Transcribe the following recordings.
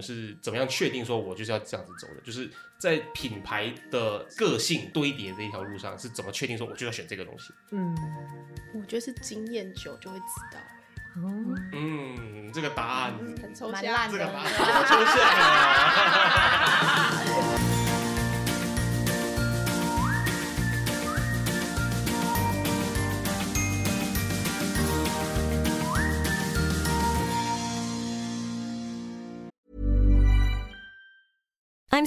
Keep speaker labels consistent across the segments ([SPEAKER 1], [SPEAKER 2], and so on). [SPEAKER 1] 是怎么样确定说我就是要这样子走的？就是在品牌的个性堆叠这一条路上，是怎么确定说我就要选这个东西？
[SPEAKER 2] 嗯，
[SPEAKER 3] 我觉得是经验久就会知道，
[SPEAKER 2] 哦，
[SPEAKER 1] 嗯，这个答案，
[SPEAKER 3] 很抽
[SPEAKER 4] 蛮
[SPEAKER 3] 象
[SPEAKER 4] 烂
[SPEAKER 1] 这 个答
[SPEAKER 4] 的
[SPEAKER 1] 案。好抽象啊！
[SPEAKER 5] I'm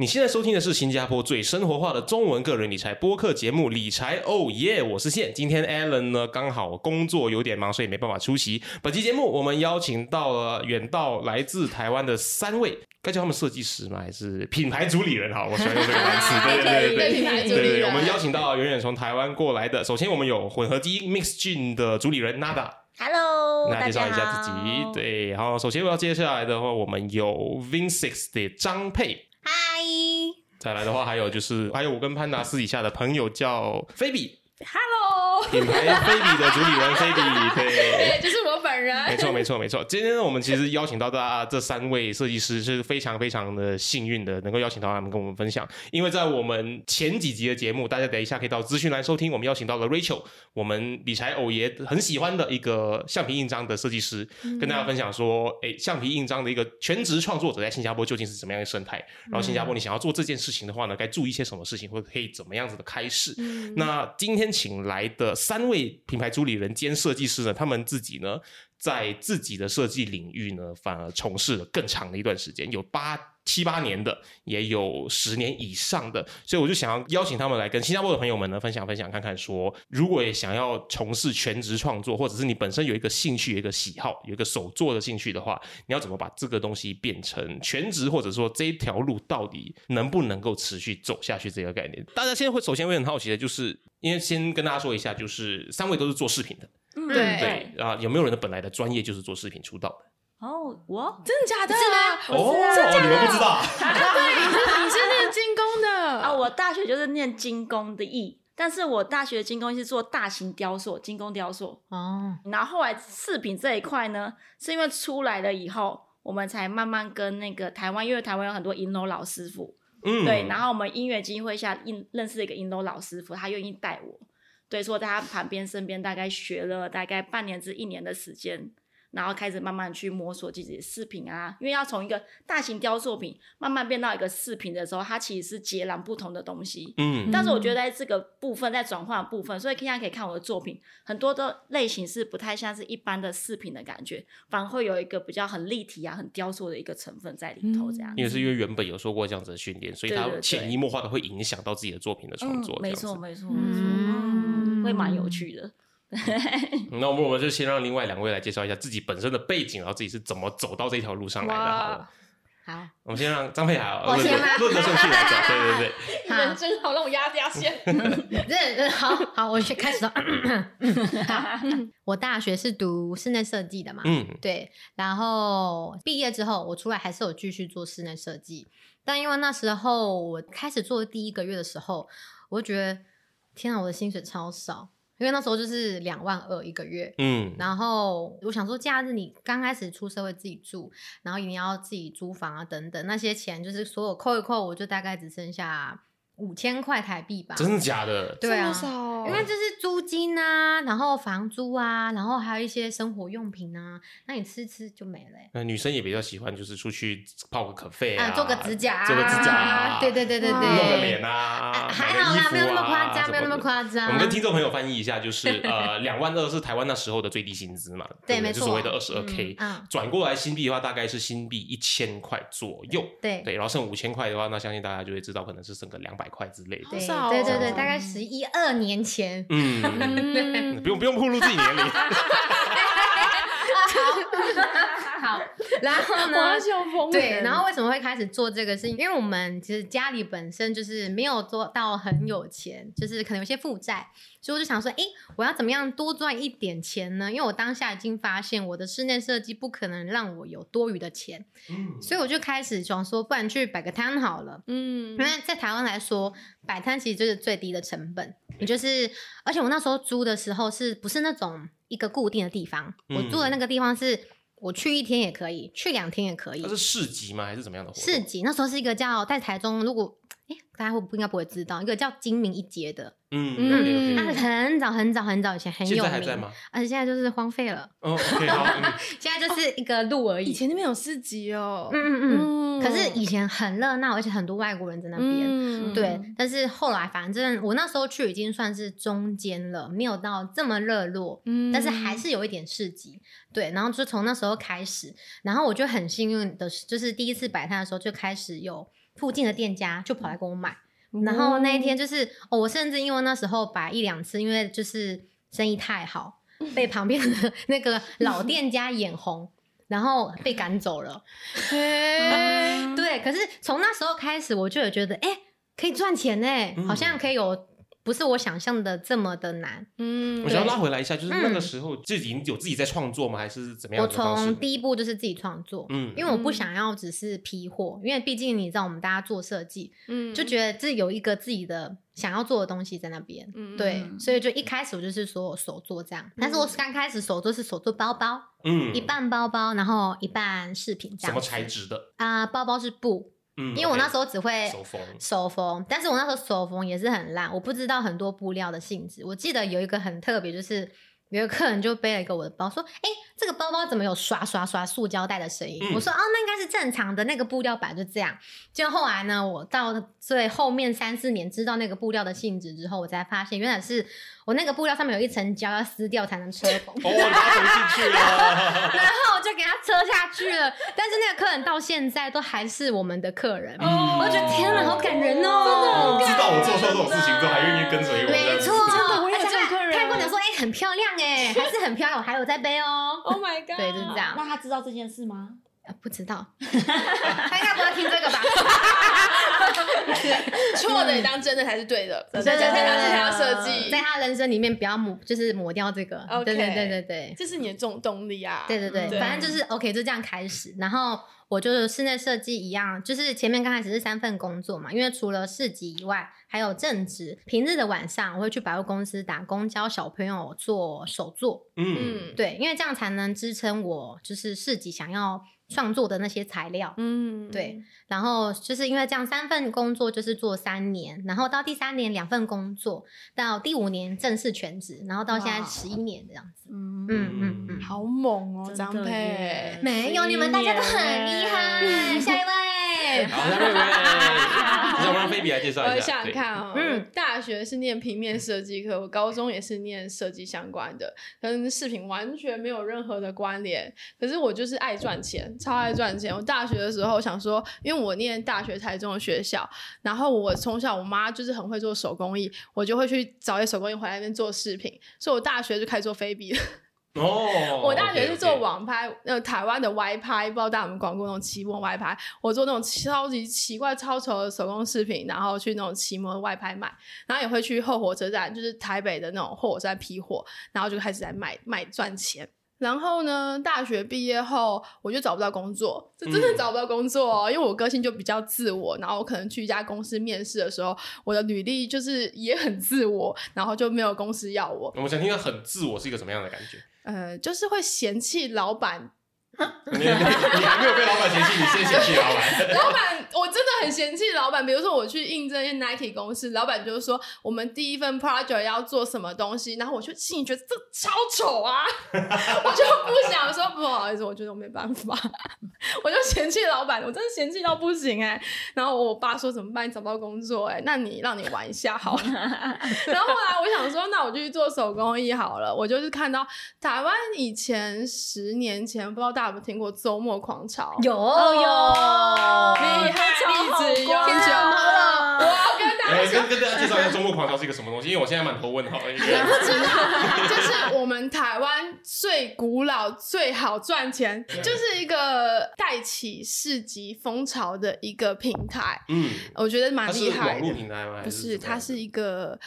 [SPEAKER 1] 你现在收听的是新加坡最生活化的中文个人理财播客节目《理财哦耶》，我是宪。今天 Alan 呢刚好工作有点忙，所以没办法出席。本期节目我们邀请到了远道来自台湾的三位，该叫他们设计师吗？还是品牌主理人？好，我喜欢用这个单词。 对对对对，
[SPEAKER 3] 品牌主
[SPEAKER 1] 对
[SPEAKER 3] 理
[SPEAKER 1] 对，
[SPEAKER 3] 人
[SPEAKER 1] 我们邀请到远远从台湾过来的。首先，我们有混合基因 Mix Gene 的主理人 Nada，
[SPEAKER 4] Hello，
[SPEAKER 1] 那
[SPEAKER 4] 大
[SPEAKER 1] 介
[SPEAKER 4] 家
[SPEAKER 1] 绍一下自己。
[SPEAKER 4] 好，
[SPEAKER 1] 对，然后首先我要接下来的话，我们有 Vinsix 的张佩。
[SPEAKER 4] 嗨，
[SPEAKER 1] 再来的话，还有就是，还有我跟潘达私底下的朋友叫菲比，
[SPEAKER 3] Hello，
[SPEAKER 1] 品牌菲比的主理人菲比， 对。
[SPEAKER 3] 对，就是我本人。
[SPEAKER 1] 没错，没错，没错。今天呢，我们其实邀请到大家啊这三位设计师是非常非常的幸运的，能够邀请到他们跟我们分享。因为在我们前几集的节目，大家等一下可以到资讯栏收听，我们邀请到了 Rachel，我们理财偶爷很喜欢的一个橡皮印章的设计师，跟大家分享说，诶，橡皮印章的一个全职创作者在新加坡究竟是怎么样的生态？然后新加坡你想要做这件事情的话呢，该注意一些什么事情，或者可以怎么样子的开始？那今天请来的三位品牌主理人兼设计师呢，他们自己呢，在自己的设计领域呢，反而从事了更长的一段时间，有八七八年的，也有十年以上的，所以我就想要邀请他们来跟新加坡的朋友们呢分享分享，看看说，如果也想要从事全职创作，或者是你本身有一个兴趣、有一个喜好、有一个手做的兴趣的话，你要怎么把这个东西变成全职，或者说这一条路到底能不能够持续走下去这个概念？大家现在会首先会很好奇的就是，因为先跟大家说一下，就是三位都是做饰品的，
[SPEAKER 3] 嗯
[SPEAKER 4] 对
[SPEAKER 1] 对啊，有没有人的本来的专业就是做饰品出道的？
[SPEAKER 4] 哦，我
[SPEAKER 3] 真的假的啊？
[SPEAKER 1] 哦，你们不知道，
[SPEAKER 3] 你是练精工的
[SPEAKER 4] 啊，我大学就是念精工的艺，但是我大学精工是做大型雕塑，精工雕塑。
[SPEAKER 2] 哦，
[SPEAKER 4] 然后后来饰品这一块呢，是因为出来了以后，我们才慢慢跟那个台湾，因为台湾有很多银楼老师傅，
[SPEAKER 1] 嗯，
[SPEAKER 4] 对，然后我们音乐机会下认认识了一个银楼老师傅，他愿意带我，对，所以我在他旁边身边大概学了大概半年至一年的时间，然后开始慢慢去摸索自己的饰品啊，因为要从一个大型雕塑品慢慢变到一个饰品的时候，它其实是截然不同的东西。
[SPEAKER 1] 嗯
[SPEAKER 4] 但是我觉得在这个部分，在转换的部分，所以现在可以看我的作品，很多的类型是不太像是一般的饰品的感觉，反而会有一个比较很立体啊、很雕塑的一个成分在里头，这样子。
[SPEAKER 1] 因为是因为原本有受过这样子的训练，所以他
[SPEAKER 4] 对对对
[SPEAKER 1] 潜移默化的会影响到自己的作品的创作。
[SPEAKER 4] 嗯、
[SPEAKER 1] 这
[SPEAKER 4] 没
[SPEAKER 1] 样子
[SPEAKER 4] 错，没错，没错，
[SPEAKER 2] 嗯
[SPEAKER 4] 嗯，会蛮有趣的。
[SPEAKER 1] 嗯那我们我们就先让另外两位来介绍一下自己本身的背景，然后自己是怎么走到这条路上 来的。好了，
[SPEAKER 2] 好，
[SPEAKER 1] 我们先让张佩海
[SPEAKER 2] 我
[SPEAKER 1] 论
[SPEAKER 2] 先吗
[SPEAKER 1] 论的顺序来 讲，对对对，
[SPEAKER 3] 人真好，让我压压线。
[SPEAKER 2] 这嗯好好，我先开始了。好 我大学是读室内设计的嘛，
[SPEAKER 1] 嗯
[SPEAKER 2] 对，然后毕业之后，我出来还是有继续做室内设计，但因为那时候我开始做第一个月的时候，我就觉得天啊，我的薪水超少，因为那时候就是两万二一个月。
[SPEAKER 1] 嗯
[SPEAKER 2] 然后我想说，假日你刚开始出社会自己住，然后一定要自己租房啊，等等那些钱，就是所有扣一扣，我就大概只剩下五千块台币吧。
[SPEAKER 1] 真的假的？
[SPEAKER 2] 对啊，
[SPEAKER 3] 这么少
[SPEAKER 2] 因为这是租金啊，然后房租啊，然后还有一些生活用品啊，那你吃吃就没了欸、
[SPEAKER 1] 那女生也比较喜欢，就是出去泡个咖啡
[SPEAKER 2] 啊，做个指甲、啊，
[SPEAKER 1] 做个指甲啊，
[SPEAKER 2] 对对对对
[SPEAKER 3] 哇
[SPEAKER 2] 对，
[SPEAKER 1] 弄个脸啊，
[SPEAKER 2] 啊还
[SPEAKER 1] 买个
[SPEAKER 2] 好
[SPEAKER 1] 衣
[SPEAKER 2] 啦，
[SPEAKER 1] 服
[SPEAKER 2] 没有那么
[SPEAKER 1] 啊
[SPEAKER 2] 夸张，
[SPEAKER 1] 什
[SPEAKER 2] 没有那么
[SPEAKER 1] 的
[SPEAKER 2] 夸张。
[SPEAKER 1] 我们跟听众朋友翻译一下，就是呃，两万二是台湾那时候的最低薪资嘛，
[SPEAKER 2] 对
[SPEAKER 1] 不
[SPEAKER 2] 没
[SPEAKER 1] 就
[SPEAKER 2] 错
[SPEAKER 1] 所谓的二十二 k，
[SPEAKER 2] 嗯嗯
[SPEAKER 1] 转过来新币的话，大概是新币一千块左右，
[SPEAKER 2] 对
[SPEAKER 1] 对，然后剩五千块的话，那相信大家就会知道，可能是剩个两百块之类的，
[SPEAKER 2] 对
[SPEAKER 3] 少哦
[SPEAKER 2] 对对对，大概十一二年前。
[SPEAKER 1] 嗯，不用不用暴露自己年龄，
[SPEAKER 2] 然后呢？
[SPEAKER 3] 哇，小疯
[SPEAKER 2] 对，
[SPEAKER 3] 人
[SPEAKER 2] 然后为什么会开始做这个事情？因为我们其实家里本身就是没有做到很有钱，就是可能有些负债，所以我就想说，诶，我要怎么样多赚一点钱呢？因为我当下已经发现我的室内设计不可能让我有多余的钱，所以我就开始想说，不然去摆个摊好了。
[SPEAKER 3] 嗯
[SPEAKER 2] 因，为在台湾来说，摆摊其实就是最低的成本。你就是，而且我那时候租的时候是不是那种一个固定的地方？我
[SPEAKER 1] 嗯
[SPEAKER 2] 住的那个地方是我去一天也可以，去两天也可以
[SPEAKER 1] 它。是市集吗？还是怎么样的活动？
[SPEAKER 2] 市集那时候是一个叫在台中，如果哎、大家会不应该不会知道，一个叫金明一街的，
[SPEAKER 1] 嗯
[SPEAKER 3] 嗯
[SPEAKER 1] ，OK，OK，
[SPEAKER 2] 它很早很早很早以前很
[SPEAKER 1] 现
[SPEAKER 2] 有
[SPEAKER 1] 在
[SPEAKER 2] 名，
[SPEAKER 1] 还在吗？
[SPEAKER 2] 而且现在就是荒废了，
[SPEAKER 1] 哦，OK，好，嗯
[SPEAKER 2] 现在就是一个路而已。
[SPEAKER 3] 以前那边有市集哦，
[SPEAKER 2] 嗯嗯
[SPEAKER 3] 嗯
[SPEAKER 2] 嗯，可是以前很热闹，而且很多外国人在那边。
[SPEAKER 3] 嗯
[SPEAKER 2] 对，但是后来反正我那时候去已经算是中间了，没有到这么热络，
[SPEAKER 3] 嗯
[SPEAKER 2] 但是还是有一点市集。对，然后就从那时候开始，然后我就很幸运的是，就是第一次摆摊的时候就开始有附近的店家就跑来跟我买，然后那一天就是、哦，我甚至因为那时候摆一两次，因为就是生意太好，被旁边的 那个老店家眼红。然后被赶走了，
[SPEAKER 3] 嘿
[SPEAKER 2] 对。可是从那时候开始，我就有觉得，哎、可以赚钱呢、
[SPEAKER 1] 嗯
[SPEAKER 2] 好像可以有，不是我想象的这么的难。
[SPEAKER 3] 嗯
[SPEAKER 1] 我
[SPEAKER 2] 觉
[SPEAKER 1] 想
[SPEAKER 2] 得
[SPEAKER 1] 要拉回来一下，就是那个
[SPEAKER 2] 嗯
[SPEAKER 1] 时候自己有自己在创作吗？还是怎么样
[SPEAKER 2] 我
[SPEAKER 1] 的方式
[SPEAKER 2] 从？第一步就是自己创作，
[SPEAKER 1] 嗯，
[SPEAKER 2] 因为我不想要只是批货，因为毕竟你知道我们大家做设计，
[SPEAKER 3] 嗯
[SPEAKER 2] 就觉得自己有一个自己的想要做的东西在那边。
[SPEAKER 3] 嗯
[SPEAKER 2] 对，所以就一开始我就是说我手做这样，但是我刚开始手做是手做包包，
[SPEAKER 1] 嗯
[SPEAKER 2] 一半包包，然后一半饰品这
[SPEAKER 1] 什
[SPEAKER 2] 样
[SPEAKER 1] 么
[SPEAKER 2] 子。
[SPEAKER 1] 材质的？
[SPEAKER 2] 啊、包包是布，
[SPEAKER 1] 嗯，
[SPEAKER 2] 因为我那时候只会
[SPEAKER 1] OK，手缝，
[SPEAKER 2] 手缝，但是我那时候手缝也是很烂，我不知道很多布料的性质。我记得有一个很特别，就是有一个客人就背了一个我的包，说：“哎、这个包包怎么有刷刷刷塑胶袋的声音？”
[SPEAKER 1] 嗯
[SPEAKER 2] 我说：“哦，那应该是正常的，那个布料版就这样。”就后来呢，我到最后面三四年知道那个布料的性质之后，我才发现原来是我那个布料上面有一层胶要撕掉才能车缝。
[SPEAKER 1] 哦，你拉回进去了。
[SPEAKER 2] 然后我就给他车下去了，但是那个客人到现在都还是我们的客人，
[SPEAKER 1] 嗯
[SPEAKER 2] 我就觉得天哪，好感人哦！
[SPEAKER 1] 知道我做错这种事情之后，还愿意跟随我，
[SPEAKER 2] 没错，
[SPEAKER 3] 真的我也
[SPEAKER 2] 而且
[SPEAKER 3] 这种
[SPEAKER 2] 他
[SPEAKER 3] 客人
[SPEAKER 2] 他还跟我讲说，哎、很漂亮哎、还是很漂亮，我还有在背哦。
[SPEAKER 3] ，Oh my god，
[SPEAKER 2] 对，就是这样。
[SPEAKER 4] 那他知道这件事吗？
[SPEAKER 2] 呃不知道，他应该不要听这个吧？
[SPEAKER 3] 错的你当真的才是对的，
[SPEAKER 4] 真
[SPEAKER 3] 对
[SPEAKER 4] 的
[SPEAKER 3] 对
[SPEAKER 2] 嗯对
[SPEAKER 3] 对，
[SPEAKER 2] 对
[SPEAKER 3] 这
[SPEAKER 2] 对
[SPEAKER 3] 条设计
[SPEAKER 2] 在，他人生里面不要抹，就是抹掉这个。
[SPEAKER 3] OK
[SPEAKER 2] 对对对对对。
[SPEAKER 3] 这是你的这种动力啊，
[SPEAKER 2] 对对对，
[SPEAKER 3] 对
[SPEAKER 2] 反正就是 OK，就这样开始。然后我就是室内设计一样，就是前面刚开始是三份工作嘛，因为除了市集以外，还有正职。平日的晚上，我会去百货公司打工，教小朋友做手作。
[SPEAKER 1] 嗯，
[SPEAKER 3] 嗯
[SPEAKER 2] 对，因为这样才能支撑我就是市集想要创作的那些材料。
[SPEAKER 3] 嗯
[SPEAKER 2] 对，然后就是因为这样三份工作就是做三年，然后到第三年两份工作，到第五年正式全职，然后到现在
[SPEAKER 3] 哇
[SPEAKER 2] 十一年这样子。
[SPEAKER 4] 嗯
[SPEAKER 2] 嗯嗯嗯，
[SPEAKER 3] 好猛哦，张
[SPEAKER 4] 真的
[SPEAKER 3] 佩
[SPEAKER 4] 耶，
[SPEAKER 2] 没有，你们大家都很厉害。下一位，
[SPEAKER 1] 嗯好，下面一位，让我让菲比来介绍
[SPEAKER 3] 我
[SPEAKER 1] 一下。
[SPEAKER 3] 想想
[SPEAKER 1] 对，
[SPEAKER 3] 看哦，
[SPEAKER 2] 嗯
[SPEAKER 3] 嗯，大学是念平面设计科，我高中也是念设计相关的，跟饰品完全没有任何的关联。可是我就是爱赚钱，超爱赚钱。我大学的时候想说，因为我念大学台中的学校，然后我从小我妈就是很会做手工艺，我就会去找一些手工艺回来那边做饰品，所以我大学就开始做菲比了。
[SPEAKER 1] 哦，
[SPEAKER 3] 我大学是做
[SPEAKER 1] OK，OK，
[SPEAKER 3] 网拍，呃，台湾的 Y 拍，不知道大家有没有逛过那种奇摩 Y 拍。我做那种超级奇怪、超丑的手工饰品，然后去那种奇摩的外拍卖，然后也会去后火车站，就是台北的那种后火车站批货，然后就开始在卖卖赚钱。然后呢，大学毕业后我就找不到工作，这真的
[SPEAKER 1] 嗯
[SPEAKER 3] 找不到工作哦、因为我个性就比较自我，然后我可能去一家公司面试的时候，我的履历就是也很自我，然后就没有公司要我，
[SPEAKER 1] 我们想听到很自我是一个什么样的感觉？
[SPEAKER 3] 呃，就是会嫌弃老板
[SPEAKER 1] 你你 你还没有被老板嫌弃，你先嫌弃老板。
[SPEAKER 3] 老板，我真的很嫌弃老板。比如说我去应征一些 Nike 公司，老板就是说我们第一份 project 要做什么东西，然后我就心里觉得这超丑啊， 我就不想说不好意思，我觉得我没办法， 我就嫌弃老板，我真的嫌弃到不行哎、然后我爸说怎么办？你找不到工作哎、那你让你玩一下好了。 然后后来我想说，那我就去做手工艺好了。我就是看到台湾以前十年前，不知道大家有没有听过周末狂潮？
[SPEAKER 2] 有
[SPEAKER 3] 厉害，一直有
[SPEAKER 2] 天
[SPEAKER 3] 有
[SPEAKER 2] 哪
[SPEAKER 3] 我要跟大
[SPEAKER 1] 哎、
[SPEAKER 3] 家说
[SPEAKER 1] 跟跟大家介绍一下中国狂潮是一个什么东西，因为我现在满头问号。因为
[SPEAKER 3] 你不知道，就是我们台湾最古老、最好赚钱，就是一个带起市集风潮的一个平台，
[SPEAKER 1] 嗯，
[SPEAKER 3] 我觉得蛮
[SPEAKER 1] 它是
[SPEAKER 3] 厉害
[SPEAKER 1] 网络
[SPEAKER 3] 的。
[SPEAKER 1] 平台吗？还
[SPEAKER 3] 不是，
[SPEAKER 1] 是什么
[SPEAKER 3] 它是一个。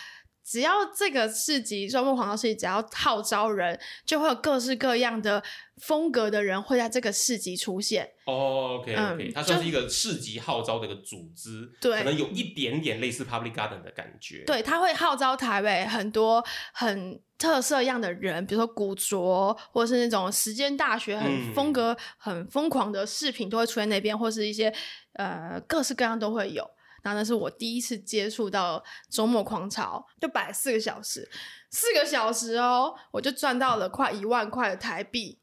[SPEAKER 3] 只要这个市集周末黄道市集，只要号召人，就会有各式各样的风格的人会在这个市集出现。
[SPEAKER 1] 哦，OK
[SPEAKER 3] 嗯
[SPEAKER 1] OK，、它算是一个市集号召的一个组织，
[SPEAKER 3] 对
[SPEAKER 1] 可能有一点点类似 Public Garden 的感觉。，
[SPEAKER 3] 对，他会号召台北很多很特色样的人，比如说古着，或是那种实践大学很
[SPEAKER 1] 嗯
[SPEAKER 3] 风格、很疯狂的饰品都会出现那边，或是一些呃各式各样都会有。然后那是我第一次接触到周末狂潮，就摆了四个小时，四个小时哦，我就赚到了快一万块的台币。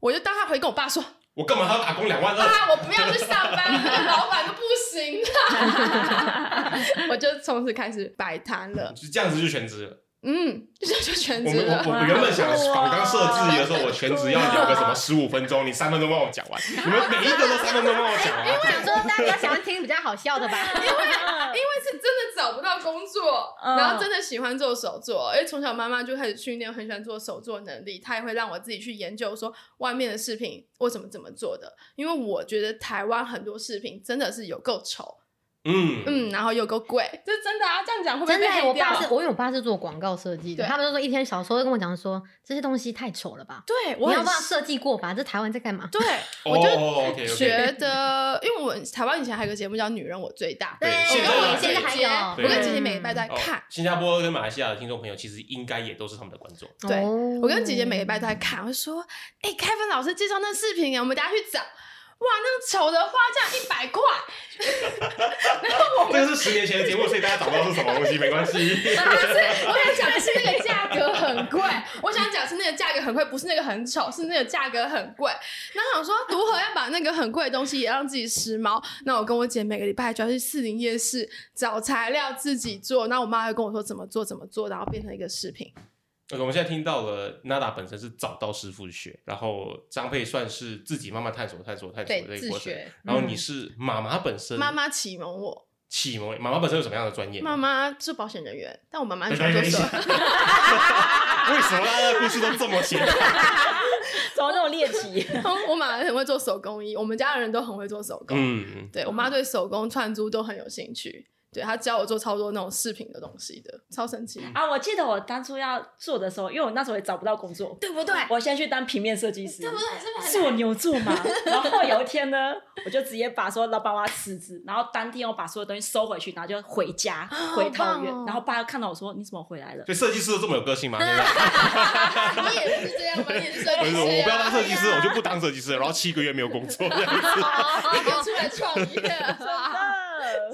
[SPEAKER 3] 我就当他回跟我爸说：“
[SPEAKER 1] 我干嘛还要打工两万二？
[SPEAKER 3] 啊，我不要去上班，那个老板都不行 啦。我就从此开始摆摊了。
[SPEAKER 1] 就这样子就全职了。
[SPEAKER 3] 嗯，就就全
[SPEAKER 1] 我
[SPEAKER 3] 职
[SPEAKER 1] 们我
[SPEAKER 3] 了。
[SPEAKER 1] 我原本想
[SPEAKER 4] 哇
[SPEAKER 1] 仿刚设置的时候，我全职要聊个什么十五分钟，你三分钟帮我讲完，你们每一个都三分钟帮我讲完。
[SPEAKER 2] 哎想说大家想要听比较好笑的吧？
[SPEAKER 3] 因为是真的找不到工作，
[SPEAKER 4] 嗯
[SPEAKER 3] 然后真的喜欢做手作，因为从小妈妈就开始训练，很喜欢做手作能力，她也会让我自己去研究说外面的饰品为什么怎么做的，因为我觉得台湾很多饰品真的是有够丑，
[SPEAKER 1] 嗯
[SPEAKER 3] 嗯，然后有够贵，这是真的啊，这样讲会不会
[SPEAKER 2] 真
[SPEAKER 3] 被
[SPEAKER 2] 的、
[SPEAKER 3] 黑
[SPEAKER 2] 我
[SPEAKER 3] 掉？
[SPEAKER 2] 爸是，我因为我爸是做广告设计的，
[SPEAKER 3] 对
[SPEAKER 2] 他们就说一天小时候都跟我讲说这些东西太丑了吧，
[SPEAKER 3] 对，我
[SPEAKER 2] 你要
[SPEAKER 3] 很
[SPEAKER 2] 帮他设计过吧？这台湾在干嘛？
[SPEAKER 3] 对，我就
[SPEAKER 1] 哦，OK
[SPEAKER 3] 觉
[SPEAKER 1] OK，
[SPEAKER 3] 得，因为我台湾以前还有个节目叫《女人我最大》，
[SPEAKER 1] 对
[SPEAKER 3] 我
[SPEAKER 1] 现
[SPEAKER 3] 跟
[SPEAKER 1] 在
[SPEAKER 3] 我
[SPEAKER 1] 还
[SPEAKER 2] 现在还
[SPEAKER 3] 姐姐，
[SPEAKER 2] 有，
[SPEAKER 3] 我跟姐姐
[SPEAKER 2] 嗯
[SPEAKER 3] 每个礼拜都在
[SPEAKER 1] 哦
[SPEAKER 3] 看。
[SPEAKER 1] 新加坡跟马来西亚的听众朋友其实应该也都是他们的观众。
[SPEAKER 3] 对
[SPEAKER 2] 哦
[SPEAKER 3] 我跟姐姐每个礼拜都
[SPEAKER 2] 嗯
[SPEAKER 3] 在看，我就说：“哎、凯文老师介绍那视频啊，我们等下去找。”哇，那个丑的花价一百块，
[SPEAKER 1] 这个是十年前的节目，所以大家找不到是什么东西没关系。
[SPEAKER 3] 不是，我想讲的是那个价格很贵，我想讲是那个价格很贵，不是那个很丑，是那个价格很贵。然后想说如何要把那个很贵的东西也让自己时髦。那我跟我姐每个礼拜就要去四零夜市找材料自己做，那我妈会跟我说怎么做怎么做，然后变成一个视频。
[SPEAKER 1] 我们现在听到了，Nada 本身是找到师傅学，然后张佩算是自己慢慢探索、探索、探索
[SPEAKER 2] 对
[SPEAKER 1] 这
[SPEAKER 2] 自
[SPEAKER 1] 个过程
[SPEAKER 2] 学。
[SPEAKER 1] 然后你是妈妈本身，
[SPEAKER 3] 嗯妈妈启蒙我，
[SPEAKER 1] 启蒙，妈妈本身有什么样的专业？
[SPEAKER 3] 妈妈是保险人员，但我妈妈是
[SPEAKER 1] 等一
[SPEAKER 3] 工
[SPEAKER 1] 下，
[SPEAKER 3] 作
[SPEAKER 1] 等一下，
[SPEAKER 3] 者。
[SPEAKER 1] 为什么大家的故事都这么写？
[SPEAKER 4] 怎么那么猎奇？
[SPEAKER 3] 我妈很会做手工艺，我们家的人都很会做手工。
[SPEAKER 1] 嗯，
[SPEAKER 3] 对我妈对手工、串珠都很有兴趣，对她教我做超多那种饰品的东西的，超神奇。
[SPEAKER 4] 啊，我记得我当初要做的时候，因为我那时候也找不到工作，
[SPEAKER 3] 对不对
[SPEAKER 4] 我先去当平面设计师，
[SPEAKER 3] 对不对？是不是很
[SPEAKER 4] 做牛做马。然后有一天呢，我就直接把说老板我要辞职，然后当天我把所有东西收回去，然后就回家回桃园。
[SPEAKER 3] 好棒哦
[SPEAKER 4] 然后爸看到我说：“你怎么回来了
[SPEAKER 1] 所以设计师都这么有个性吗？现在
[SPEAKER 3] 啊你也是这样吗？你也是设
[SPEAKER 1] 不
[SPEAKER 3] 计
[SPEAKER 1] 是，
[SPEAKER 3] 师、啊？
[SPEAKER 1] 我不要当设计师，我就不当设计师了，然后七个月没有工作这样子。
[SPEAKER 3] 你给我出来创业啊！？”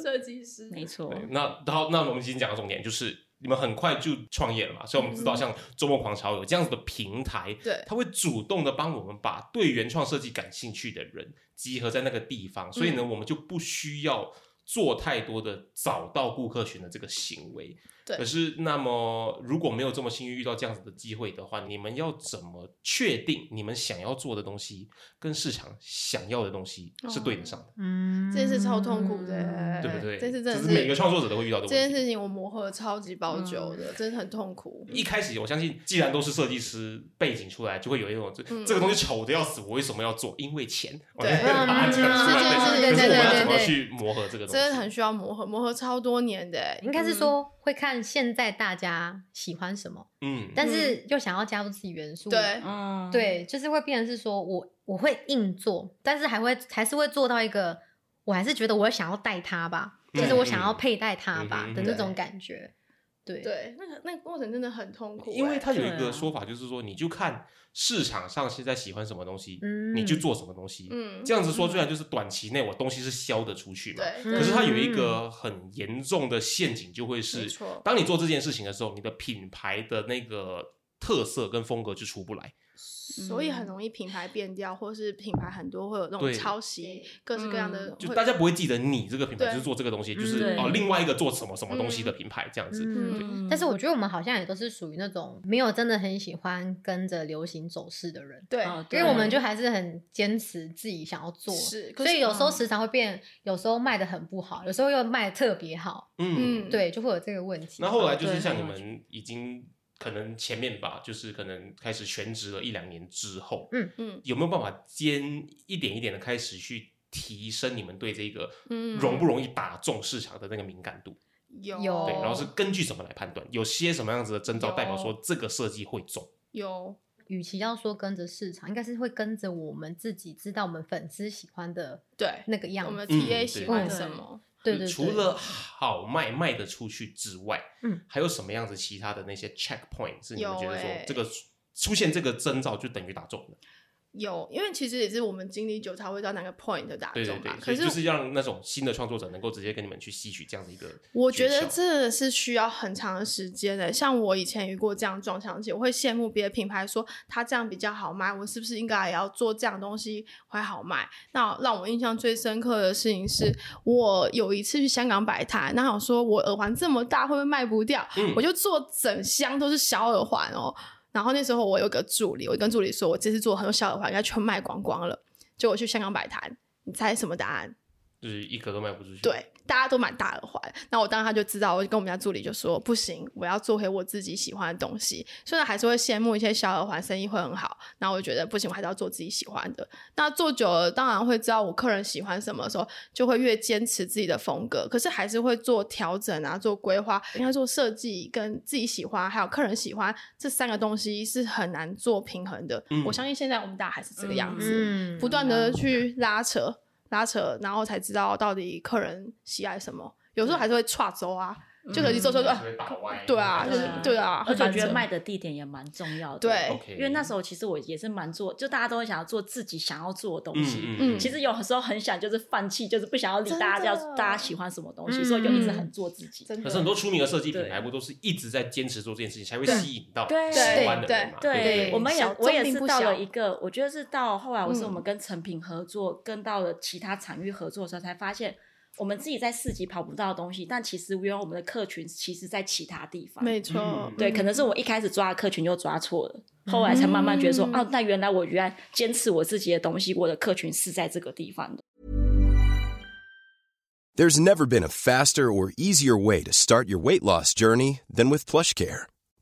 [SPEAKER 3] 设计师，
[SPEAKER 4] 没错，
[SPEAKER 3] 哦
[SPEAKER 1] 对那好，那我们已经讲到重点，就是你们很快就创业了嘛，所以我们知道像周末狂潮有这样子的平台，
[SPEAKER 3] 嗯对
[SPEAKER 1] 他会主动的帮我们把对原创设计感兴趣的人集合在那个地方，所以
[SPEAKER 3] 嗯
[SPEAKER 1] 呢，我们就不需要做太多的找到顾客群的这个行为。
[SPEAKER 3] 对
[SPEAKER 1] 可是那么如果没有这么幸运遇到这样子的机会的话，你们要怎么确定你们想要做的东西跟市场想要的东西是对得上的，
[SPEAKER 2] 嗯
[SPEAKER 3] 这次超痛苦的，
[SPEAKER 1] 嗯对不对？
[SPEAKER 3] 哦哎这次
[SPEAKER 1] 这
[SPEAKER 3] 真
[SPEAKER 1] 是
[SPEAKER 3] 的
[SPEAKER 1] 每个创作者都会遇到的
[SPEAKER 3] 这
[SPEAKER 1] 问题。嗯
[SPEAKER 3] 件事情我磨合了超级包久的，真的很痛苦。
[SPEAKER 1] 一开始我相信，既然都是设计师背景出来，就会有一种这、这个东西丑的要死，我为什么要做？因为钱，我
[SPEAKER 3] 对
[SPEAKER 1] 就会把它讲出来。
[SPEAKER 2] 嗯
[SPEAKER 1] 对可是我们要怎
[SPEAKER 2] 对对对对
[SPEAKER 1] 么
[SPEAKER 2] 对
[SPEAKER 1] 去磨合这个东西？
[SPEAKER 3] 真的很需要磨合，磨合超多年的、欸。
[SPEAKER 2] 应该是说会看现在大家喜欢什么，
[SPEAKER 1] 嗯，
[SPEAKER 2] 但是又想要加入自己元素，
[SPEAKER 3] 对，
[SPEAKER 4] 嗯，
[SPEAKER 2] 对，就是会变成是说我我会硬做，但是还会还是会做到一个，我还是觉得我想要带它吧，就是
[SPEAKER 3] 嗯
[SPEAKER 2] 我想要佩戴它吧
[SPEAKER 1] 嗯
[SPEAKER 2] 的那种感觉。对，
[SPEAKER 3] 对，那个那个过程真的很痛苦、欸，
[SPEAKER 1] 因为它有一
[SPEAKER 4] 对
[SPEAKER 1] 个
[SPEAKER 4] 啊
[SPEAKER 1] 说法，就是说你就看市场上现在喜欢什么东西，
[SPEAKER 2] 嗯
[SPEAKER 1] 你就做什么东西。
[SPEAKER 3] 嗯
[SPEAKER 1] 这样子说，虽然就是短期内我东西是销得出去嘛，
[SPEAKER 3] 对，
[SPEAKER 2] 嗯
[SPEAKER 1] 可是它有一个很严重的陷阱，就会
[SPEAKER 3] 没
[SPEAKER 1] 是
[SPEAKER 3] 错
[SPEAKER 1] 当你做这件事情的时候，你的品牌的那个特色跟风格就出不来。
[SPEAKER 3] 所以很容易品牌变掉，或是品牌很多会有那种
[SPEAKER 1] 对
[SPEAKER 3] 抄袭，各式各样的
[SPEAKER 4] 嗯
[SPEAKER 3] 会，
[SPEAKER 1] 就大家不会记得你这个品牌
[SPEAKER 3] 对
[SPEAKER 1] 就是做这个东西，就是
[SPEAKER 4] 对
[SPEAKER 1] 哦另外一个做什么什么东西的品牌这样子。
[SPEAKER 2] 嗯，
[SPEAKER 4] 嗯
[SPEAKER 2] 但是我觉得我们好像也都是属于那种没有真的很喜欢跟着流行走势的人，
[SPEAKER 3] 对，
[SPEAKER 4] 哦
[SPEAKER 2] 因为我们就还是很坚持自己想要做，
[SPEAKER 3] 是，可
[SPEAKER 2] 所以
[SPEAKER 3] 是
[SPEAKER 2] 有时候时常会变，有时候卖的很不好，有时候又卖的特别好，
[SPEAKER 1] 嗯，
[SPEAKER 3] 嗯，
[SPEAKER 2] 对，就会有这个问题。
[SPEAKER 1] 那后来就是
[SPEAKER 4] 对
[SPEAKER 1] 像你们已经可能前面吧，就是可能开始全职了一两年之后，
[SPEAKER 2] 嗯
[SPEAKER 3] 嗯
[SPEAKER 1] 有没有办法兼一点一点的开始去提升你们对这个
[SPEAKER 3] 嗯
[SPEAKER 1] 容不容易把中市场的那个敏感度？
[SPEAKER 3] 有
[SPEAKER 2] 有
[SPEAKER 1] 对，然后是根据什么来判断？有些什么样子的征兆
[SPEAKER 3] 哦有
[SPEAKER 1] 代表说这个设计会中？
[SPEAKER 3] 有
[SPEAKER 2] 与其要说跟着市场，应该是会跟着我们自己知道我们粉丝喜欢的
[SPEAKER 3] 对，
[SPEAKER 2] 那个样
[SPEAKER 3] 我
[SPEAKER 2] 子。
[SPEAKER 3] 们
[SPEAKER 1] 嗯
[SPEAKER 3] 的 TA
[SPEAKER 1] 对
[SPEAKER 3] 喜欢
[SPEAKER 2] 对
[SPEAKER 3] 什么？
[SPEAKER 2] 对对对，
[SPEAKER 1] 嗯除了好卖卖得出去之外，
[SPEAKER 2] 嗯，
[SPEAKER 1] 还有什么样子其他的那些 checkpoint 是你们
[SPEAKER 3] 有
[SPEAKER 1] 觉得说
[SPEAKER 3] 欸
[SPEAKER 1] 这个出现这个征兆就等于打中了？
[SPEAKER 3] 有，因为其实也是我们经历久才会知道哪个 point 的打
[SPEAKER 1] 对对
[SPEAKER 3] 中
[SPEAKER 1] 对
[SPEAKER 3] 嘛。，
[SPEAKER 1] 所
[SPEAKER 3] 可
[SPEAKER 1] 以就是是让那种新的创作者能够直接跟你们去吸取这样的一个诀窍，
[SPEAKER 3] 我觉得真的是需要很长的时间的。像我以前遇过这样的撞墙期，我会羡慕别的品牌说它这样比较好卖，我是不是应该也要做这样的东西会好卖？那让我印象最深刻的事情是，我有一次去香港摆摊，那我说我耳环这么大会不会卖不掉？
[SPEAKER 1] 嗯
[SPEAKER 3] 我就做整箱都是小耳环哦。然后那时候我有个助理，我跟助理说，我这次做很多小耳环，应该全卖光光了。结果我去香港摆摊，你猜什么答案？
[SPEAKER 1] 就是一颗都卖不出去。
[SPEAKER 3] 对，大家都蛮大耳环。那我当时他就知道，我就跟我们家助理就说，不行，我要做回我自己喜欢的东西。虽然还是会羡慕一些小耳环生意会很好，那我就觉得不行，我还是要做自己喜欢的。那做久了，当然会知道我客人喜欢什么的时候，就会越坚持自己的风格。可是还是会做调整啊，做规划，应该做设计跟自己喜欢还有客人喜欢这三个东西是很难做平衡的。
[SPEAKER 1] 嗯
[SPEAKER 3] 我相信现在我们大家还是这个样子。
[SPEAKER 2] 嗯，
[SPEAKER 3] 不断的去拉扯拉扯，然后才知道到底客人喜爱什么。有时候还是会岔走啊，
[SPEAKER 4] 嗯
[SPEAKER 3] 就手机做
[SPEAKER 1] 就
[SPEAKER 3] 做
[SPEAKER 1] 是
[SPEAKER 3] 啊
[SPEAKER 1] 会，打歪
[SPEAKER 3] 对啊，
[SPEAKER 1] 嗯
[SPEAKER 3] 就是对啊，
[SPEAKER 4] 而且我
[SPEAKER 3] 很
[SPEAKER 4] 觉得
[SPEAKER 3] 难
[SPEAKER 4] 卖的地点也蛮重要的，
[SPEAKER 3] 对
[SPEAKER 1] ，OK，
[SPEAKER 4] 因为那时候其实我也是蛮做，就大家都会想要做自己想要做的东西，
[SPEAKER 1] 嗯
[SPEAKER 3] 嗯
[SPEAKER 1] 嗯，
[SPEAKER 4] 其实有时候很想就是放弃，就是不想要理
[SPEAKER 3] 真的
[SPEAKER 4] 大家要大家喜欢什么东西，
[SPEAKER 2] 嗯
[SPEAKER 4] 所以就一直很做自己。
[SPEAKER 3] 真
[SPEAKER 1] 可是很多出名的设计品
[SPEAKER 4] 对
[SPEAKER 1] 牌不都是一直在坚持做这件事情，才会吸引到
[SPEAKER 4] 对
[SPEAKER 1] 喜欢的人嘛？
[SPEAKER 3] 对
[SPEAKER 1] 对
[SPEAKER 2] 对
[SPEAKER 4] 我们也
[SPEAKER 3] 小
[SPEAKER 4] 我也
[SPEAKER 3] 众并
[SPEAKER 4] 是
[SPEAKER 3] 不
[SPEAKER 4] 到
[SPEAKER 3] 小
[SPEAKER 4] 了一个，我觉得是到后来，我是
[SPEAKER 3] 嗯
[SPEAKER 4] 我们跟成品合作，跟到了其他场域合作的时候，才发现我们自己在市集跑不到的东西，但其实原来我们的客群其实在其他地方。
[SPEAKER 3] 没错
[SPEAKER 1] 嗯，
[SPEAKER 4] 对，可能是我一开始抓的客群就抓错了，后来才慢慢觉得说，
[SPEAKER 3] 嗯
[SPEAKER 4] 哦、那原来我原来坚持我自己的东西，我的客群是在这个地方的。
[SPEAKER 6] There's never been a faster or easier way to start your weight loss journey than with PlushCare.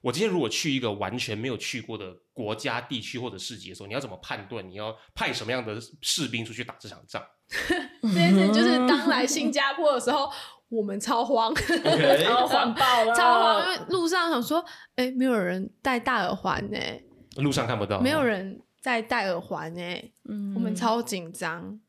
[SPEAKER 1] 我今天如果去一个完全没有去过的国家、地区或者市集的时候，你要怎么判断？你要派什么样的士兵出去打这场仗
[SPEAKER 3] 这件事情 就是当来新加坡的时候，我们超慌，
[SPEAKER 1] ？OK，
[SPEAKER 4] 然后环爆了，
[SPEAKER 3] 超慌，因为路上想说，哎，没有人戴大耳环呢，
[SPEAKER 1] 路上看不到，
[SPEAKER 3] 没有人在戴耳环呢，
[SPEAKER 4] 哦嗯
[SPEAKER 3] 我们超紧张，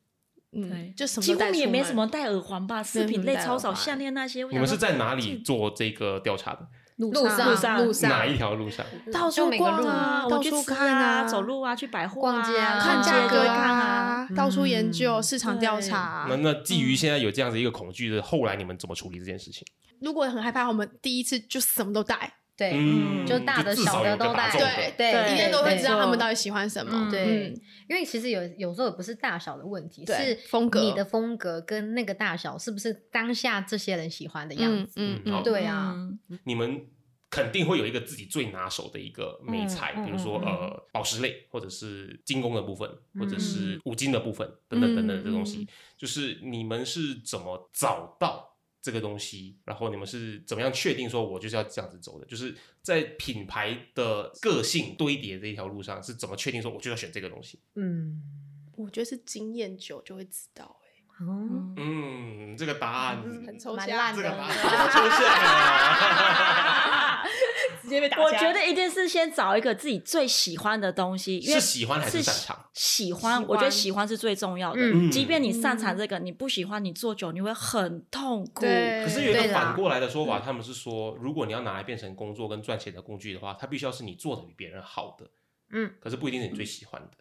[SPEAKER 3] 嗯，就什么
[SPEAKER 4] 几
[SPEAKER 3] 都
[SPEAKER 4] 乎
[SPEAKER 3] 带
[SPEAKER 4] 也
[SPEAKER 3] 出
[SPEAKER 4] 没
[SPEAKER 3] 门
[SPEAKER 4] 什么戴耳环吧，饰品类超少，项链那些。我
[SPEAKER 1] 你们
[SPEAKER 4] 想
[SPEAKER 1] 是
[SPEAKER 4] 说
[SPEAKER 1] 在哪里做这个调查的？
[SPEAKER 3] 路
[SPEAKER 2] 路上
[SPEAKER 3] 上路
[SPEAKER 1] 哪一条路上？
[SPEAKER 3] 到
[SPEAKER 2] 就
[SPEAKER 3] 处
[SPEAKER 2] 每个
[SPEAKER 3] 逛
[SPEAKER 2] 路
[SPEAKER 3] 啊，
[SPEAKER 4] 啊我
[SPEAKER 3] 到
[SPEAKER 4] 去
[SPEAKER 3] 处
[SPEAKER 4] 吃
[SPEAKER 3] 看
[SPEAKER 4] 啊，走路啊，去百货啊
[SPEAKER 2] 逛街啊
[SPEAKER 3] 看
[SPEAKER 4] 逛
[SPEAKER 3] 价
[SPEAKER 4] 街
[SPEAKER 3] 格
[SPEAKER 4] 都会看啊。
[SPEAKER 3] 啊，到处研究、
[SPEAKER 2] 嗯
[SPEAKER 3] 市场调查啊、
[SPEAKER 1] 那那基于现在有这样子一个恐惧的，后来你们怎么处理这件事情？
[SPEAKER 3] 如果很害怕，我们第一次就什么都带，
[SPEAKER 2] 对，
[SPEAKER 1] 嗯
[SPEAKER 2] 就大的
[SPEAKER 1] 就至少
[SPEAKER 2] 小的
[SPEAKER 1] 有个
[SPEAKER 2] 都带
[SPEAKER 1] 大，众的
[SPEAKER 2] 对
[SPEAKER 4] 对
[SPEAKER 3] 一定都会
[SPEAKER 2] 对
[SPEAKER 3] 知道他们到
[SPEAKER 4] 没
[SPEAKER 3] 底喜欢什么。
[SPEAKER 2] 嗯
[SPEAKER 3] 嗯
[SPEAKER 2] 对，因为其实有有时候也不是大小的问题，
[SPEAKER 3] 对
[SPEAKER 2] 是
[SPEAKER 3] 风格
[SPEAKER 2] 你的风格跟那个大小是不是当下这些人喜欢的样
[SPEAKER 3] 嗯
[SPEAKER 2] 子？
[SPEAKER 3] 嗯
[SPEAKER 1] 嗯好
[SPEAKER 3] 嗯，
[SPEAKER 2] 对啊，
[SPEAKER 4] 嗯
[SPEAKER 1] 你们肯定会有一个自己最拿手的一个美菜，
[SPEAKER 2] 嗯嗯
[SPEAKER 1] 比如说
[SPEAKER 2] 嗯嗯
[SPEAKER 1] 呃宝石类，或者是精工的部分，
[SPEAKER 2] 嗯
[SPEAKER 1] 或者是五金的部分等等等等的东
[SPEAKER 3] 嗯嗯
[SPEAKER 1] 西，就是你们是怎么找到这个东西，然后你们是怎么样确定说我就是要这样子走的，就是在品牌的个性堆叠这一条路上是怎么确定说我就要选这个东西？
[SPEAKER 2] 嗯，
[SPEAKER 3] 我觉得是经验久就会知道、欸，
[SPEAKER 4] Oh.
[SPEAKER 2] 哦，
[SPEAKER 1] 嗯，这个答案。
[SPEAKER 3] 很抽
[SPEAKER 2] 蛮
[SPEAKER 3] 象
[SPEAKER 2] 烂
[SPEAKER 1] 这
[SPEAKER 2] 的
[SPEAKER 1] 个答案好抽 象 啊！
[SPEAKER 3] 直接被打
[SPEAKER 4] 我觉得一定是先找一个自己最喜欢的东西，因为
[SPEAKER 1] 是喜欢还是擅长？
[SPEAKER 4] 喜喜
[SPEAKER 3] 喜
[SPEAKER 4] 欢，
[SPEAKER 3] 欢
[SPEAKER 4] 我觉得喜欢是最重要的。
[SPEAKER 1] 嗯
[SPEAKER 4] 即便你擅长这个，你不喜欢，你做久你会很痛苦。
[SPEAKER 3] 对，嗯
[SPEAKER 1] 可是有一
[SPEAKER 2] 对
[SPEAKER 1] 个
[SPEAKER 2] 啦
[SPEAKER 1] 反过来的说法，他们是说，如果你要拿来变成工作跟赚钱的工具的话，它必须要是你做的比别人好的，
[SPEAKER 2] 嗯，
[SPEAKER 1] 可是不一定是你最喜欢的。
[SPEAKER 3] 嗯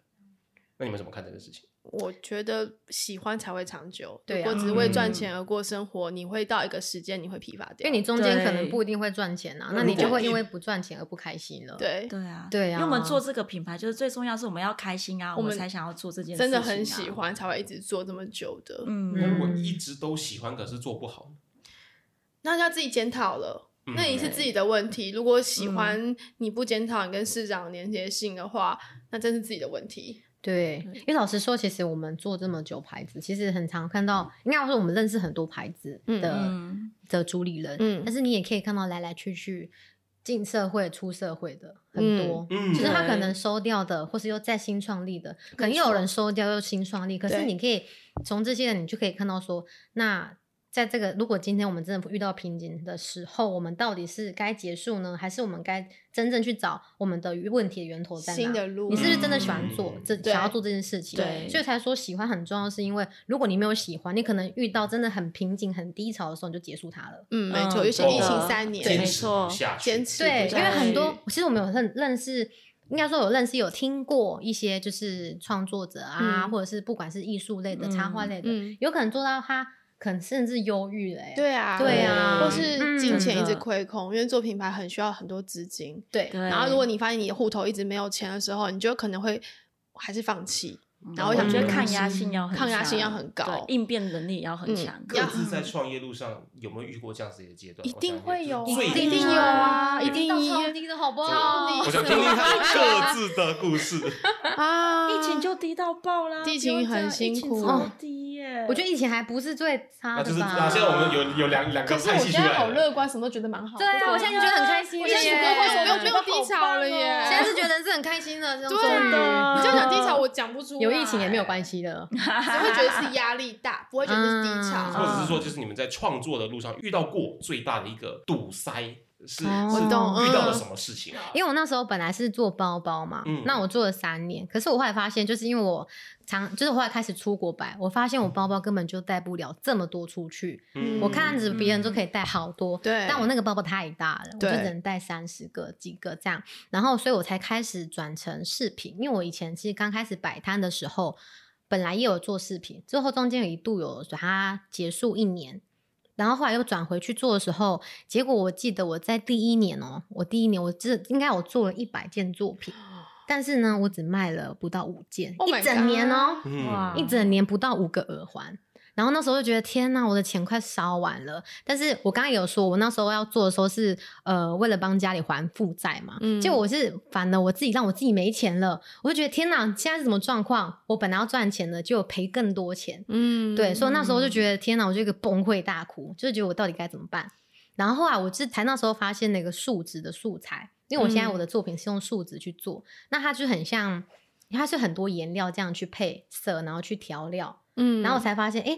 [SPEAKER 1] 那你们怎么看这个事情？
[SPEAKER 3] 我觉得喜欢才会长久。
[SPEAKER 2] 对啊
[SPEAKER 3] 如果只为赚钱而过生活，你会到一个时间你会疲乏掉。
[SPEAKER 2] 因为你中间可能
[SPEAKER 4] 对
[SPEAKER 2] 不一定会赚钱啊，
[SPEAKER 1] 那
[SPEAKER 2] 那你
[SPEAKER 1] 如果
[SPEAKER 2] 就会因
[SPEAKER 1] 一
[SPEAKER 2] 为不赚钱而不开心了。，
[SPEAKER 3] 对
[SPEAKER 4] 对啊，
[SPEAKER 2] 对啊
[SPEAKER 4] 因为我们做这个品牌，就是最重要是我们要开心啊，
[SPEAKER 3] 我
[SPEAKER 4] 我
[SPEAKER 3] 们
[SPEAKER 4] 们才想要做这件事、啊
[SPEAKER 3] 真的很喜。欢，才会一直做这么久的。
[SPEAKER 1] 那如
[SPEAKER 4] 嗯，
[SPEAKER 1] 果一直都喜欢，可是做不好，
[SPEAKER 3] 那要自己检讨了，
[SPEAKER 1] 嗯
[SPEAKER 3] 那也是自己的问题。如果喜欢你不检讨你跟市长连接性的话，那真是自己的问题。
[SPEAKER 2] 对，因为老实说，其实我们做这么久牌子，其实很常看到，应该说我们认识很多牌子
[SPEAKER 3] 嗯
[SPEAKER 2] 的、
[SPEAKER 4] 嗯
[SPEAKER 2] 的主理人，
[SPEAKER 3] 嗯
[SPEAKER 2] 但是你也可以看到来来去去进社会、出社会的很多。
[SPEAKER 1] 嗯
[SPEAKER 2] 就是他可
[SPEAKER 4] 对
[SPEAKER 2] 能收掉的，或是又再新创立的，可能
[SPEAKER 3] 没
[SPEAKER 2] 又有
[SPEAKER 3] 错
[SPEAKER 2] 人收掉又新创立。可是
[SPEAKER 3] 对
[SPEAKER 2] 你可以从这些人，你就可以看到说，那在这个如果今天我们真的遇到瓶颈的时候，我们到底是该结束呢，还是我们该真正去找我们的问题的源头在哪？
[SPEAKER 3] 新的路，
[SPEAKER 2] 你是不是真的喜欢
[SPEAKER 1] 嗯
[SPEAKER 2] 做这
[SPEAKER 3] 对
[SPEAKER 2] 想要做这件事情？
[SPEAKER 4] 对
[SPEAKER 2] 所以才说喜欢很重要，是因为如果你没有喜欢，你可能遇到真的很瓶颈、很低潮的时候，你就结束它了。
[SPEAKER 3] 嗯，没
[SPEAKER 4] 嗯
[SPEAKER 3] 错，尤其
[SPEAKER 1] 真的
[SPEAKER 3] 疫情三年，
[SPEAKER 4] 对
[SPEAKER 1] 坚
[SPEAKER 4] 没
[SPEAKER 1] 持
[SPEAKER 4] 错
[SPEAKER 1] 不下去，
[SPEAKER 3] 坚持
[SPEAKER 2] 对，因
[SPEAKER 3] 不
[SPEAKER 2] 为
[SPEAKER 3] 下
[SPEAKER 2] 很多
[SPEAKER 3] 去，
[SPEAKER 2] 其实我们有认认识，应该说有认识有听过一些就是创作者啊，
[SPEAKER 3] 嗯
[SPEAKER 2] 或者是不管是艺术类的、
[SPEAKER 4] 嗯
[SPEAKER 2] 插画类的，
[SPEAKER 3] 嗯，
[SPEAKER 2] 有可能做到他可能甚至忧郁了、欸。
[SPEAKER 3] 对啊，
[SPEAKER 2] 对啊
[SPEAKER 3] 或是金钱一直
[SPEAKER 4] 嗯
[SPEAKER 3] 亏空，因为做品牌很需要很多资金。
[SPEAKER 2] 对
[SPEAKER 4] 对
[SPEAKER 3] 然后如果你发现你的户头一直没有钱的时候，你就可能会还是放弃，
[SPEAKER 2] 嗯
[SPEAKER 3] 然后
[SPEAKER 4] 我
[SPEAKER 3] 想
[SPEAKER 4] 觉
[SPEAKER 3] 去
[SPEAKER 4] 得抗
[SPEAKER 3] 公
[SPEAKER 4] 压
[SPEAKER 3] 司
[SPEAKER 4] 性要很
[SPEAKER 3] 抗压性要
[SPEAKER 4] 强
[SPEAKER 3] 很高
[SPEAKER 4] 对应变能力也要
[SPEAKER 3] 嗯
[SPEAKER 4] 很强。
[SPEAKER 1] 各自在创业路上有没有遇过这样子的阶段？
[SPEAKER 3] 一定会有啊，
[SPEAKER 1] 我想就
[SPEAKER 2] 一
[SPEAKER 1] 是最
[SPEAKER 2] 定
[SPEAKER 3] 有啊，一
[SPEAKER 2] 一
[SPEAKER 3] 定
[SPEAKER 2] 到
[SPEAKER 3] 有
[SPEAKER 2] 超低的好不
[SPEAKER 3] 超
[SPEAKER 2] 好？
[SPEAKER 1] 我想听听他 们各自的故 事。
[SPEAKER 3] 啊，
[SPEAKER 4] 疫情就低到爆啦，
[SPEAKER 3] 疫情
[SPEAKER 4] 不要这样
[SPEAKER 3] 很辛苦哦
[SPEAKER 4] 疫情超低耶。
[SPEAKER 2] 我觉得疫情还不是最差
[SPEAKER 1] 那啊就
[SPEAKER 2] 的
[SPEAKER 1] 是
[SPEAKER 2] 吧。
[SPEAKER 1] 那现在我们有有两两个
[SPEAKER 3] 可是
[SPEAKER 1] 派
[SPEAKER 3] 我
[SPEAKER 1] 系
[SPEAKER 3] 现
[SPEAKER 1] 出
[SPEAKER 3] 在
[SPEAKER 1] 来
[SPEAKER 3] 好乐
[SPEAKER 1] 了。
[SPEAKER 3] 观，什么都觉得蛮好的。
[SPEAKER 2] 对啊，我现在就觉得很开心
[SPEAKER 3] 我
[SPEAKER 2] 耶。
[SPEAKER 3] 现在楚歌会说没有没
[SPEAKER 4] 觉
[SPEAKER 3] 有
[SPEAKER 4] 得
[SPEAKER 3] 低
[SPEAKER 4] 好
[SPEAKER 3] 潮
[SPEAKER 4] 棒
[SPEAKER 3] 了
[SPEAKER 4] 哦
[SPEAKER 3] 耶，
[SPEAKER 2] 现在是觉得是很开心的，这种
[SPEAKER 3] 对
[SPEAKER 2] 终于
[SPEAKER 4] 的
[SPEAKER 3] 你就想低潮，我讲不出来，
[SPEAKER 2] 有疫情也没有关，系啊的。
[SPEAKER 3] 只会觉得是压力大，不会觉得是
[SPEAKER 2] 嗯
[SPEAKER 3] 低
[SPEAKER 1] 或
[SPEAKER 3] 潮。啊
[SPEAKER 1] 者是说，就是你们在创作的路上遇到过最大的一个堵塞是是
[SPEAKER 2] 哦
[SPEAKER 3] 我懂
[SPEAKER 1] 遇到了
[SPEAKER 3] 嗯
[SPEAKER 1] 什么事情啊？
[SPEAKER 2] 因为我那时候本来是做包包嘛，
[SPEAKER 1] 嗯
[SPEAKER 2] 那我做了三年，可是我后来发现，就是因为我常就是后来开始出国摆，我发现我包包根本就带不了这么多出去。
[SPEAKER 1] 嗯
[SPEAKER 2] 我看着别人都可以带好多，
[SPEAKER 3] 嗯对
[SPEAKER 2] 但我那个包包太大了，我就
[SPEAKER 3] 对
[SPEAKER 2] 只能带三十个几个这样，然后所以我才开始转成饰品，因为我以前其实刚开始摆摊的时候，本来也有做饰品，之后中间有一度有把它结束一年。然后后来又转回去做的时候，结果我记得我在第一年哦，我第一年我这应该我做了一百件作品，但是呢，我只卖了不到五件
[SPEAKER 3] 哦 Oh my
[SPEAKER 2] 一整年哦。
[SPEAKER 1] 嗯
[SPEAKER 4] 哇
[SPEAKER 2] 一整年不到五个耳环。然后那时候就觉得天呐，我的钱快烧完了。但是我刚刚也有说，我那时候要做的时候是呃，为了帮家里还负债嘛。
[SPEAKER 3] 嗯
[SPEAKER 2] 结果我是反了，我自己让我自己没钱了，我就觉得天呐，现在是什么状况？我本来要赚钱的，就赔更多钱。
[SPEAKER 3] 嗯
[SPEAKER 2] 对，所以那时候就觉得天哪，我就一个崩溃大哭，就是觉得我到底该怎么办。然后后来我是才那时候发现那个树脂的素材，因为我现在
[SPEAKER 3] 嗯
[SPEAKER 2] 我的作品是用树脂去做，那它就很像，它是很多颜料这样去配色，然后去调料，
[SPEAKER 3] 嗯
[SPEAKER 2] 然后我才发现，哎、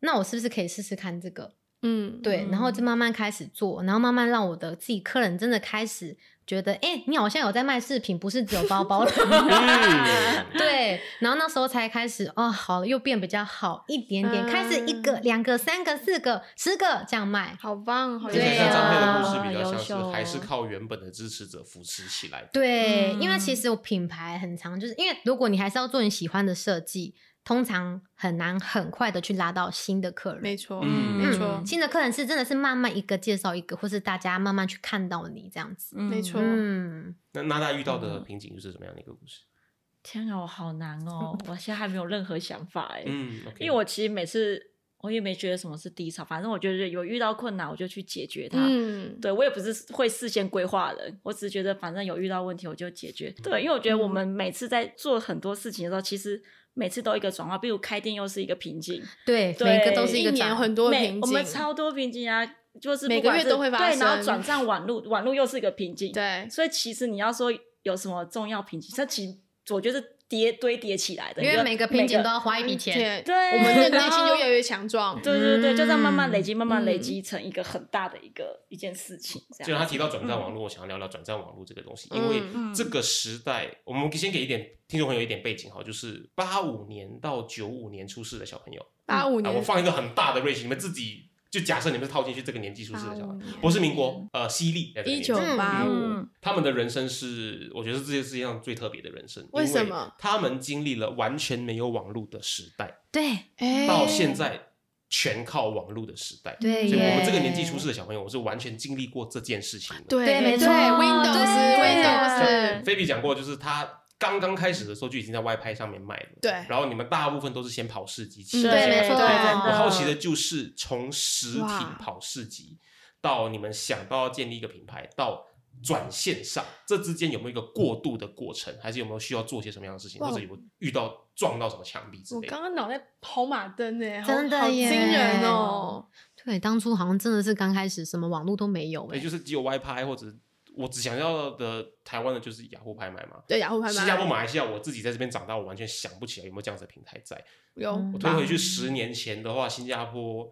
[SPEAKER 2] 那我是不是可以试试看这个？
[SPEAKER 3] 嗯
[SPEAKER 2] 对，然后就慢慢开始做，然后慢慢让我的自己客人真的开始觉得，哎、你好像有在卖饰品，不是只有包包 了。
[SPEAKER 1] 嗯
[SPEAKER 2] 对，然后那时候才开始哦，好了，又变比较好一点点，开始一个、两个、三个、四个、十个这样卖。
[SPEAKER 3] 好棒，好哦
[SPEAKER 1] 听起来
[SPEAKER 2] 对
[SPEAKER 1] 像张
[SPEAKER 2] 啊哦
[SPEAKER 1] 佩的故事比较
[SPEAKER 4] 优
[SPEAKER 1] 像是
[SPEAKER 4] 秀
[SPEAKER 1] 还是靠原本的支持者扶持起来的。
[SPEAKER 2] 对，
[SPEAKER 3] 嗯
[SPEAKER 2] 因为其实我品牌很长，就是因为如果你还是要做你喜欢的设计，通常很难很快的去拉到新的客人。
[SPEAKER 3] 没错，
[SPEAKER 1] 嗯
[SPEAKER 3] 没错，
[SPEAKER 2] 新的客人是真的是慢慢一个介绍一个，或是大家慢慢去看到你这样子。
[SPEAKER 4] 嗯
[SPEAKER 3] 没错
[SPEAKER 2] 嗯，
[SPEAKER 1] 那那大遇到的瓶颈又是什么样的一个故事？
[SPEAKER 4] 天啊，我好难哦！我现在还没有任何想法哎，
[SPEAKER 1] 嗯，OK，
[SPEAKER 4] 因为我其实每次我也没觉得什么是低潮，反正我觉得有遇到困难我就去解决它。
[SPEAKER 3] 嗯，
[SPEAKER 4] 对我也不是会事先规划的人，我只是觉得反正有遇到问题我就解决。对，因为我觉得我
[SPEAKER 3] 嗯
[SPEAKER 4] 们每次在做很多事情的时候，其实每次都有一个转化，比如开店又是一个瓶颈，
[SPEAKER 2] 对，
[SPEAKER 4] 对
[SPEAKER 2] 每个都是
[SPEAKER 3] 一
[SPEAKER 2] 个
[SPEAKER 3] 年
[SPEAKER 2] 转
[SPEAKER 3] 很多
[SPEAKER 4] 每
[SPEAKER 3] 瓶
[SPEAKER 4] 我
[SPEAKER 3] 颈，
[SPEAKER 4] 们超多瓶颈啊，就是
[SPEAKER 3] 每
[SPEAKER 4] 不
[SPEAKER 3] 个
[SPEAKER 4] 管
[SPEAKER 3] 月
[SPEAKER 4] 是
[SPEAKER 3] 都会发
[SPEAKER 4] 对，然后
[SPEAKER 3] 生
[SPEAKER 4] 转战网路，网路又是一个瓶颈，，
[SPEAKER 3] 对，
[SPEAKER 4] 所以其实你要说有什么重要瓶颈，它其实我觉得是叠堆叠起来的，
[SPEAKER 2] 因为每个瓶颈都
[SPEAKER 4] 每个
[SPEAKER 2] 要花一笔钱，
[SPEAKER 3] 天，
[SPEAKER 4] 对
[SPEAKER 3] 我们的内
[SPEAKER 4] 然
[SPEAKER 3] 心
[SPEAKER 4] 后
[SPEAKER 3] 就越来越强壮。
[SPEAKER 4] 对对对，就这样慢慢累积，慢慢累
[SPEAKER 3] 嗯
[SPEAKER 4] 积成一个很大的一个一件事情，这样
[SPEAKER 1] 就他提到转战
[SPEAKER 2] 嗯
[SPEAKER 1] 网络，我想要聊聊转战网络这个东西，因为这个时代，我们先给一点听众朋友一点背景哈，就是八五年到九五年出世的小朋友，
[SPEAKER 3] 八五
[SPEAKER 1] 啊，
[SPEAKER 3] 年，
[SPEAKER 1] 我放一个很大的 range，你们自己就假设你们是套进去这个年纪出世的小孩
[SPEAKER 3] 85年，
[SPEAKER 1] 不是民国，
[SPEAKER 3] 嗯
[SPEAKER 1] 呃，西历那个年纪
[SPEAKER 3] 1985
[SPEAKER 4] 嗯
[SPEAKER 1] 他们的人生是我觉得是这些世界上最特别的人生，
[SPEAKER 3] 为
[SPEAKER 1] 因
[SPEAKER 3] 什么？
[SPEAKER 1] 他们经历了完全没有网络的时代，
[SPEAKER 2] 对
[SPEAKER 3] 哎
[SPEAKER 1] 到现在全靠网络的时代。
[SPEAKER 2] 对
[SPEAKER 1] 所以我们
[SPEAKER 2] 耶
[SPEAKER 1] 这个年纪出世的小朋友，我是完全经历过这件事情的。
[SPEAKER 3] 对
[SPEAKER 2] 对没错
[SPEAKER 3] 对
[SPEAKER 2] 对
[SPEAKER 3] ，Windows，Windows，
[SPEAKER 1] 菲比讲过，就是他刚刚开始的时候就已经在外拍上面卖了。
[SPEAKER 3] 对
[SPEAKER 1] 然后你们大部分都是先跑市集起
[SPEAKER 3] 嗯
[SPEAKER 1] 家，
[SPEAKER 2] 对，没
[SPEAKER 4] 对
[SPEAKER 2] 错，
[SPEAKER 3] 对
[SPEAKER 1] 我
[SPEAKER 3] 真
[SPEAKER 1] 好奇的就是从实体
[SPEAKER 3] 哇
[SPEAKER 1] 跑市集到你们想到要建立一个品牌，到转线上，这之间有没有一个过渡的过程，还是有没有需要做些什么样的事情，
[SPEAKER 3] 哇
[SPEAKER 1] 或者有没有遇到撞到什么墙壁之
[SPEAKER 3] 我
[SPEAKER 1] 类的？
[SPEAKER 3] 刚刚脑袋跑马灯哎，好
[SPEAKER 2] 真的
[SPEAKER 3] 好
[SPEAKER 2] 耶
[SPEAKER 3] 惊人哦！
[SPEAKER 2] 对，当初好像真的是刚开始什么网络都没有、
[SPEAKER 1] 也
[SPEAKER 2] 欸，
[SPEAKER 1] 就是只有 Y 拍，或者我只想要的台湾的就是雅虎拍卖嘛。
[SPEAKER 3] 对，雅虎拍卖，
[SPEAKER 1] 新加坡、马来西亚，我自己在这边长大，我完全想不起来有没有这样子的平台在。
[SPEAKER 3] 有
[SPEAKER 2] 嗯
[SPEAKER 1] 我推
[SPEAKER 3] 吧
[SPEAKER 1] 回去十年前的话，新加坡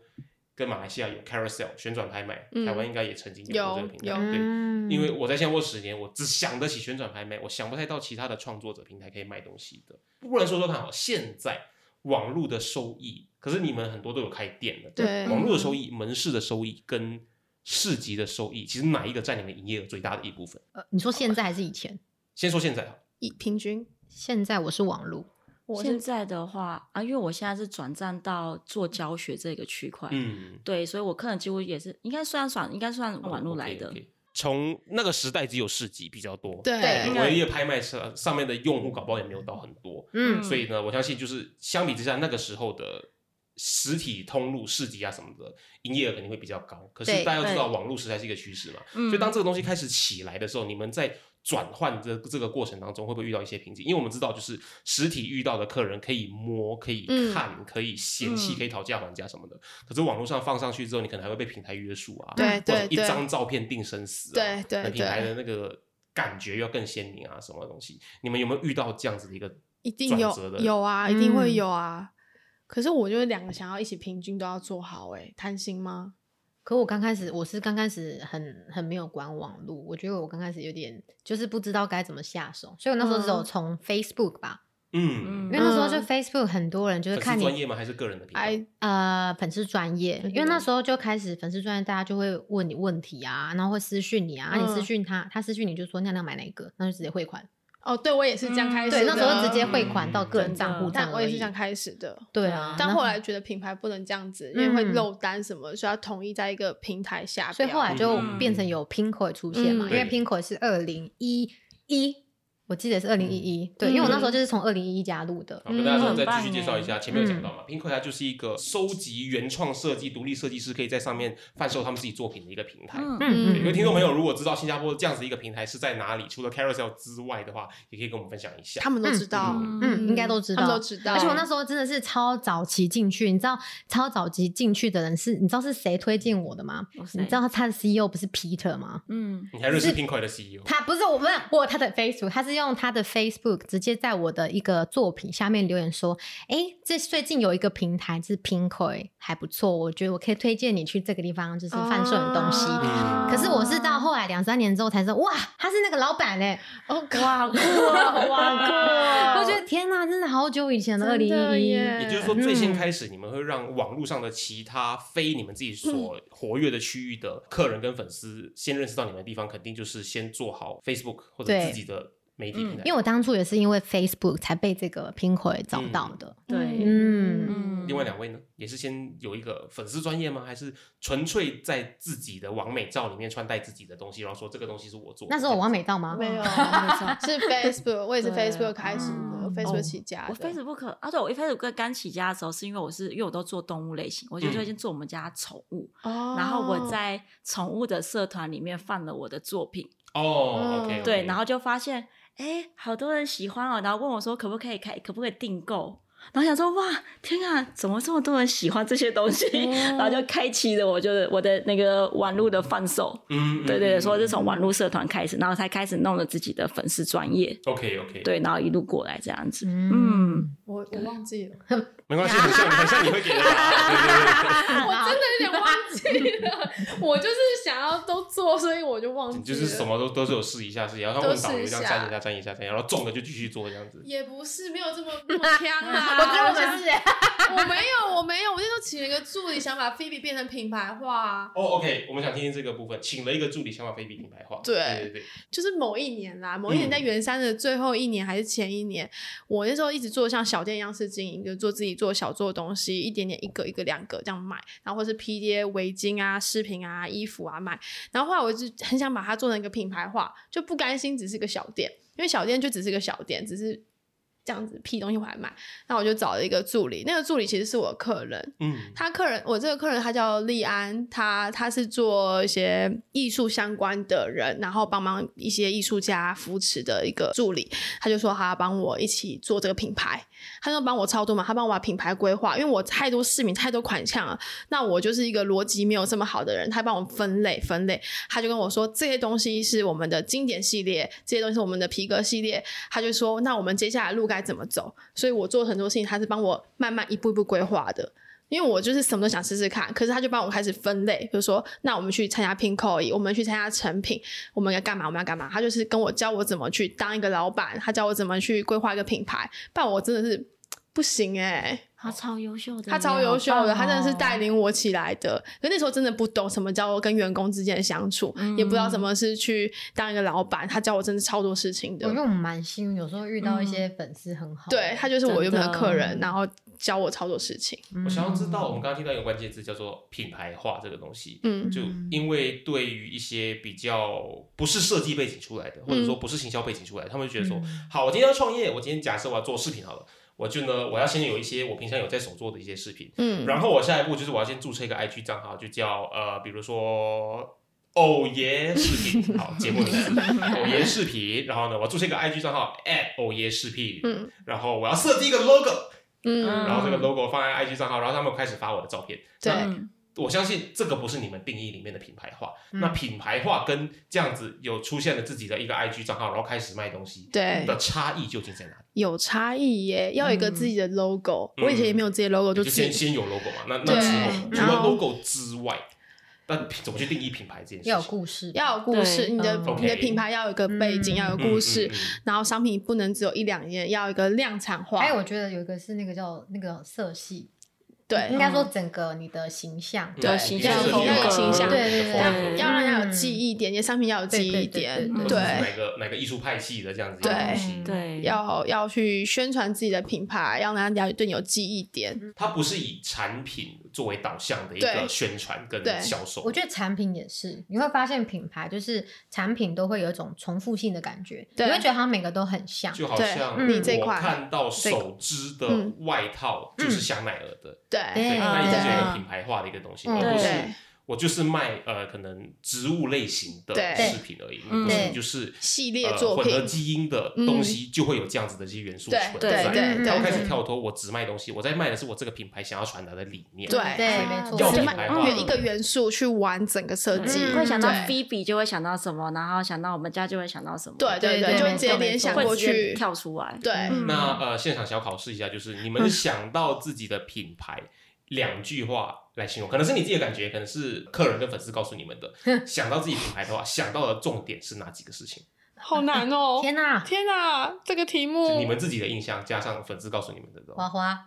[SPEAKER 1] 跟马来西亚有 Carousel 旋转拍卖，
[SPEAKER 3] 嗯
[SPEAKER 1] 台湾应该也曾经有过这个平
[SPEAKER 3] 有
[SPEAKER 1] 台。对，
[SPEAKER 2] 嗯
[SPEAKER 1] 因为我在新加坡十年，我只想得起旋转拍卖，我想不太到其他的创作者平台可以卖东西的。不然说说看，好，现在网络的收益，可是你们很多都有开店的，
[SPEAKER 3] 对
[SPEAKER 1] 网络的收益、门市的收益跟市集的收益，其实哪一个占你们营业额最大的一部分？
[SPEAKER 2] 呃你说现在还是以前？
[SPEAKER 1] 先说现在好了，
[SPEAKER 3] 一平均
[SPEAKER 2] 现在我是网络，
[SPEAKER 4] 我现在的话啊，因为我现在是转战到做教学这个区块，
[SPEAKER 1] 嗯，
[SPEAKER 4] 对，所以我客人几乎也是应该算算应该算网络来的，
[SPEAKER 1] 哦 OK，OK 从那个时代只有市集比较多，
[SPEAKER 3] 对
[SPEAKER 1] 对，唯一的拍卖上上面的用户搞不好也没有到很多，
[SPEAKER 2] 嗯，
[SPEAKER 1] 所以呢，我相信就是相比之下，那个时候的实体通路、市集啊什么的，营业额肯定会比较高。可是
[SPEAKER 2] 对
[SPEAKER 1] 大家要知道，
[SPEAKER 4] 对
[SPEAKER 1] 网络时代是一个趋势嘛，
[SPEAKER 4] 嗯
[SPEAKER 1] 所以当这个东西开始起来的时候，你们在转换这这个过程当中，会不会遇到一些瓶颈？因为我们知道，就是实体遇到的客人可以摸、可以
[SPEAKER 3] 嗯
[SPEAKER 1] 看、可以嫌弃、
[SPEAKER 4] 嗯
[SPEAKER 1] 可以讨价还价什么的，可是网络上放上去之后，你可能还会被平台约束啊，
[SPEAKER 3] 对
[SPEAKER 1] 或者
[SPEAKER 3] 对
[SPEAKER 1] 一
[SPEAKER 3] 对
[SPEAKER 1] 张照片定生死、啊，
[SPEAKER 3] 对对
[SPEAKER 1] 那品牌的
[SPEAKER 3] 对
[SPEAKER 1] 那个感觉要更鲜明啊，什么东西？你们有没有遇到这样子的一个？
[SPEAKER 3] 一定有
[SPEAKER 1] 转折的
[SPEAKER 3] 有啊，一定
[SPEAKER 2] 嗯
[SPEAKER 3] 会有啊。可是我觉得两个想要一起平均都要做好，哎，贪心吗？
[SPEAKER 2] 可我刚开始，我是刚开始很很没有管网络，我觉得我刚开始有点就是不知道该怎么下手，所以我那时候只有
[SPEAKER 3] 嗯
[SPEAKER 2] 从 Facebook 吧，
[SPEAKER 1] 嗯
[SPEAKER 2] 因
[SPEAKER 4] 嗯
[SPEAKER 2] 为那时候就
[SPEAKER 3] 嗯
[SPEAKER 2] Facebook 很多人就是
[SPEAKER 1] 粉
[SPEAKER 2] 看
[SPEAKER 1] 丝专
[SPEAKER 2] 你
[SPEAKER 1] 业吗？还是个人的品牌？
[SPEAKER 3] 哎，
[SPEAKER 2] 呃粉丝专业，
[SPEAKER 3] 对对
[SPEAKER 2] 因为那
[SPEAKER 3] 对
[SPEAKER 2] 时候就开始粉丝专业，大家就会问你问题啊，然后会私讯你啊，啊你私
[SPEAKER 3] 嗯
[SPEAKER 2] 讯他，他私讯你就说那你要买哪一个，那就直接汇款，
[SPEAKER 3] 哦，对我也是这样开始的，
[SPEAKER 2] 嗯
[SPEAKER 3] 啊
[SPEAKER 2] 对，那时候直接汇
[SPEAKER 1] 嗯
[SPEAKER 2] 款到个人账户
[SPEAKER 4] 真
[SPEAKER 2] 这样
[SPEAKER 3] 但我也
[SPEAKER 2] 而
[SPEAKER 3] 是
[SPEAKER 2] 已
[SPEAKER 3] 这样开始的。
[SPEAKER 2] 对啊，
[SPEAKER 3] 但
[SPEAKER 2] 然
[SPEAKER 3] 后来觉得品牌不能这样子，因为会漏单什么，所以要统一在一个平台下标。
[SPEAKER 2] 嗯所以后来就
[SPEAKER 1] 嗯
[SPEAKER 2] 变成有 Pinko 出现嘛，因
[SPEAKER 3] 嗯
[SPEAKER 2] 为
[SPEAKER 1] 对
[SPEAKER 2] Pinko 是二零一一，我记得是二零一一，对，因为我那时候就是从二零一一加入的，
[SPEAKER 1] 好，跟大家说
[SPEAKER 4] 嗯
[SPEAKER 1] 再继续
[SPEAKER 4] 很棒
[SPEAKER 1] 介绍一下，
[SPEAKER 4] 欸
[SPEAKER 1] 前面有讲到嘛，Pinko 它就是一个收集原创设计、独立设计师可以在上面贩售他们自己作品的一个平台。
[SPEAKER 4] 嗯，
[SPEAKER 2] 嗯
[SPEAKER 1] 对因为听众朋友如果知道新加坡这样子一个平台是在哪里，除了 Carousel 之外的话，也可以跟我们分享一下。
[SPEAKER 3] 他们都知道，
[SPEAKER 1] 嗯
[SPEAKER 2] 嗯，应该都知
[SPEAKER 3] 他们
[SPEAKER 2] 道
[SPEAKER 3] 都。知道。
[SPEAKER 2] 而且我那时候真的是超早期进去，你知道超早期进去的人是，你知道是谁推荐我的吗？
[SPEAKER 4] 哇塞
[SPEAKER 2] 你知道他的 CEO 不是 Peter 吗？
[SPEAKER 4] 嗯
[SPEAKER 1] 你还认识
[SPEAKER 2] 是
[SPEAKER 1] Pinko 的 CEO？
[SPEAKER 2] 他不是我，不是我他的 Facebook，他是用他的 Facebook 直接在我的一个作品下面留言说：“哎，这最近有一个平台是 Pinkoi，还不错，我觉得我可以推荐你去这个地方，就是贩售你东西。
[SPEAKER 3] 啊
[SPEAKER 1] 嗯
[SPEAKER 2] 可是我是到后来两三年之后才知道，哇，他是那个老板嘞！
[SPEAKER 3] 哦，
[SPEAKER 4] 哇好酷啊，哇好酷啊，
[SPEAKER 2] 我觉得天哪，真的好久以前的二
[SPEAKER 3] 真
[SPEAKER 2] 零
[SPEAKER 3] 的
[SPEAKER 2] 一一，
[SPEAKER 3] 耶
[SPEAKER 1] 也就是说，最先开始你们会让网络上的其他非你们自己所活跃的区域的客人跟粉丝先认识到你们的地方，肯定就是先做好 Facebook 或者
[SPEAKER 2] 对
[SPEAKER 1] 自己的媒体平台。
[SPEAKER 3] 嗯
[SPEAKER 2] 因为我当初也是因为 Facebook 才被这个 Pinkoi 找到的。
[SPEAKER 4] 对，
[SPEAKER 2] 嗯
[SPEAKER 4] 嗯
[SPEAKER 1] 另外两位呢，也是先有一个粉丝专业吗？还是纯粹在自己的完美照里面穿戴自己的东西，然后说这个东西是我做的？
[SPEAKER 2] 那时候我完美到吗？
[SPEAKER 3] 啊 没有，啊
[SPEAKER 4] 没
[SPEAKER 3] 是 Facebook，我也是
[SPEAKER 4] 对
[SPEAKER 3] Facebook 开始的、
[SPEAKER 4] 嗯
[SPEAKER 3] f a c e b o o
[SPEAKER 4] 哦
[SPEAKER 3] k 起家的。
[SPEAKER 4] 我 Facebook，而啊且我 Facebook 刚起家的时候，是因为我是因为我都做动物类型，我就
[SPEAKER 1] 嗯
[SPEAKER 4] 最先做我们家宠物，
[SPEAKER 3] 哦
[SPEAKER 4] 然后我在宠物的社团里面放了我的作品，
[SPEAKER 1] 哦，OK，
[SPEAKER 3] 嗯
[SPEAKER 4] 对，然后就发现，哎，好多人喜欢哦，然后问我说可不可以开，可不可以订购。然后想说哇，天啊，怎么这么多人喜欢这些东西？ 然后就开启了我就是我的那个网络的贩售，
[SPEAKER 1] 嗯，嗯
[SPEAKER 4] 对对对，所以是从网络社团开始，然后才开始弄了自己的粉丝专业，
[SPEAKER 1] OK OK，，
[SPEAKER 4] 对，然后一路过来这样子，
[SPEAKER 2] 嗯！
[SPEAKER 4] 嗯
[SPEAKER 3] 我我忘记了，
[SPEAKER 1] 没关系，很像很像你会给的啦，对对对
[SPEAKER 3] 我真的有点忘记了。我就是想要都做，所以我就忘记
[SPEAKER 1] 你
[SPEAKER 3] 了。
[SPEAKER 1] 就是什么都都是有试一下试一下，然后
[SPEAKER 3] 都
[SPEAKER 1] 问导
[SPEAKER 3] 试
[SPEAKER 1] 游
[SPEAKER 3] 一
[SPEAKER 1] 这样
[SPEAKER 3] 下
[SPEAKER 1] 粘一下粘一下粘一下，然后中了就继续做这样子。
[SPEAKER 3] 也不是没有这么这 么强啊
[SPEAKER 2] 我觉得我们是，
[SPEAKER 3] 我没有，我没有，我那时候请了一个助理，想把 Phoebe 变成品牌化啊。
[SPEAKER 1] 哦，OK，我们想听听这个部分，请了一个助理想把菲比品牌化，
[SPEAKER 3] 对
[SPEAKER 1] 对对对，
[SPEAKER 3] 就是某一年啦，某一
[SPEAKER 1] 嗯
[SPEAKER 3] 年在圆山的最后一年还是前一年，我那时候一直做像小店一样式经营，就做自己做小做的东西，一点点一个一个两个这样卖，然后或是披贴、围巾啊、饰品啊、衣服啊卖。然后后来我就很想把它做成一个品牌化，就不甘心只是个小店，因为小店就只是个小店，只是。这样子批东西回来卖，那我就找了一个助理，那个助理其实是我的客人，
[SPEAKER 1] 嗯，
[SPEAKER 3] 他客人，我这个客人他叫利安，他他是做一些艺术相关的人，然后帮忙一些艺术家扶持的一个助理，他就说他要帮我一起做这个品牌，他就帮我超多嘛，他帮我把品牌规划，因为我太多市民太多款项了，那我就是一个逻辑没有这么好的人，他帮我分类分类，他就跟我说这些东西是我们的经典系列，这些东西是我们的皮革系列，他就说那我们接下来路该怎么走，所以我做很多事情，他是帮我慢慢一步一步规划的。因为我就是什么都想试试看，可是他就帮我开始分类，比如说，那我们去参加 Pinko，我们去参加成品，我们要干嘛，我们要干嘛，他就是跟我教我怎么去当一个老板，他教我怎么去规划一个品牌，不然我真的是不行哎、
[SPEAKER 4] 他超优秀的，
[SPEAKER 3] 他超优秀的，
[SPEAKER 4] 好
[SPEAKER 3] 他
[SPEAKER 4] 棒
[SPEAKER 3] 真的是
[SPEAKER 4] 哦
[SPEAKER 3] 带领我起来的。可那时候真的不懂什么叫跟员工之间的相处，也不知
[SPEAKER 4] 嗯
[SPEAKER 3] 道什么是去当一个老板。他教我真的超多事情
[SPEAKER 2] 我觉
[SPEAKER 3] 的
[SPEAKER 2] 得，我们蛮幸运，有时候遇到一些粉丝很好，
[SPEAKER 3] 嗯对他就是我原本的客人
[SPEAKER 4] 真，的
[SPEAKER 3] 然后教我超多事情。
[SPEAKER 2] 嗯
[SPEAKER 1] 我想要知道，我们刚刚听到一个关键字叫做品牌化这个东西，
[SPEAKER 3] 嗯
[SPEAKER 1] 就因为对于一些比较不是设计背景出来的，或者
[SPEAKER 3] 嗯
[SPEAKER 1] 说不是行销背景出来的，他们就觉得说，好，我今天要创业，我今天假设我要做饰品好了，我就呢，我要先有一些我平常有在手做的一些饰品，
[SPEAKER 3] 嗯，
[SPEAKER 1] 然后我下一步就是我要先注册一个 IG 账号，就叫呃，比如说。偶爷饰品，好，节目名字，偶爷饰品。然后呢，我要注册一个 IG 账号，at 偶爷饰品。
[SPEAKER 3] 嗯
[SPEAKER 1] 然后我要设计一个 logo，
[SPEAKER 3] 嗯，
[SPEAKER 1] 然后这个 logo 放在 IG 账号，然后他们开始发我的照片。
[SPEAKER 3] 对
[SPEAKER 1] 那
[SPEAKER 4] 嗯
[SPEAKER 1] 我相信这个不是你们定义里面的品牌化。
[SPEAKER 3] 嗯
[SPEAKER 1] 那品牌化跟这样子有出现了自己的一个 IG 账号，然后开始卖东西，
[SPEAKER 3] 对
[SPEAKER 1] 的差异究竟在哪里？
[SPEAKER 3] 有差异耶，要有一个自己的 logo。
[SPEAKER 1] 嗯
[SPEAKER 3] 我以前也没有自己的 logo，
[SPEAKER 1] 就
[SPEAKER 3] 自
[SPEAKER 1] 先
[SPEAKER 3] 己
[SPEAKER 1] 先有 logo 嘛，那那
[SPEAKER 3] 对
[SPEAKER 1] 之后除
[SPEAKER 3] 然
[SPEAKER 1] 了
[SPEAKER 3] 后
[SPEAKER 1] logo 之外，那品怎么去定义品牌这件事
[SPEAKER 2] 要有
[SPEAKER 1] 情？
[SPEAKER 2] 故事，
[SPEAKER 3] 要有故事，
[SPEAKER 4] 对
[SPEAKER 3] 你的
[SPEAKER 2] 嗯
[SPEAKER 3] 你的
[SPEAKER 1] OK
[SPEAKER 3] 品牌要有一个背景，
[SPEAKER 2] 嗯
[SPEAKER 3] 要有
[SPEAKER 1] 嗯
[SPEAKER 3] 故事
[SPEAKER 1] 嗯，嗯
[SPEAKER 3] 然后商品不能只有一两件，要有一个量产化。
[SPEAKER 2] 还有，我觉得有一个是那个叫那个色系，
[SPEAKER 3] 对
[SPEAKER 2] 应，该说整个你的形象，
[SPEAKER 1] 嗯
[SPEAKER 3] 对
[SPEAKER 4] 形
[SPEAKER 3] 象
[SPEAKER 1] 就是
[SPEAKER 3] 风
[SPEAKER 1] 你的
[SPEAKER 3] 格形象
[SPEAKER 2] 对对对
[SPEAKER 1] 风格
[SPEAKER 4] 对
[SPEAKER 3] 要让人家有记忆点，你的商品要有记忆
[SPEAKER 2] 对对对
[SPEAKER 3] 点
[SPEAKER 2] 对，
[SPEAKER 3] 嗯对，嗯
[SPEAKER 1] 哪个哪个艺术派系的这样子一个
[SPEAKER 3] 对
[SPEAKER 1] 东西，
[SPEAKER 4] 对，
[SPEAKER 3] 嗯要要去宣传自己的品牌，让人家对你有记忆点。
[SPEAKER 1] 它不是以产品作为导向的一
[SPEAKER 3] 对
[SPEAKER 1] 个宣传跟
[SPEAKER 3] 对
[SPEAKER 1] 销售。
[SPEAKER 2] 我觉得产品也是，你会发现品牌就是产品都会有一种重复性的感觉，你
[SPEAKER 3] 对
[SPEAKER 2] 会觉得它每个都很像。
[SPEAKER 1] 就好
[SPEAKER 3] 对
[SPEAKER 1] 像
[SPEAKER 2] 嗯你
[SPEAKER 3] 这
[SPEAKER 1] 我
[SPEAKER 3] 块
[SPEAKER 1] 看到手织的外套就是香奈儿的，
[SPEAKER 3] 对
[SPEAKER 1] 对，
[SPEAKER 2] 嗯
[SPEAKER 1] 那已经是一个
[SPEAKER 4] 对
[SPEAKER 1] 品牌化的一个东西，
[SPEAKER 2] 嗯
[SPEAKER 1] 而不
[SPEAKER 3] 对
[SPEAKER 1] 是我就是卖呃可能植物类型的
[SPEAKER 3] 对
[SPEAKER 1] 饰品而已，
[SPEAKER 4] 嗯
[SPEAKER 1] 不是
[SPEAKER 2] 对
[SPEAKER 1] 就是
[SPEAKER 3] 系列
[SPEAKER 1] 呃
[SPEAKER 3] 作品
[SPEAKER 1] 混合基因的东西就会有这样子的这些元素
[SPEAKER 3] 对
[SPEAKER 1] 存
[SPEAKER 3] 对
[SPEAKER 1] 在，
[SPEAKER 3] 对
[SPEAKER 1] 然后开
[SPEAKER 3] 对
[SPEAKER 1] 始跳脱，我只卖东西，我在卖的是我这个品牌想要传达的理念，
[SPEAKER 3] 对
[SPEAKER 2] 对，
[SPEAKER 4] 啊
[SPEAKER 2] 没错，
[SPEAKER 1] 要
[SPEAKER 3] 只
[SPEAKER 1] 品
[SPEAKER 3] 卖
[SPEAKER 1] 牌化
[SPEAKER 3] 元一个元素去玩整个设计，
[SPEAKER 2] 嗯
[SPEAKER 4] 会想到
[SPEAKER 3] 对
[SPEAKER 4] Phoebe 就会想到什么，然后想到我们家就会想到什么，
[SPEAKER 3] 对对
[SPEAKER 2] 对
[SPEAKER 3] 对，就
[SPEAKER 2] 没
[SPEAKER 3] 会
[SPEAKER 2] 错
[SPEAKER 3] 直接
[SPEAKER 2] 没
[SPEAKER 3] 联
[SPEAKER 2] 错
[SPEAKER 3] 想
[SPEAKER 4] 会
[SPEAKER 3] 过
[SPEAKER 4] 直接
[SPEAKER 3] 去，
[SPEAKER 4] 跳出来，
[SPEAKER 3] 对，
[SPEAKER 4] 嗯
[SPEAKER 1] 那呃，现场小考试一下，就是 你们想到自己的品牌，两句话来形容，可能是你自己的感觉，可能是客人跟粉丝告诉你们 的。想到自己品牌的话，想到的重点是哪几个事情？
[SPEAKER 3] 好难哦
[SPEAKER 2] 天哪、
[SPEAKER 3] 天哪，这个题
[SPEAKER 1] 就
[SPEAKER 3] 目
[SPEAKER 1] 你们自己的印象加上粉丝告诉你们的这种
[SPEAKER 3] 哦
[SPEAKER 2] 花花，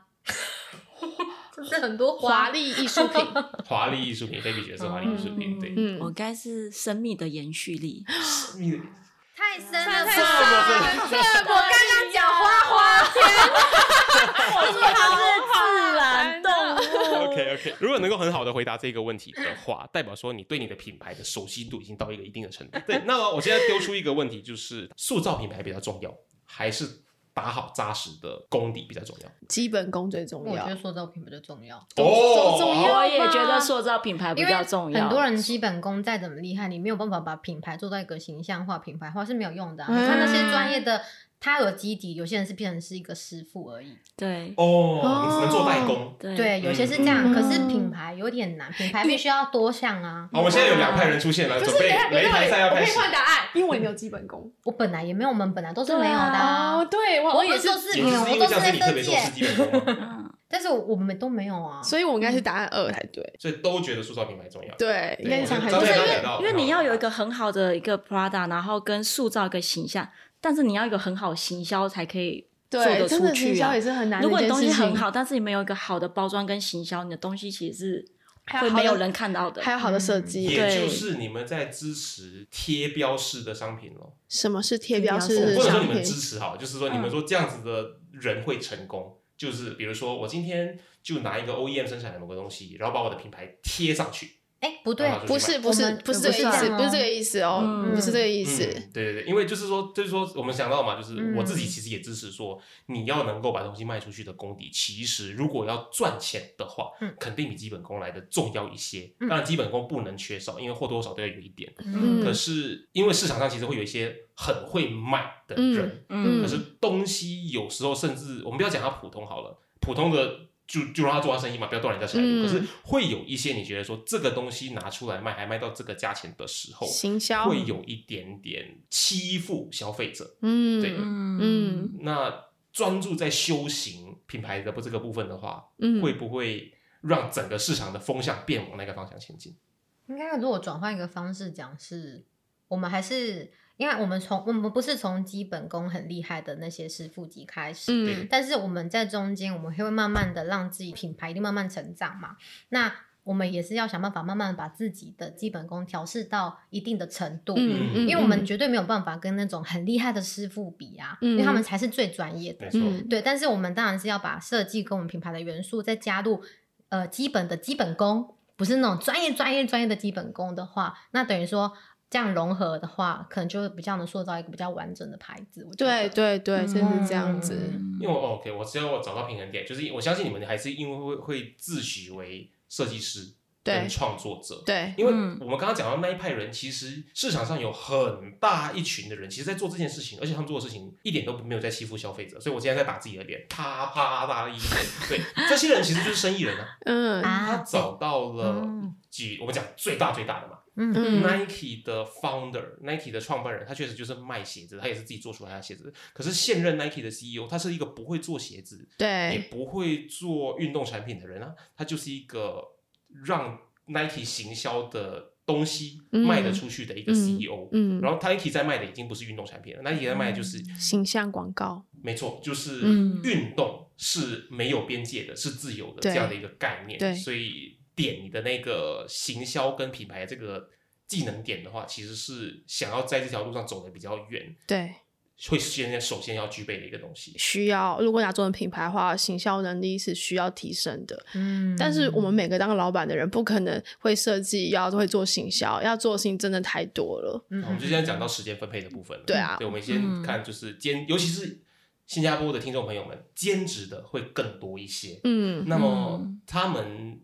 [SPEAKER 2] 真的很多
[SPEAKER 3] 华丽艺术 品，
[SPEAKER 1] 华丽艺术品，非比觉得是华丽艺术品，对。
[SPEAKER 3] 嗯
[SPEAKER 4] 我应该是生命的延续力，
[SPEAKER 1] 你
[SPEAKER 2] 太深了
[SPEAKER 4] 啊
[SPEAKER 2] 吧，
[SPEAKER 1] 这么
[SPEAKER 2] 这我刚刚讲花花，
[SPEAKER 4] 我说它是自然动
[SPEAKER 3] 哦
[SPEAKER 1] OK OK，如果 能够很好的回答这个问题的话，代表说你对你的品牌的熟悉度已经到一个一定的程 度。对，那我现在丢出一个问题，就是塑造品牌比较重要，还是打好扎实的功底比较重要？
[SPEAKER 3] 基本功最重
[SPEAKER 2] 我觉
[SPEAKER 3] 要
[SPEAKER 2] 得。塑造品牌就重要，
[SPEAKER 3] 哦重要
[SPEAKER 4] 我也觉得塑造品牌比
[SPEAKER 2] 因
[SPEAKER 4] 较
[SPEAKER 2] 为
[SPEAKER 4] 重要。
[SPEAKER 2] 很多人基本功再怎么厉害，你没有办法把品牌做到一个形象化、品牌化是没有用的、啊。你看那些专业的，他有基底，有些人是变成是一个师傅而已。
[SPEAKER 4] 对
[SPEAKER 1] 哦，你只能做代工。
[SPEAKER 4] 对
[SPEAKER 2] 对，有些是这样，
[SPEAKER 3] 嗯
[SPEAKER 2] 可是品牌有点难，品牌必须要多项啊。
[SPEAKER 1] 好，我们现在有两派人出现了，
[SPEAKER 3] 可
[SPEAKER 1] 准
[SPEAKER 3] 是等
[SPEAKER 1] 备
[SPEAKER 3] 一下，
[SPEAKER 1] 擂
[SPEAKER 3] 没道
[SPEAKER 1] 台赛
[SPEAKER 3] 理，
[SPEAKER 1] 要
[SPEAKER 3] 我可
[SPEAKER 1] 开
[SPEAKER 3] 以
[SPEAKER 1] 始。
[SPEAKER 3] 换答案，因为你有基本功。
[SPEAKER 2] 我本来也没有，我们本来都是没有的、
[SPEAKER 4] 嗯
[SPEAKER 3] 哦，对，嗯我
[SPEAKER 2] 我
[SPEAKER 3] 也
[SPEAKER 2] 们
[SPEAKER 3] 是
[SPEAKER 2] 都，是
[SPEAKER 1] 也
[SPEAKER 2] 没
[SPEAKER 1] 就
[SPEAKER 2] 有，
[SPEAKER 1] 是
[SPEAKER 2] 我
[SPEAKER 1] 因
[SPEAKER 2] 都
[SPEAKER 1] 为这样
[SPEAKER 2] 是
[SPEAKER 1] 子，
[SPEAKER 2] 在
[SPEAKER 1] 你特别
[SPEAKER 2] 这
[SPEAKER 1] 重视
[SPEAKER 2] 界，
[SPEAKER 1] 基本功啊，
[SPEAKER 4] 嗯
[SPEAKER 2] 但是我们都没有啊。
[SPEAKER 3] 所以我应该是答案二才对。
[SPEAKER 1] 所以都觉得塑造品牌重要。
[SPEAKER 3] 对，应
[SPEAKER 1] 对，
[SPEAKER 3] 该
[SPEAKER 1] 我觉得
[SPEAKER 3] 是想很
[SPEAKER 1] 张
[SPEAKER 3] 久
[SPEAKER 1] 佩
[SPEAKER 4] 因
[SPEAKER 1] 刚
[SPEAKER 4] 为
[SPEAKER 1] 讲到
[SPEAKER 4] 因为你要有一个很好的一个 Prada，然后跟塑造一个形象，但是你要有一个很好的行销才可以做
[SPEAKER 3] 对，
[SPEAKER 4] 得
[SPEAKER 3] 真
[SPEAKER 4] 出
[SPEAKER 3] 的行
[SPEAKER 4] 去
[SPEAKER 3] 销
[SPEAKER 4] 啊
[SPEAKER 3] 也。是很难的
[SPEAKER 4] 如
[SPEAKER 3] 一
[SPEAKER 4] 果
[SPEAKER 3] 件事情。
[SPEAKER 4] 你东西很好，但是你没有一个好的包装跟行销，你的东西其实是
[SPEAKER 3] 还有
[SPEAKER 4] 会
[SPEAKER 3] 好的
[SPEAKER 4] 没有人看到的
[SPEAKER 3] 还。有好的设
[SPEAKER 1] 也
[SPEAKER 3] 计，
[SPEAKER 4] 对
[SPEAKER 1] 就是你们在支持贴标式的商品咯，
[SPEAKER 3] 什么是嗯贴标
[SPEAKER 4] 贴
[SPEAKER 1] 或
[SPEAKER 3] 式
[SPEAKER 4] 标式
[SPEAKER 1] 者说
[SPEAKER 3] 商
[SPEAKER 1] 你们
[SPEAKER 3] 品？
[SPEAKER 1] 支持好，就是说你们说这样子的人会成功，就是比如说我今天就拿一个 OEM 生产的某个东西，然后把我的品牌贴上去。
[SPEAKER 2] 哎，不对，
[SPEAKER 1] 啊
[SPEAKER 3] 不是不
[SPEAKER 2] 我
[SPEAKER 3] 是
[SPEAKER 2] 们
[SPEAKER 3] 不是这个意
[SPEAKER 2] 不是这样哦
[SPEAKER 3] 思，不是这个意思哦，不
[SPEAKER 4] 嗯
[SPEAKER 3] 是这个意
[SPEAKER 1] 嗯
[SPEAKER 3] 思。，
[SPEAKER 1] 对对对，因为就是说，就是说，我们想到嘛，就是
[SPEAKER 2] 嗯
[SPEAKER 1] 我自己其实也支持说，你要能够把东西卖出去的功底，其实如果要赚钱的话，
[SPEAKER 2] 嗯
[SPEAKER 1] 肯定比基本功来的重要一些。
[SPEAKER 2] 嗯
[SPEAKER 1] 当然，基本功不能缺少，因为或多或少都要有一点。
[SPEAKER 3] 嗯
[SPEAKER 1] 可是因为市场上其实会有一些很会卖的
[SPEAKER 3] 嗯
[SPEAKER 1] 人，
[SPEAKER 4] 嗯
[SPEAKER 1] 可是东西有时候甚至我们不要讲它普通好了，普通的就就让他做他生意嘛，不要断人家财路。
[SPEAKER 3] 嗯
[SPEAKER 1] 可是会有一些你觉得说这个东西拿出来卖，还卖到这个价钱的时候，
[SPEAKER 3] 行销
[SPEAKER 1] 会有一点点欺负消费者。
[SPEAKER 3] 嗯
[SPEAKER 1] 对
[SPEAKER 4] 嗯
[SPEAKER 3] 嗯
[SPEAKER 1] 那专注在修行品牌的不这个部分的话，
[SPEAKER 3] 嗯
[SPEAKER 1] 会不会让整个市场的风向变往那个方向前进？
[SPEAKER 2] 应该如果转换一个方式讲是，我们还是因为我们从我们不是从基本功很厉害的那些师傅级开始，
[SPEAKER 3] 嗯
[SPEAKER 2] 但是我们在中间，我们会慢慢的让自己品牌一定慢慢成长嘛。那我们也是要想办法，慢慢地把自己的基本功调试到一定的程度，
[SPEAKER 3] 嗯嗯，
[SPEAKER 2] 因为我们绝对没有办法跟那种很厉害的师傅比啊，
[SPEAKER 3] 嗯
[SPEAKER 2] 因为他们才是最专业的
[SPEAKER 1] 没。错，
[SPEAKER 3] 嗯
[SPEAKER 2] 对，但是我们当然是要把设计跟我们品牌的元素再加入呃基本的基本功，不是那种专业专业专业的基本功的话，那等于说这样融合的话，可能就会比较能塑造一个比较完整的牌子。我觉得
[SPEAKER 3] 对对
[SPEAKER 2] 嗯
[SPEAKER 3] 对，真是这样子。
[SPEAKER 1] 因为我 OK，我只要我找到平衡点，就是我相信你们还是因为会会自诩为设计师
[SPEAKER 3] 对
[SPEAKER 1] 跟创作者，
[SPEAKER 3] 对，
[SPEAKER 1] 因为
[SPEAKER 4] 嗯
[SPEAKER 1] 我们刚刚讲到那一派人，其实市场上有很大一群的人，其实在做这件事情，而且他们做的事情一点都没有在欺负消费者，所以我现在在打自己的脸，啪啪打一脸。对，这些人其实就是生意人啊，
[SPEAKER 3] 嗯
[SPEAKER 1] 他
[SPEAKER 2] 啊，
[SPEAKER 1] 找到了
[SPEAKER 2] 嗯
[SPEAKER 1] 几，我们讲最大最大的嘛
[SPEAKER 2] 嗯
[SPEAKER 3] 嗯
[SPEAKER 1] ，Nike 的 founder，Nike 的创办人，他确实就是卖鞋子，他也是自己做出来的鞋子。可是现任 Nike 的 CEO，他是一个不会做鞋子，也
[SPEAKER 3] 对，
[SPEAKER 1] 不会做运动产品的人啊，他就是一个让 Nike 行销的东西
[SPEAKER 3] 嗯
[SPEAKER 1] 卖得出去的一个
[SPEAKER 3] 嗯
[SPEAKER 1] CEO。
[SPEAKER 3] 嗯，
[SPEAKER 1] 然后 Nike 在卖的已经不是运动产品了，Nike 在卖的就是，
[SPEAKER 3] 形象广告，
[SPEAKER 1] 没错，就是
[SPEAKER 4] 嗯
[SPEAKER 1] 运动是没有边界的，是自由的
[SPEAKER 3] 对
[SPEAKER 1] 这样的一个概念。
[SPEAKER 3] 对
[SPEAKER 1] 所以点你的那个行销跟品牌这个技能点的话，其实是想要在这条路上走得比较远，
[SPEAKER 3] 对，
[SPEAKER 1] 会先首先要具备的一个东西。
[SPEAKER 3] 需要如果拿中文品牌的话，行销能力是需要提升的。
[SPEAKER 2] 嗯
[SPEAKER 3] 但是我们每个当老板的人，不可能会设计，要会做行销，要做的事情真的太多了。
[SPEAKER 2] 嗯
[SPEAKER 1] 好哦我们就现在讲到时间分配的部分了。
[SPEAKER 3] 对啊
[SPEAKER 1] 对，我们先看就是兼，尤其是新加坡的听众朋友们，兼职的会更多一些。
[SPEAKER 3] 嗯
[SPEAKER 1] 那么他们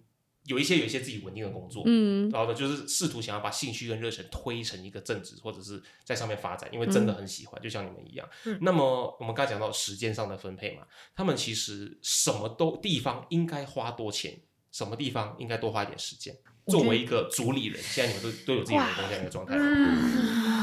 [SPEAKER 1] 有一些有一些自己稳定的工作，
[SPEAKER 3] 嗯
[SPEAKER 1] 然后呢，就是试图想要把兴趣跟热忱推成一个正职，或者是在上面发展，因为真的很喜欢，就像你们一样。
[SPEAKER 2] 嗯
[SPEAKER 1] 那么我们刚才讲到时间上的分配嘛，他们其实什么都地方应该花多钱，什么地方应该多花一点时间。
[SPEAKER 2] 我觉
[SPEAKER 1] 作
[SPEAKER 2] 得嗯
[SPEAKER 1] 为一个主理人，现在你们都都有自己的工这样一个状态了。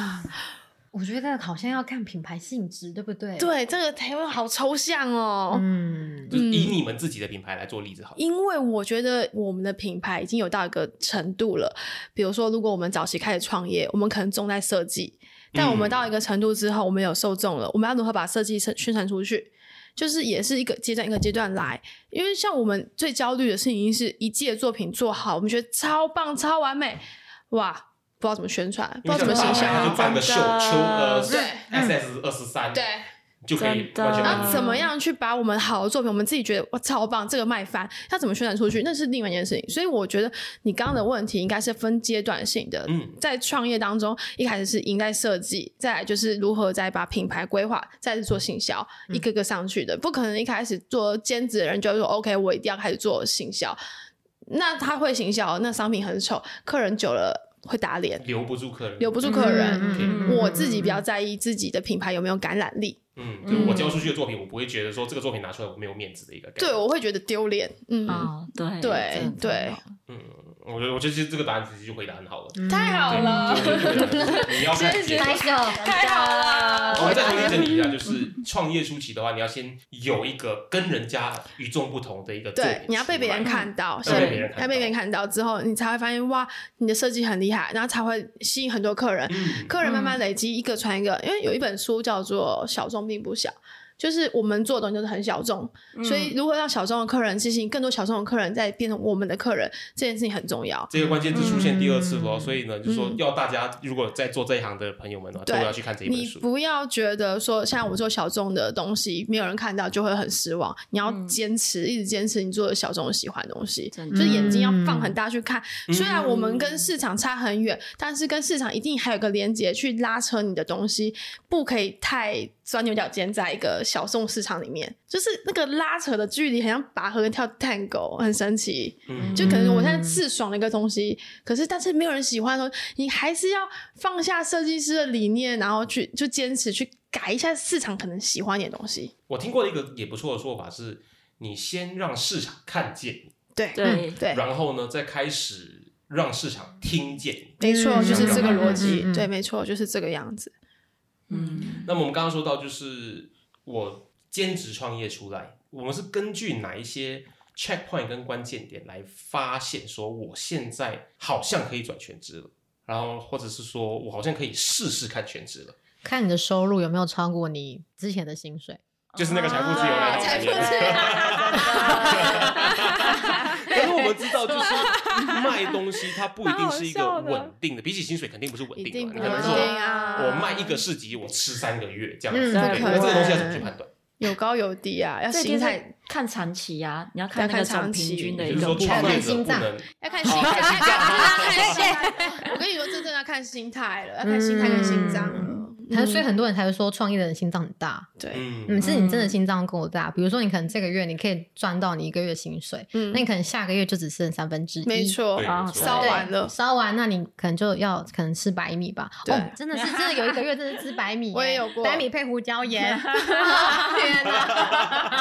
[SPEAKER 2] 我觉得好像要看品牌性质，对不对？，
[SPEAKER 3] 对，这个台湾好抽象哦。
[SPEAKER 2] 嗯，
[SPEAKER 1] 就是以你们自己的品牌来做例子好了。
[SPEAKER 3] 因为我觉得我们的品牌已经有到一个程度了，比如说，如果我们早期开始创业，我们可能重在设计，但
[SPEAKER 1] 嗯
[SPEAKER 3] 我们到一个程度之后，我们有受众了，我们要如何把设计宣宣传出去？就是也是一个阶段一个阶段来，因为像我们最焦虑的事情是一季的作品做好，我们觉得超棒、超完美，哇，不知道怎么宣传，不知道怎么
[SPEAKER 1] 因
[SPEAKER 3] 啊
[SPEAKER 1] 为
[SPEAKER 3] 行
[SPEAKER 1] 像大
[SPEAKER 3] 销
[SPEAKER 1] 牌他就
[SPEAKER 3] 啊，
[SPEAKER 1] 办个秀，
[SPEAKER 4] 真的
[SPEAKER 1] 秋呃
[SPEAKER 3] 对
[SPEAKER 1] SS 二十三，
[SPEAKER 3] 对，
[SPEAKER 1] 就可以
[SPEAKER 4] 真的
[SPEAKER 1] 完全
[SPEAKER 4] 嗯
[SPEAKER 3] 那
[SPEAKER 1] 满足
[SPEAKER 3] 怎么样去把我们好的作品，我们自己觉得哇超棒，这个卖翻，要怎么宣传出去，那是另外一件事情。所以我觉得你刚刚的问题应该是分阶段性的。
[SPEAKER 1] 嗯，
[SPEAKER 3] 在创业当中，一开始是应该设计，再来就是如何再把品牌规划，再是做行销，一个个上去的。不可能一开始做兼职的人就说 OK，我一定要开始做行销。那他会行销，那商品很丑，客人久了会打脸，
[SPEAKER 1] 留不住客人，
[SPEAKER 3] 留不住客人。
[SPEAKER 2] 嗯
[SPEAKER 3] 我自己比较在意自己的品牌有没有感染力，
[SPEAKER 1] 嗯，就我交出去的作品，我不会觉得说这个作品拿出来我没有面子的一个感觉。
[SPEAKER 3] 对我会觉得丢脸。嗯，
[SPEAKER 4] 哦，对
[SPEAKER 3] 对
[SPEAKER 4] 真的
[SPEAKER 3] 对
[SPEAKER 1] 嗯，我觉得我觉得其实这个答案其实就回答很好了。
[SPEAKER 2] 嗯
[SPEAKER 3] 太好了。
[SPEAKER 1] 对就是这个答案你要看结果
[SPEAKER 2] 来一个，
[SPEAKER 3] 太好了
[SPEAKER 1] 我们再重新整理一下，就是创业初期的话，你要先有一个跟人家与众不同的一个作品
[SPEAKER 3] 对，你要被别人看到，
[SPEAKER 1] 出来，要被别人看到，
[SPEAKER 3] 要被别人看到之后，你才会发现哇，你的设计很厉害，然后才会吸引很多客人。
[SPEAKER 1] 嗯，
[SPEAKER 3] 客人慢慢累积一个传一个，因为有一本书叫做《小众并不小》，就是我们做的东西都是很小众，
[SPEAKER 1] 嗯
[SPEAKER 3] 所以如何让小众的客人吸引更多小众的客人，再变成我们的客人，这件事情很重要。
[SPEAKER 1] 这个关键字出现第二次了，
[SPEAKER 2] 嗯
[SPEAKER 1] 所以呢，就是说要大家如果在做这一行的朋友们呢，都
[SPEAKER 3] 对
[SPEAKER 1] 要去看这一本
[SPEAKER 3] 你
[SPEAKER 1] 书。
[SPEAKER 3] 不要觉得说像我做小众的东西，没有人看到就会很失望。你要坚持，一直坚持你做的小众喜欢的东西，
[SPEAKER 4] 嗯真
[SPEAKER 3] 就
[SPEAKER 4] 的嗯
[SPEAKER 3] 是眼睛要放很大去看。虽然我们跟市场差很远，但是跟市场一定还有个连接去拉扯你的东西，不可以太钻牛角尖在一个小众市场里面，就是那个拉扯的距离，很像拔河跟跳探戈，很神奇。
[SPEAKER 1] 嗯
[SPEAKER 3] 就可能我现在自爽的一个东西，可是但是没有人喜欢的时候，你还是要放下设计师的理念，然后去就坚持去改一下市场可能喜欢你的东西。
[SPEAKER 1] 我听过一个也不错的说法是，你先让市场看见你，
[SPEAKER 3] 对
[SPEAKER 4] 对
[SPEAKER 3] 嗯对，
[SPEAKER 1] 然后呢，再开始让市场听见你。
[SPEAKER 3] 没错，
[SPEAKER 2] 嗯
[SPEAKER 3] 就是这个逻
[SPEAKER 2] 嗯
[SPEAKER 3] 辑
[SPEAKER 2] 嗯嗯嗯。
[SPEAKER 3] 对，没错，就是这个样子。
[SPEAKER 4] 嗯，
[SPEAKER 1] 那么我们刚刚说到，就是我兼职创业出来，我们是根据哪一些 checkpoint 跟关键点来发现说我现在好像可以转全职了，然后或者是说我好像可以试试看全职了，
[SPEAKER 2] 看你的收入有没有超过你之前的薪水。
[SPEAKER 1] 就是那个财富自由那种
[SPEAKER 3] 啊财
[SPEAKER 1] 感
[SPEAKER 3] 富
[SPEAKER 1] 觉。
[SPEAKER 3] 自由
[SPEAKER 1] 啊 可是我们知道，就是卖东西它不一定是一个稳定的，比起薪水肯定不是稳
[SPEAKER 3] 一
[SPEAKER 1] 定
[SPEAKER 3] 定
[SPEAKER 1] 的嘛。
[SPEAKER 3] 不
[SPEAKER 1] 你
[SPEAKER 3] 一
[SPEAKER 1] 可能
[SPEAKER 3] 定
[SPEAKER 1] 说
[SPEAKER 3] 啊！
[SPEAKER 1] 我卖一个市集，我吃三个月这样子，
[SPEAKER 2] 嗯
[SPEAKER 1] 对
[SPEAKER 4] 不可
[SPEAKER 1] 那这个东西要
[SPEAKER 3] 能
[SPEAKER 1] 怎么去判断？
[SPEAKER 3] 有高有低啊，要
[SPEAKER 4] 这一
[SPEAKER 3] 心
[SPEAKER 4] 定是
[SPEAKER 3] 态，
[SPEAKER 4] 看长期呀，你要看那
[SPEAKER 3] 要
[SPEAKER 4] 个
[SPEAKER 3] 看长
[SPEAKER 4] 总
[SPEAKER 3] 期
[SPEAKER 4] 平均的
[SPEAKER 1] 也
[SPEAKER 4] 一
[SPEAKER 1] 就是
[SPEAKER 4] 个
[SPEAKER 1] 说，
[SPEAKER 4] 部
[SPEAKER 1] 创业
[SPEAKER 4] 分。
[SPEAKER 1] 者不能
[SPEAKER 3] 要看心 态，要看心态。我跟你说，这真的要看心态了，要看心态跟心脏了。
[SPEAKER 2] 嗯
[SPEAKER 3] 嗯
[SPEAKER 2] 还所以很多人才会说创业的人心脏很大，
[SPEAKER 3] 对，
[SPEAKER 1] 嗯
[SPEAKER 2] 嗯，是你真的心脏够大。比如说，你可能这个月你可以赚到你一个月薪水，
[SPEAKER 3] 嗯
[SPEAKER 2] 那你可能下个月就只剩三分之一，
[SPEAKER 3] 没错
[SPEAKER 1] 对，
[SPEAKER 4] 啊
[SPEAKER 1] 没错
[SPEAKER 3] 烧
[SPEAKER 2] 对，
[SPEAKER 3] 完了。
[SPEAKER 2] 烧完，那你可能就要可能吃白米吧。
[SPEAKER 3] 对
[SPEAKER 2] 哦，真的是，真的有一个月真的吃白 米耶，
[SPEAKER 3] 我也有过
[SPEAKER 2] 白米配胡椒 盐，天哪！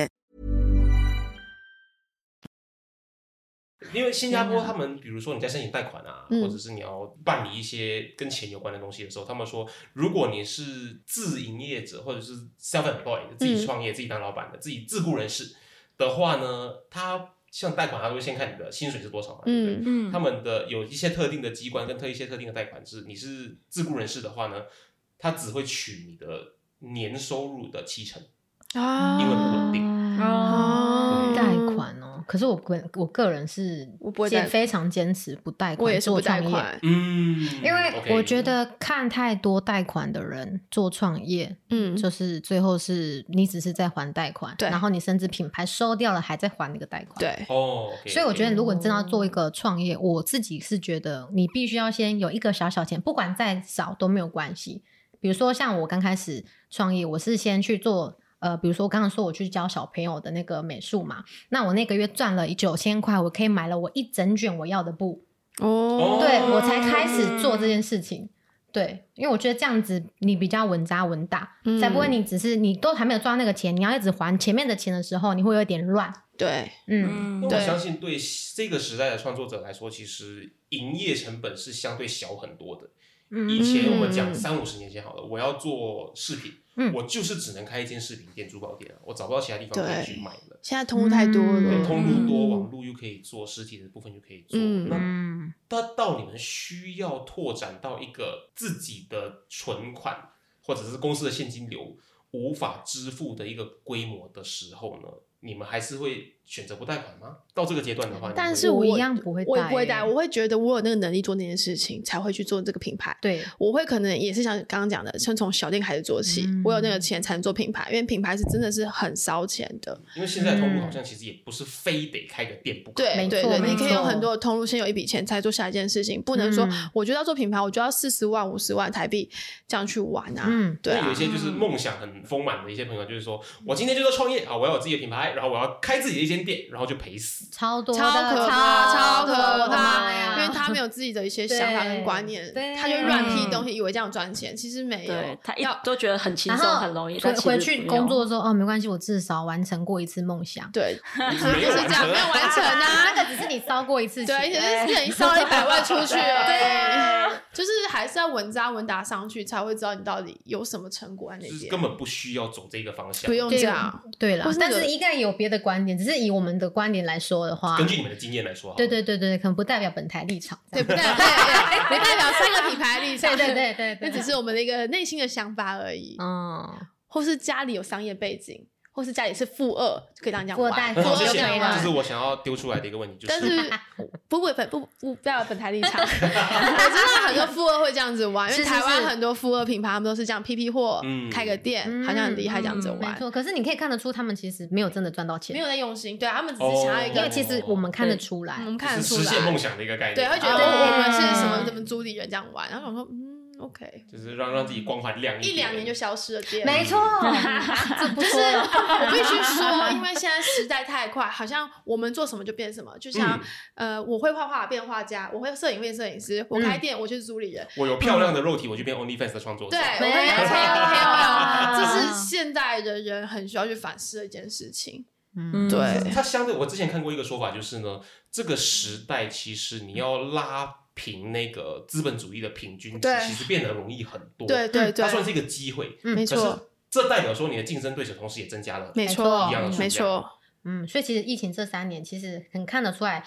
[SPEAKER 1] 因为新加坡他们，比如说你在申请贷款啊，
[SPEAKER 3] 嗯
[SPEAKER 1] 或者是你要办理一些跟钱有关的东西的时候，他们说，如果你是自营业者或者是 self-employed，自
[SPEAKER 2] 嗯
[SPEAKER 1] 己创业、自己当老板的、自己自雇人士的话呢，他像贷款，他都会先看你的薪水是多少嘛，对不对？
[SPEAKER 3] 嗯，
[SPEAKER 4] 嗯
[SPEAKER 1] 他们的有一些特定的机关跟特一些特定的贷款是，你是自雇人士的话呢，他只会取你的年收入的七成，
[SPEAKER 3] 啊
[SPEAKER 1] 因为不稳定。
[SPEAKER 3] 哦
[SPEAKER 2] 贷款哦，可是我个我个人是，
[SPEAKER 3] 我不会贷
[SPEAKER 2] 非常坚持不贷款，
[SPEAKER 3] 我也是不
[SPEAKER 2] 做
[SPEAKER 3] 贷
[SPEAKER 2] 创业
[SPEAKER 3] 款，
[SPEAKER 1] 嗯，
[SPEAKER 2] 因为
[SPEAKER 1] OK
[SPEAKER 2] 我觉得看太多贷款的人做创业，
[SPEAKER 3] 嗯
[SPEAKER 2] 就是最后是你只是在还贷款，
[SPEAKER 3] 对
[SPEAKER 2] 然后你甚至品牌收掉了还在还那个贷款，。
[SPEAKER 3] 对，
[SPEAKER 1] 哦，OK，OK，
[SPEAKER 2] 所以我觉得，如果你真的要做一个创业，我自己是觉得你必须要先有一个小小钱，不管再少都没有关系。比如说像我刚开始创业，我是先去做。呃，比如说我刚刚说我去教小朋友的那个美术嘛，那我那个月赚了九千块，我可以买了我一整卷我要的布，
[SPEAKER 3] 哦
[SPEAKER 2] 对我才开始做这件事情。对，因为我觉得这样子你比较稳扎稳打，
[SPEAKER 3] 嗯
[SPEAKER 2] 才不会你只是你都还没有赚到那个钱，你要一直还前面的钱的时候，你会有点乱。
[SPEAKER 3] 对，
[SPEAKER 2] 嗯，
[SPEAKER 4] 嗯
[SPEAKER 1] 那我
[SPEAKER 3] 对
[SPEAKER 1] 相信对这个时代的创作者来说，其实营业成本是相对小很多的，以前我们讲三五十年前好了，我要做饰品，
[SPEAKER 2] 嗯
[SPEAKER 1] 我就是只能开一间饰品店、珠宝店，啊我找不到其他地方可以去买了。
[SPEAKER 3] 现在通路太多
[SPEAKER 2] 嗯
[SPEAKER 1] 对，
[SPEAKER 3] 了，
[SPEAKER 1] 通路多，网路又可以做，实体的部分就可以做。
[SPEAKER 3] 嗯
[SPEAKER 1] 那
[SPEAKER 2] 嗯，
[SPEAKER 1] 那到你们需要拓展到一个自己的存款或者是公司的现金流无法支付的一个规模的时候呢，你们还是会选择不贷款吗？到这个阶段的话，你们
[SPEAKER 3] 但
[SPEAKER 1] 会
[SPEAKER 3] 是
[SPEAKER 2] 我
[SPEAKER 3] 我
[SPEAKER 2] 一样不会
[SPEAKER 3] 我也
[SPEAKER 2] 带
[SPEAKER 3] 不会
[SPEAKER 2] 欸
[SPEAKER 3] 带，我会觉得我有那个能力做那件事情，才会去做这个品牌。
[SPEAKER 2] 对，
[SPEAKER 3] 我会可能也是像刚刚讲的，先从小店开始做起，
[SPEAKER 2] 嗯
[SPEAKER 3] 我有那个钱才能做品牌，因为品牌是真的是很烧钱的。
[SPEAKER 1] 因为现在通路好像其实也不是非得开个店不可，
[SPEAKER 3] 嗯对
[SPEAKER 2] 没
[SPEAKER 3] 对
[SPEAKER 2] 错
[SPEAKER 3] 对，
[SPEAKER 2] 没
[SPEAKER 3] 你可以有
[SPEAKER 2] 错
[SPEAKER 3] 很多的通路，先有一笔钱才做下一件事情，不能说
[SPEAKER 2] 嗯
[SPEAKER 3] 我觉得要做品牌，我就要四十万、五十万台币这样去玩啊。
[SPEAKER 2] 嗯
[SPEAKER 3] 对
[SPEAKER 1] 那有
[SPEAKER 3] 啊
[SPEAKER 1] 一，些就是梦想很丰满的一些朋友，就是说我今天就要创业啊，我要有自己的品牌，然后我要开自己的一间店，然后就赔死。
[SPEAKER 2] 超多的，
[SPEAKER 3] 超可怕，
[SPEAKER 2] 超
[SPEAKER 3] 超可
[SPEAKER 2] 多的
[SPEAKER 3] 怕，
[SPEAKER 2] 妈呀
[SPEAKER 3] 因为他没有自己的一些想法跟观念
[SPEAKER 2] 对，
[SPEAKER 3] 他就乱批
[SPEAKER 2] 嗯
[SPEAKER 3] 东西，以为这样赚钱，其实没有
[SPEAKER 4] 对。他一
[SPEAKER 3] 要
[SPEAKER 4] 都觉得很轻
[SPEAKER 2] 然
[SPEAKER 4] 松，
[SPEAKER 2] 后
[SPEAKER 4] 很容易。
[SPEAKER 2] 回
[SPEAKER 4] 但其实
[SPEAKER 2] 回去
[SPEAKER 4] 不用
[SPEAKER 2] 工作之后，哦，没关系，我至少完成过一次梦想。
[SPEAKER 3] 对，
[SPEAKER 1] 没有
[SPEAKER 3] 就是这样，没有完成 啊。
[SPEAKER 2] 那个只是你烧过一次钱，
[SPEAKER 3] 对，而且是你烧了一百万出去，
[SPEAKER 2] 对，啊
[SPEAKER 3] 就是还是要稳扎稳打上去，才会知道你到底有什么成果在那
[SPEAKER 1] 就是
[SPEAKER 3] 边
[SPEAKER 1] 根。本不需要走这个方向，
[SPEAKER 3] 不用这样，
[SPEAKER 2] 对了
[SPEAKER 3] 或是，那
[SPEAKER 2] 但
[SPEAKER 3] 个
[SPEAKER 2] 是一旦有别的观点，只是以我们的观点来说的话
[SPEAKER 1] 根，据你们的经验来说，
[SPEAKER 2] 对，对对对，可能不代表本台立场。
[SPEAKER 3] 对，不代表对，不代表三个品牌立场，
[SPEAKER 2] 对对对对
[SPEAKER 3] 那
[SPEAKER 2] 对，
[SPEAKER 3] 只是我们的一个内心的想法而已，
[SPEAKER 2] 嗯，
[SPEAKER 3] 或是家里有商业背景，或是家里是富二，就可以这样讲
[SPEAKER 2] 富二
[SPEAKER 3] 玩。
[SPEAKER 2] 代
[SPEAKER 1] 很好，
[SPEAKER 2] 富
[SPEAKER 1] 谢
[SPEAKER 2] 二
[SPEAKER 1] 谢。
[SPEAKER 2] 代
[SPEAKER 1] 这是我想要丢出来的一个问题，就
[SPEAKER 3] 但
[SPEAKER 1] 是
[SPEAKER 3] 是不不本不不不要本台立 场，我知道很多富二会这样子玩，因
[SPEAKER 2] 是
[SPEAKER 3] 为
[SPEAKER 2] 是
[SPEAKER 3] 台
[SPEAKER 2] 是
[SPEAKER 3] 湾很多富二品牌他们都是这样批批货
[SPEAKER 1] 嗯，
[SPEAKER 3] 开个店，
[SPEAKER 2] 嗯
[SPEAKER 3] 呃好像很厉害这样子
[SPEAKER 2] 嗯没
[SPEAKER 3] 玩，
[SPEAKER 2] 错，可是你可以看得出，他们其实没有真的赚到钱，
[SPEAKER 3] 没有在用心，对他们只是想要一
[SPEAKER 2] 因
[SPEAKER 3] 个
[SPEAKER 2] 为其实我们看得出
[SPEAKER 3] 嗯
[SPEAKER 2] 来
[SPEAKER 3] 我。们看
[SPEAKER 1] 是
[SPEAKER 3] 得出
[SPEAKER 1] 哦实现梦
[SPEAKER 3] 来，
[SPEAKER 1] 想的一个概念，啊
[SPEAKER 3] 对，会觉得哦
[SPEAKER 2] 对
[SPEAKER 3] 我我们是什么什么主理人这样玩，然后我说嗯，OK，
[SPEAKER 1] 就是让让自己光环亮
[SPEAKER 3] 一
[SPEAKER 1] 点
[SPEAKER 3] 两年就消失了店。
[SPEAKER 2] 没错， 这不
[SPEAKER 3] 就是
[SPEAKER 2] 说了
[SPEAKER 3] 我必须说，因为现在时代太快，好像我们做什么就变什么。就像、
[SPEAKER 1] 嗯
[SPEAKER 3] 呃，我会画画变画家，我会摄影变摄影师，我开店我就是主理人，
[SPEAKER 1] 我有漂亮的肉体，我就变 OnlyFans 的创作者。
[SPEAKER 3] 对，我
[SPEAKER 2] 没
[SPEAKER 3] 们要
[SPEAKER 2] 错
[SPEAKER 3] 成一个漂 亮，这
[SPEAKER 2] 啊
[SPEAKER 3] 是现代的人很需要去反思的一件事情。
[SPEAKER 2] 嗯
[SPEAKER 4] 哦
[SPEAKER 3] 对，
[SPEAKER 1] 它相对我之前看过一个说法，就是呢，这个时代其实你要拉平那个资本主义的平均值，
[SPEAKER 3] 对
[SPEAKER 1] 其实变得容易很多。
[SPEAKER 3] 对对对
[SPEAKER 1] 它，嗯算是一个机会，
[SPEAKER 2] 嗯
[SPEAKER 3] 没
[SPEAKER 1] 可是
[SPEAKER 3] 错，
[SPEAKER 1] 这代表说你的竞争对手同时也增加了。
[SPEAKER 3] 没
[SPEAKER 2] 没错
[SPEAKER 3] 错
[SPEAKER 1] 一样的数，量
[SPEAKER 3] 没错，
[SPEAKER 2] 嗯，所以其实疫情这三年，其实很看得出来，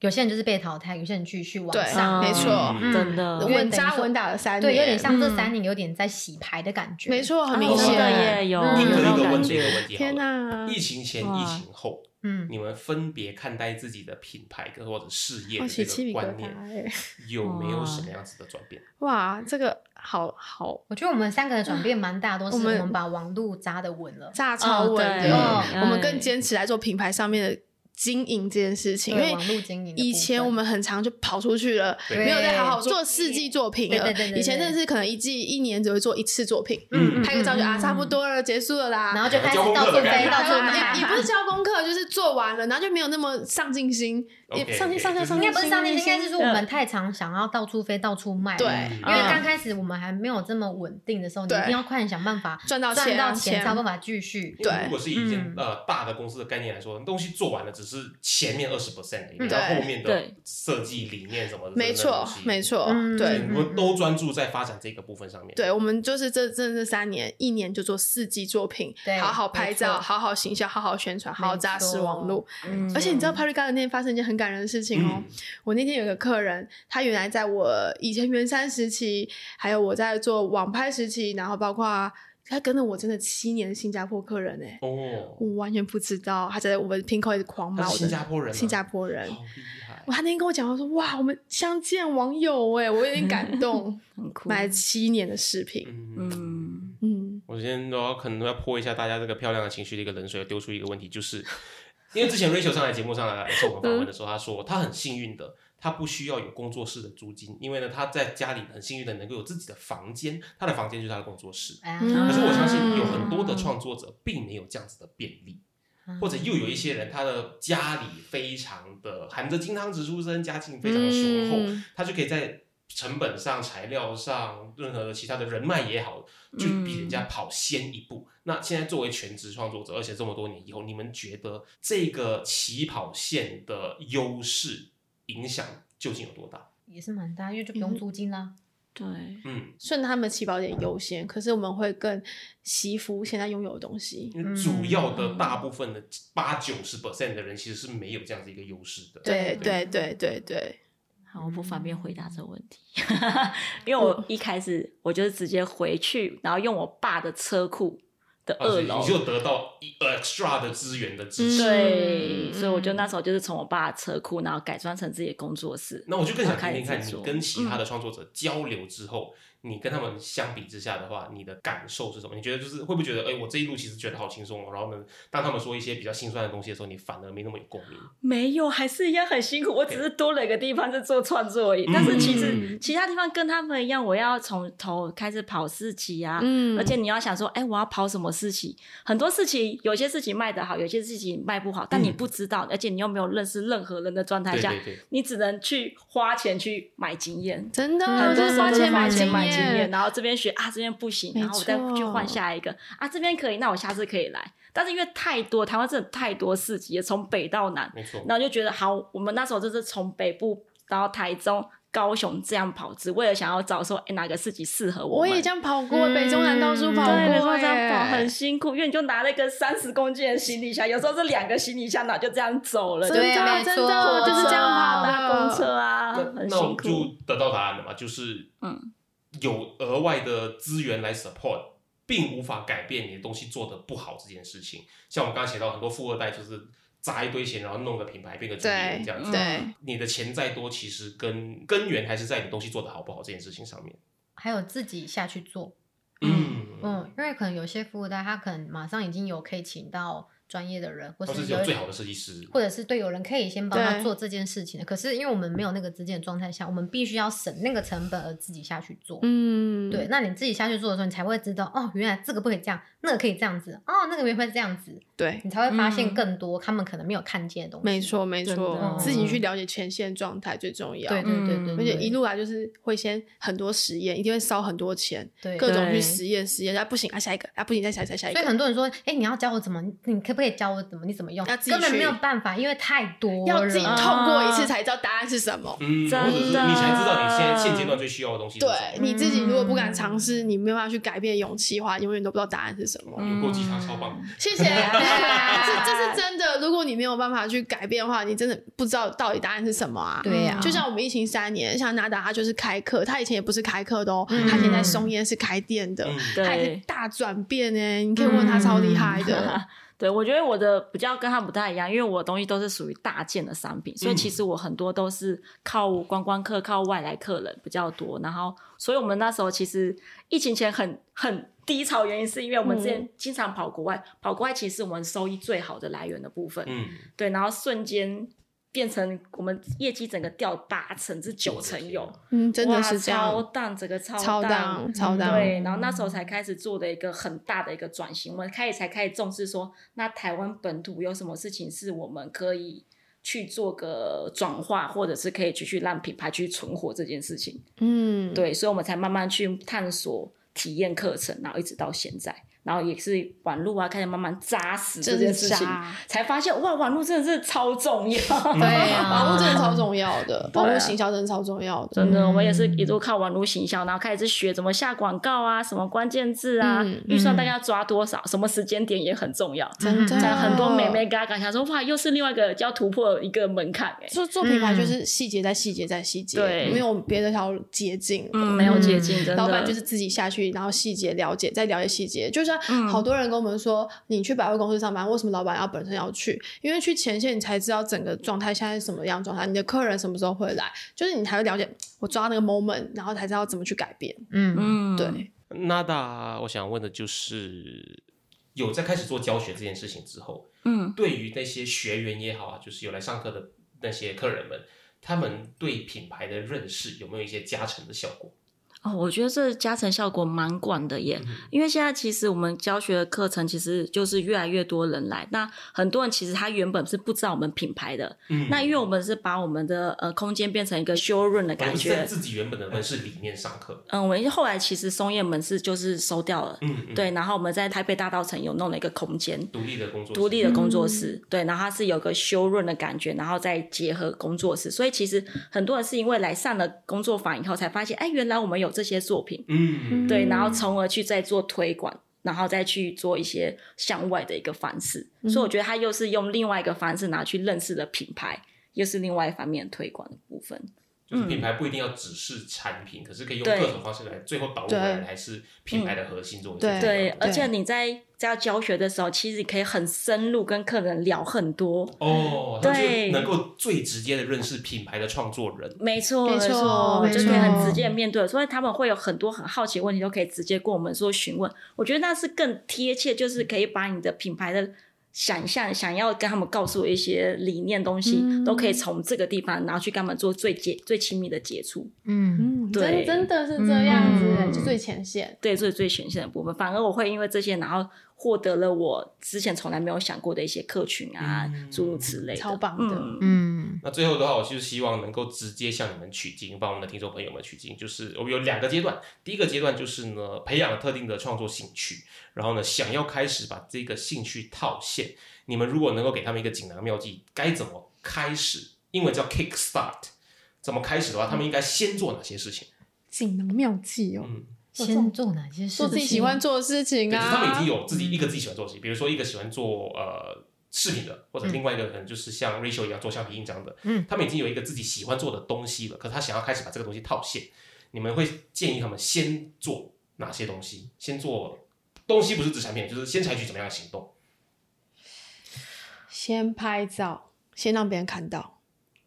[SPEAKER 2] 有些人就是被淘汰，有些人继续往
[SPEAKER 3] 对
[SPEAKER 2] 上，
[SPEAKER 3] 没错
[SPEAKER 2] 嗯
[SPEAKER 4] 真的
[SPEAKER 2] 因为
[SPEAKER 3] 稳
[SPEAKER 2] 等于
[SPEAKER 3] 扎
[SPEAKER 2] 说
[SPEAKER 3] 稳打了三年，嗯
[SPEAKER 2] 对，有点像这三年有点在洗牌的感觉，
[SPEAKER 3] 没，错，很
[SPEAKER 4] 啊
[SPEAKER 3] 明
[SPEAKER 4] 真
[SPEAKER 3] 显。
[SPEAKER 4] 的耶，有
[SPEAKER 2] 嗯
[SPEAKER 1] 一个
[SPEAKER 4] 有
[SPEAKER 1] 一
[SPEAKER 4] 那种
[SPEAKER 1] 个
[SPEAKER 4] 感
[SPEAKER 1] 问题一
[SPEAKER 4] 觉
[SPEAKER 1] 个问题好了。
[SPEAKER 3] 天哪
[SPEAKER 1] 疫情前、
[SPEAKER 4] 哇
[SPEAKER 1] 疫情后，
[SPEAKER 2] 嗯，
[SPEAKER 1] 你们分别看待自己的品牌跟或者事业
[SPEAKER 3] 我
[SPEAKER 1] 的
[SPEAKER 3] 哦起
[SPEAKER 1] 这
[SPEAKER 3] 鸡
[SPEAKER 1] 个
[SPEAKER 3] 皮疙
[SPEAKER 1] 观
[SPEAKER 3] 瘩哦
[SPEAKER 1] 念，
[SPEAKER 3] 欸，
[SPEAKER 1] 有没有什么样子的转变？
[SPEAKER 3] 哇，这个好好
[SPEAKER 2] 我觉得我们三个的转变蛮大，都是
[SPEAKER 3] 啊我
[SPEAKER 2] 我
[SPEAKER 3] 们
[SPEAKER 2] 们把网路扎的稳了，
[SPEAKER 3] 炸超稳
[SPEAKER 4] 哦
[SPEAKER 3] 的
[SPEAKER 4] 对，
[SPEAKER 2] 嗯
[SPEAKER 3] 我们更坚持来做品牌上面的经营这件事情，因
[SPEAKER 2] 对
[SPEAKER 3] 为
[SPEAKER 2] 网络经营的部分
[SPEAKER 3] 以前我们很常就跑出去了，
[SPEAKER 1] 对
[SPEAKER 3] 没有再好好做四季作品了。
[SPEAKER 2] 对对对对对
[SPEAKER 3] 以前真的是可能一季一年只会做一次作品，
[SPEAKER 1] 嗯
[SPEAKER 3] 拍个照就啊
[SPEAKER 2] 嗯
[SPEAKER 3] 差不多了，结束了啦。
[SPEAKER 2] 然后就开始到处
[SPEAKER 1] 然
[SPEAKER 2] 飞，
[SPEAKER 1] 后
[SPEAKER 2] 到处
[SPEAKER 3] 也也不是
[SPEAKER 2] 买。
[SPEAKER 3] 交功课，就是做完了，然后就没有那么上进心，也
[SPEAKER 1] OK，
[SPEAKER 3] 上进
[SPEAKER 1] OK，
[SPEAKER 3] 上
[SPEAKER 1] 就
[SPEAKER 3] 下
[SPEAKER 1] 是
[SPEAKER 2] 应
[SPEAKER 3] 上进心，
[SPEAKER 2] 该不是上进心，应该是说我们
[SPEAKER 4] 嗯
[SPEAKER 2] 太常想要到处飞、到处卖。
[SPEAKER 3] 对
[SPEAKER 2] 因
[SPEAKER 1] 嗯
[SPEAKER 2] 为刚开始我们还没有这么稳定的时候，你
[SPEAKER 3] 对
[SPEAKER 2] 一定要快点想办法
[SPEAKER 3] 赚到
[SPEAKER 2] 赚
[SPEAKER 3] 钱
[SPEAKER 2] 到
[SPEAKER 3] 啊
[SPEAKER 2] 钱，
[SPEAKER 3] 钱
[SPEAKER 2] 才有办法继续。
[SPEAKER 1] 因为
[SPEAKER 3] 对
[SPEAKER 1] 如果是以一间
[SPEAKER 2] 嗯
[SPEAKER 1] 呃大的公司的概念来说，东西做完了，只是前面二十 percent 而已，
[SPEAKER 2] 嗯
[SPEAKER 1] 到
[SPEAKER 3] 对
[SPEAKER 1] 后面的
[SPEAKER 4] 对
[SPEAKER 1] 设计理念什么的，
[SPEAKER 3] 没错没
[SPEAKER 1] 错，
[SPEAKER 3] 错
[SPEAKER 2] 嗯，
[SPEAKER 1] 所以
[SPEAKER 3] 对
[SPEAKER 1] 你们都专注在发展这个部分上面。
[SPEAKER 3] 对，我们就是这这这三年，一年就做四季作品
[SPEAKER 2] 对，
[SPEAKER 3] 好好拍照，
[SPEAKER 2] 没错
[SPEAKER 3] 好好行销，好好宣传，好好扎实
[SPEAKER 2] 没错
[SPEAKER 3] 网络。
[SPEAKER 4] 嗯
[SPEAKER 3] 而且你知道 p a r i g a 那天发生一件很感人的事情哦。
[SPEAKER 1] 嗯
[SPEAKER 3] 我那天有个客人，他原来在我以前原山时期，还有我在做网拍时期，然后包括他跟了我真的七年的新加坡客人哎、
[SPEAKER 1] 哦，
[SPEAKER 3] 我完全不知道他在我们 Pinko 一直狂骂
[SPEAKER 1] 他
[SPEAKER 3] 我
[SPEAKER 1] 是
[SPEAKER 3] 的
[SPEAKER 1] 新加坡人吗，
[SPEAKER 3] 新加坡人。
[SPEAKER 1] 好厉害
[SPEAKER 3] 哇，他那天跟我讲，他说：“哇，我们相见网友哎、我有点 感动。
[SPEAKER 4] 很酷，
[SPEAKER 3] 买了七年的饰品，
[SPEAKER 1] 嗯。
[SPEAKER 4] 嗯，
[SPEAKER 3] 嗯，
[SPEAKER 1] 我今天都要可能要泼一下大家这个漂亮的情绪的一个冷水，丢出一个问题，就是因为之前 Rachel 上来节目上来受我们访问的时候，她说她很幸运的，她不需要有工作室的租金，因为呢她在家里很幸运的能够有自己的房间，她的房间就是她的工作室。
[SPEAKER 2] 啊
[SPEAKER 3] 嗯
[SPEAKER 1] 可是我相信有很多的创作者并没有这样子的便利，
[SPEAKER 2] 嗯
[SPEAKER 1] 或者又有一些人他的家里非常的含着金汤匙出生，家境非常的雄厚，
[SPEAKER 3] 嗯
[SPEAKER 1] 他就可以在成本上、材料上、任何的其他的人脉也好，就
[SPEAKER 4] 嗯
[SPEAKER 1] 比人家跑先一步。那现在作为全职创作者，而且这么多年以后，你们觉得这个起跑线的优势影响究竟有多大？
[SPEAKER 2] 也是蛮大，因为就不用租金啦。
[SPEAKER 4] 对，
[SPEAKER 1] 嗯，
[SPEAKER 3] 顺他们起跑点优先，可是我们会更惜福现在拥有的东西。
[SPEAKER 1] 因为主要的大部分的八九十 percent 的人其实是没有这样子一个优势的。
[SPEAKER 3] 对
[SPEAKER 4] 对
[SPEAKER 3] 对对对对，
[SPEAKER 4] 好，我不方便回答这个问题， 因为我一开始我就是直接回去，然后用我爸的车库的
[SPEAKER 1] 哦所
[SPEAKER 4] 二
[SPEAKER 1] 以
[SPEAKER 4] 楼，
[SPEAKER 1] 你就得到一呃 extra 的资源的支持。
[SPEAKER 4] 对，
[SPEAKER 3] 嗯
[SPEAKER 4] 所以我就那时候就是从我爸的车库，然后改装成自己的工作室。
[SPEAKER 1] 那我就更想
[SPEAKER 4] 然后开
[SPEAKER 1] 听
[SPEAKER 4] 始嗯
[SPEAKER 1] 听看，
[SPEAKER 4] 制
[SPEAKER 1] 你
[SPEAKER 4] 作
[SPEAKER 1] 跟其他的创作者交流之后，你跟他们相比之下的话，你的感受是什么？你觉得就是会不会觉得，哎、我这一路其实觉得好轻松哦。然后呢，当他们说一些比较心酸的东西的时候，你反而没那么有共鸣。
[SPEAKER 4] 没有，还是一样很辛苦。我只是多了一个地方是做创作而已，但是其实
[SPEAKER 3] 嗯
[SPEAKER 4] 其他地方跟他们一样，我要从头开始跑市集啊，
[SPEAKER 3] 嗯
[SPEAKER 4] 而且你要想说，哎、我要跑什么事情？很多事情，有些事情卖得好，有些事情卖不好，但你不知道，而且你又没有认识任何人的状态
[SPEAKER 1] 嗯对
[SPEAKER 4] 下，
[SPEAKER 1] 对对，
[SPEAKER 4] 你只能去花钱去买经验。
[SPEAKER 3] 真的嗯
[SPEAKER 4] 很多
[SPEAKER 3] 就是
[SPEAKER 4] 时候
[SPEAKER 3] 花
[SPEAKER 4] 都是
[SPEAKER 3] 钱
[SPEAKER 4] 花
[SPEAKER 3] 买
[SPEAKER 4] 钱买经验，
[SPEAKER 3] 验，
[SPEAKER 4] 然后这边学啊，这边不行，
[SPEAKER 3] 没
[SPEAKER 4] 然后我再
[SPEAKER 3] 错
[SPEAKER 4] 去换下一个啊，这边可以，那我下次可以来。但是因为太多，台湾真的太多市集，从北到南，
[SPEAKER 1] 没错。
[SPEAKER 4] 然后就觉得好，我们那时候就是从北部然后台中、高雄这样跑，只为了想要找说，哎，哪个市集适合我
[SPEAKER 3] 我
[SPEAKER 4] 们。
[SPEAKER 3] 也这样跑过，北中南到处跑过，
[SPEAKER 4] 对，没错，这样跑很辛苦，因为你就拿了一个三十公斤的行李箱，有时候是两个行李箱，然后就这样走了，
[SPEAKER 3] 真
[SPEAKER 4] 就
[SPEAKER 2] 对
[SPEAKER 3] 的
[SPEAKER 2] 没
[SPEAKER 3] 真
[SPEAKER 2] 错
[SPEAKER 3] 的哦就是这样跑
[SPEAKER 4] 搭
[SPEAKER 3] 的。
[SPEAKER 4] 公车啊，
[SPEAKER 1] 那
[SPEAKER 4] 很
[SPEAKER 1] 那
[SPEAKER 4] 辛
[SPEAKER 1] 我
[SPEAKER 4] 苦。
[SPEAKER 1] 就得到答案了嘛，就是
[SPEAKER 4] 嗯，
[SPEAKER 1] 有额外的资源来 support，并无法改变你的东西做的不好这件事情。像我们刚刚写到很多富二代就是砸一堆钱，然后弄个品牌变个主流
[SPEAKER 3] 对
[SPEAKER 1] 这样子。
[SPEAKER 4] 嗯
[SPEAKER 3] 对，
[SPEAKER 1] 你的钱再多，其实根根源还是在你东西做的好不好这件事情上面。
[SPEAKER 2] 还有自己下去做，
[SPEAKER 1] 嗯，
[SPEAKER 2] 嗯，因为可能有些富二代他可能马上已经有可以请到专业的人，或
[SPEAKER 1] 或
[SPEAKER 2] 是
[SPEAKER 1] 是有最好的设计师，
[SPEAKER 2] 或者是对有人可以先帮他
[SPEAKER 3] 对
[SPEAKER 2] 做这件事情的。可是因为我们没有那个资金的状态下，我们必须要省那个成本而自己下去做。
[SPEAKER 3] 嗯，
[SPEAKER 2] 对，那你自己下去做的时候，你才会知道哦，原来这个不可以这样，那个可以这样子，哦，那个没法这样子，
[SPEAKER 3] 对，
[SPEAKER 2] 你才会发现
[SPEAKER 4] 嗯
[SPEAKER 2] 更多他们可能没有看见的东西。
[SPEAKER 3] 没，错没
[SPEAKER 4] 真的
[SPEAKER 1] 哦
[SPEAKER 3] 错，自己去了解前线状态最重要。
[SPEAKER 2] 对对对对对，
[SPEAKER 4] 嗯
[SPEAKER 3] 而且一路来就是会先很多实验，一定会烧很多钱，
[SPEAKER 2] 对
[SPEAKER 3] 各种
[SPEAKER 4] 对
[SPEAKER 3] 去实验实验，啊不行啊下一个，啊不行再下一个再下一
[SPEAKER 2] 所以
[SPEAKER 3] 个，
[SPEAKER 2] 很多人说，哎、你要教我怎么，你可不可以教我怎么，你怎么用？
[SPEAKER 3] 要自己
[SPEAKER 2] 根本
[SPEAKER 3] 去
[SPEAKER 2] 没有办法，因为太多
[SPEAKER 3] 要自己
[SPEAKER 2] 了
[SPEAKER 3] 痛过一次才知道答案是什么。
[SPEAKER 1] 嗯，
[SPEAKER 4] 真
[SPEAKER 1] 或者是你才知道你现在
[SPEAKER 4] 的
[SPEAKER 1] 现阶段最需要的东西是什
[SPEAKER 3] 对，
[SPEAKER 1] 么。
[SPEAKER 3] 你自己如果不敢尝试，你没有办法去改变勇气的话，永远都不知道答案是什么。
[SPEAKER 1] 有够鸡汤超棒，
[SPEAKER 3] 谢 谢，这这是真的。如果你没有办法去改变的话，你真的不知道到底答案是什么啊。
[SPEAKER 2] 对呀、
[SPEAKER 3] 就像我们疫情三年，像纳达他就是开课，他以前也不是开课的哦，他以前在松烟是开店的，
[SPEAKER 1] 嗯，
[SPEAKER 3] 他也是
[SPEAKER 4] 对。
[SPEAKER 3] 大转变呢。你可以问他超厉害的，
[SPEAKER 4] 对，我觉得我的比较跟他不太一样，因为我的东西都是属于大件的商品，所以
[SPEAKER 1] 嗯
[SPEAKER 4] 其实我很多都是靠观光客、靠外来客人比较多。然后，所以我们那时候其实疫情前很很低潮，原因是因为我们之
[SPEAKER 1] 嗯
[SPEAKER 4] 前经常跑国外，跑国外其实是我们收益最好的来源的部分。
[SPEAKER 1] 嗯，
[SPEAKER 4] 对，然后瞬间变成我们业绩整个掉八成至九成有，
[SPEAKER 3] 嗯，真的
[SPEAKER 4] 哇
[SPEAKER 3] 是这
[SPEAKER 4] 超
[SPEAKER 3] 样，
[SPEAKER 4] 淡，整个超
[SPEAKER 3] 超
[SPEAKER 4] 淡
[SPEAKER 3] 当超当，
[SPEAKER 4] 对，然后那时候才开始做的一个很大的一个转型，我们开始才开始重视说，那台湾本土有什么事情是我们可以去做个转化，或者是可以继续让品牌去存活这件事情。
[SPEAKER 3] 嗯，
[SPEAKER 4] 对，所以我们才慢慢去探索体验课程，然后一直到现在。然后也是网络啊，开始慢慢扎实这
[SPEAKER 3] 真
[SPEAKER 4] 件
[SPEAKER 3] 的
[SPEAKER 4] 事情，
[SPEAKER 3] 渣
[SPEAKER 4] 才发现哇，网络真的是超重要。
[SPEAKER 2] 对呀、
[SPEAKER 3] 网络真的超重要的，
[SPEAKER 4] 对啊
[SPEAKER 3] 网络行销真的超重要的。
[SPEAKER 4] 真的，我也是
[SPEAKER 2] 嗯
[SPEAKER 4] 一路靠网络行销，然后开始学怎么下广告啊，什么关键字啊，
[SPEAKER 3] 嗯
[SPEAKER 4] 预算大概要抓多少，什么时间点也很重要。
[SPEAKER 3] 真的
[SPEAKER 4] 这样很多美眉嘎嘎想说，哇，又是另外一个要突破一个门槛哎、
[SPEAKER 3] 做做品牌就是细节再细节再细节，
[SPEAKER 4] 对
[SPEAKER 3] 没有别的条捷径。
[SPEAKER 4] 嗯，没有捷径，真的。
[SPEAKER 3] 老板就是自己下去，然后细节了解，再了解细节。就像
[SPEAKER 4] 嗯
[SPEAKER 3] 好多人跟我们说，你去百货公司上班，为什么老板要本身要去？因为去前线你才知道整个状态现在是什么样状态，你的客人什么时候会来，就是你才会了解我抓那个 moment，然后才知道怎么去改变。
[SPEAKER 2] 嗯，
[SPEAKER 4] 嗯，
[SPEAKER 3] 对，
[SPEAKER 1] 那大，我想问的就是，有在开始做教学这件事情之后，
[SPEAKER 4] 嗯，
[SPEAKER 1] 对于那些学员也好啊，就是有来上课的那些客人们，他们对品牌的认识有没有一些加成的效果？
[SPEAKER 4] 哦，我觉得这加成效果蛮广的耶，
[SPEAKER 1] 嗯
[SPEAKER 4] 因为现在其实我们教学的课程其实就是越来越多人来，那很多人其实他原本是不知道我们品牌的，
[SPEAKER 1] 嗯
[SPEAKER 4] 那因为我们是把我们的呃空间变成一个 showroom 的
[SPEAKER 1] 我们
[SPEAKER 4] 感
[SPEAKER 1] 是
[SPEAKER 4] 觉
[SPEAKER 1] 在，自己原本的门市里面上课，
[SPEAKER 4] 嗯，我们后来其实松叶门市就是收掉了，
[SPEAKER 1] 嗯，嗯
[SPEAKER 4] 对，，然后我们在台北大道城有弄了一个空间，
[SPEAKER 1] 独立的工作室，
[SPEAKER 4] 独立的工作室，对，然后它是有个修润的感觉，然后再结合工作室，所以其实很多人是因为来上了工作坊以后才发现，哎，原来我们有这些作品，
[SPEAKER 1] 嗯，
[SPEAKER 4] 对，然后从而去再做推广，然后再去做一些向外的一个方式。所以我觉得他又是用另外一个方式，然后去认识了品牌，又是另外一方面推广的部分。
[SPEAKER 1] 就是品牌不一定要只是产品，可是可以用
[SPEAKER 4] 嗯对
[SPEAKER 1] 各种方式来，最后导入回来
[SPEAKER 3] 对
[SPEAKER 1] 还是品牌的核心作为。
[SPEAKER 3] 对
[SPEAKER 4] 嗯对，
[SPEAKER 1] 这样
[SPEAKER 4] 而且你在在教学的时候，其实你可以很深入跟客人聊很多。
[SPEAKER 1] 哦，他就
[SPEAKER 4] 对
[SPEAKER 1] 能够最直接的认识品牌的创作人。
[SPEAKER 4] 没错，
[SPEAKER 3] 没错
[SPEAKER 4] 错，
[SPEAKER 3] 没
[SPEAKER 4] 就可以很
[SPEAKER 3] 错
[SPEAKER 4] 直接地面对，所以他们会有很多很好奇的问题，都可以直接跟我们说询问。我觉得那是更贴切，就是可以把你的品牌的想象、想要跟他们告诉我一些理念东西，
[SPEAKER 3] 嗯
[SPEAKER 4] 都可以从这个地方，然后去跟他们做最接、最亲密的接触，
[SPEAKER 2] 嗯，
[SPEAKER 3] 嗯，
[SPEAKER 4] 对
[SPEAKER 3] 真真的是这样子、欸
[SPEAKER 2] 嗯
[SPEAKER 3] 就最前线。
[SPEAKER 4] 对，这是最前线的部分。反而我会因为这些，然后获得了我之前从来没有想过的一些客群啊
[SPEAKER 1] 嗯，
[SPEAKER 4] 诸、如此类的，
[SPEAKER 3] 超棒的
[SPEAKER 4] 嗯
[SPEAKER 2] 嗯，
[SPEAKER 1] 那最后的话，我就是希望能够直接向你们取经，帮我们的听众朋友们取经。就是我们有两个阶段，第一个阶段就是呢，培养特定的创作兴趣，然后呢，想要开始把这个兴趣套现。你们如果能够给他们一个锦囊妙计，该怎么开始？英文叫 kick start。怎么开始的话，他们应该先做哪些事情？
[SPEAKER 3] 锦囊妙计哦，
[SPEAKER 1] 嗯，
[SPEAKER 2] 先做哪些事？
[SPEAKER 3] 做自己喜欢。做的事情
[SPEAKER 1] 对，就是他们已
[SPEAKER 3] 啊
[SPEAKER 1] 经。有自己一个自己喜欢做的事情，比如说一个喜欢做呃饰品的，或者
[SPEAKER 3] 嗯
[SPEAKER 1] 另外一个可能就是像 Rachel 一样做橡皮印章的，
[SPEAKER 2] 嗯，
[SPEAKER 1] 他们已经有一个自己喜欢做的东西了，可是他想要开始把这个东西套现，你们会建议他们先做哪些东西？先做东西不是指产品，就是先采取怎么样的行动？
[SPEAKER 3] 先拍照，先让别人看到，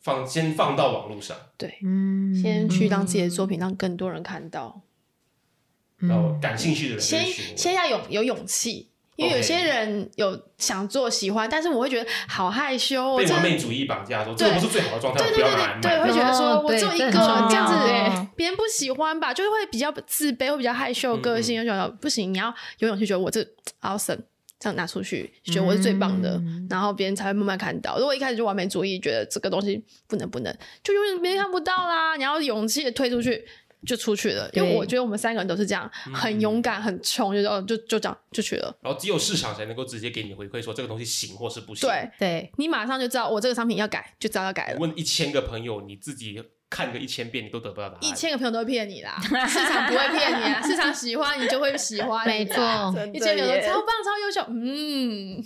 [SPEAKER 1] 放先放到网络上，
[SPEAKER 3] 对，
[SPEAKER 2] 嗯，
[SPEAKER 3] 先去让自己的作品让更多人看到。
[SPEAKER 2] 嗯
[SPEAKER 1] 然后感兴趣的人
[SPEAKER 3] 先
[SPEAKER 1] 再询问
[SPEAKER 3] 先要有有勇气，因为有
[SPEAKER 1] OK
[SPEAKER 3] 些人有想做喜欢，但是我会觉得好害羞哦，
[SPEAKER 1] 被
[SPEAKER 3] 这
[SPEAKER 1] 完
[SPEAKER 3] 样
[SPEAKER 1] 美主义绑架说这
[SPEAKER 3] 对
[SPEAKER 1] 个不是最好的状态，
[SPEAKER 3] 对
[SPEAKER 1] 我不
[SPEAKER 3] 对
[SPEAKER 1] 要
[SPEAKER 3] 对
[SPEAKER 1] 拿来
[SPEAKER 3] 对
[SPEAKER 1] 卖
[SPEAKER 3] 对，。会觉得
[SPEAKER 2] 哦
[SPEAKER 3] 说我
[SPEAKER 2] 对
[SPEAKER 3] 做一
[SPEAKER 2] 这
[SPEAKER 3] 个
[SPEAKER 2] 很
[SPEAKER 4] 重
[SPEAKER 3] 这样
[SPEAKER 4] 要
[SPEAKER 3] 子，别人不喜欢吧，就是会比较自卑，会比较害羞，个性就觉得不行，你要有勇气，觉得我这 awesome。这样拿出去，觉得我是最棒的，
[SPEAKER 2] 嗯
[SPEAKER 3] 然后别人才会慢慢看到。如果一开始就完美主义，觉得这个东西不能不能，就永远别人看不到啦。你要有勇气的推出去，就出去了。因为
[SPEAKER 2] 对
[SPEAKER 3] 我觉得我们三个人都是这样，很勇敢，很冲，就是哦，就就这样就去了。
[SPEAKER 1] 然后只有市场才能够直接给你回馈，说这个东西行或是不行。
[SPEAKER 3] 对
[SPEAKER 2] 对，
[SPEAKER 3] 你马上就知道我这个商品要改，就知道要改了。
[SPEAKER 1] 问一千个朋友，你自己看个一千遍，你都得不到答案。
[SPEAKER 3] 一千个朋友都会骗你啦，市场不会骗你啊，市场喜欢你就会喜欢
[SPEAKER 2] 没
[SPEAKER 3] 你
[SPEAKER 2] 错
[SPEAKER 3] 啦。，哦一千个
[SPEAKER 4] 真的
[SPEAKER 3] 人
[SPEAKER 4] 耶
[SPEAKER 3] 说超棒、超优秀， 嗯，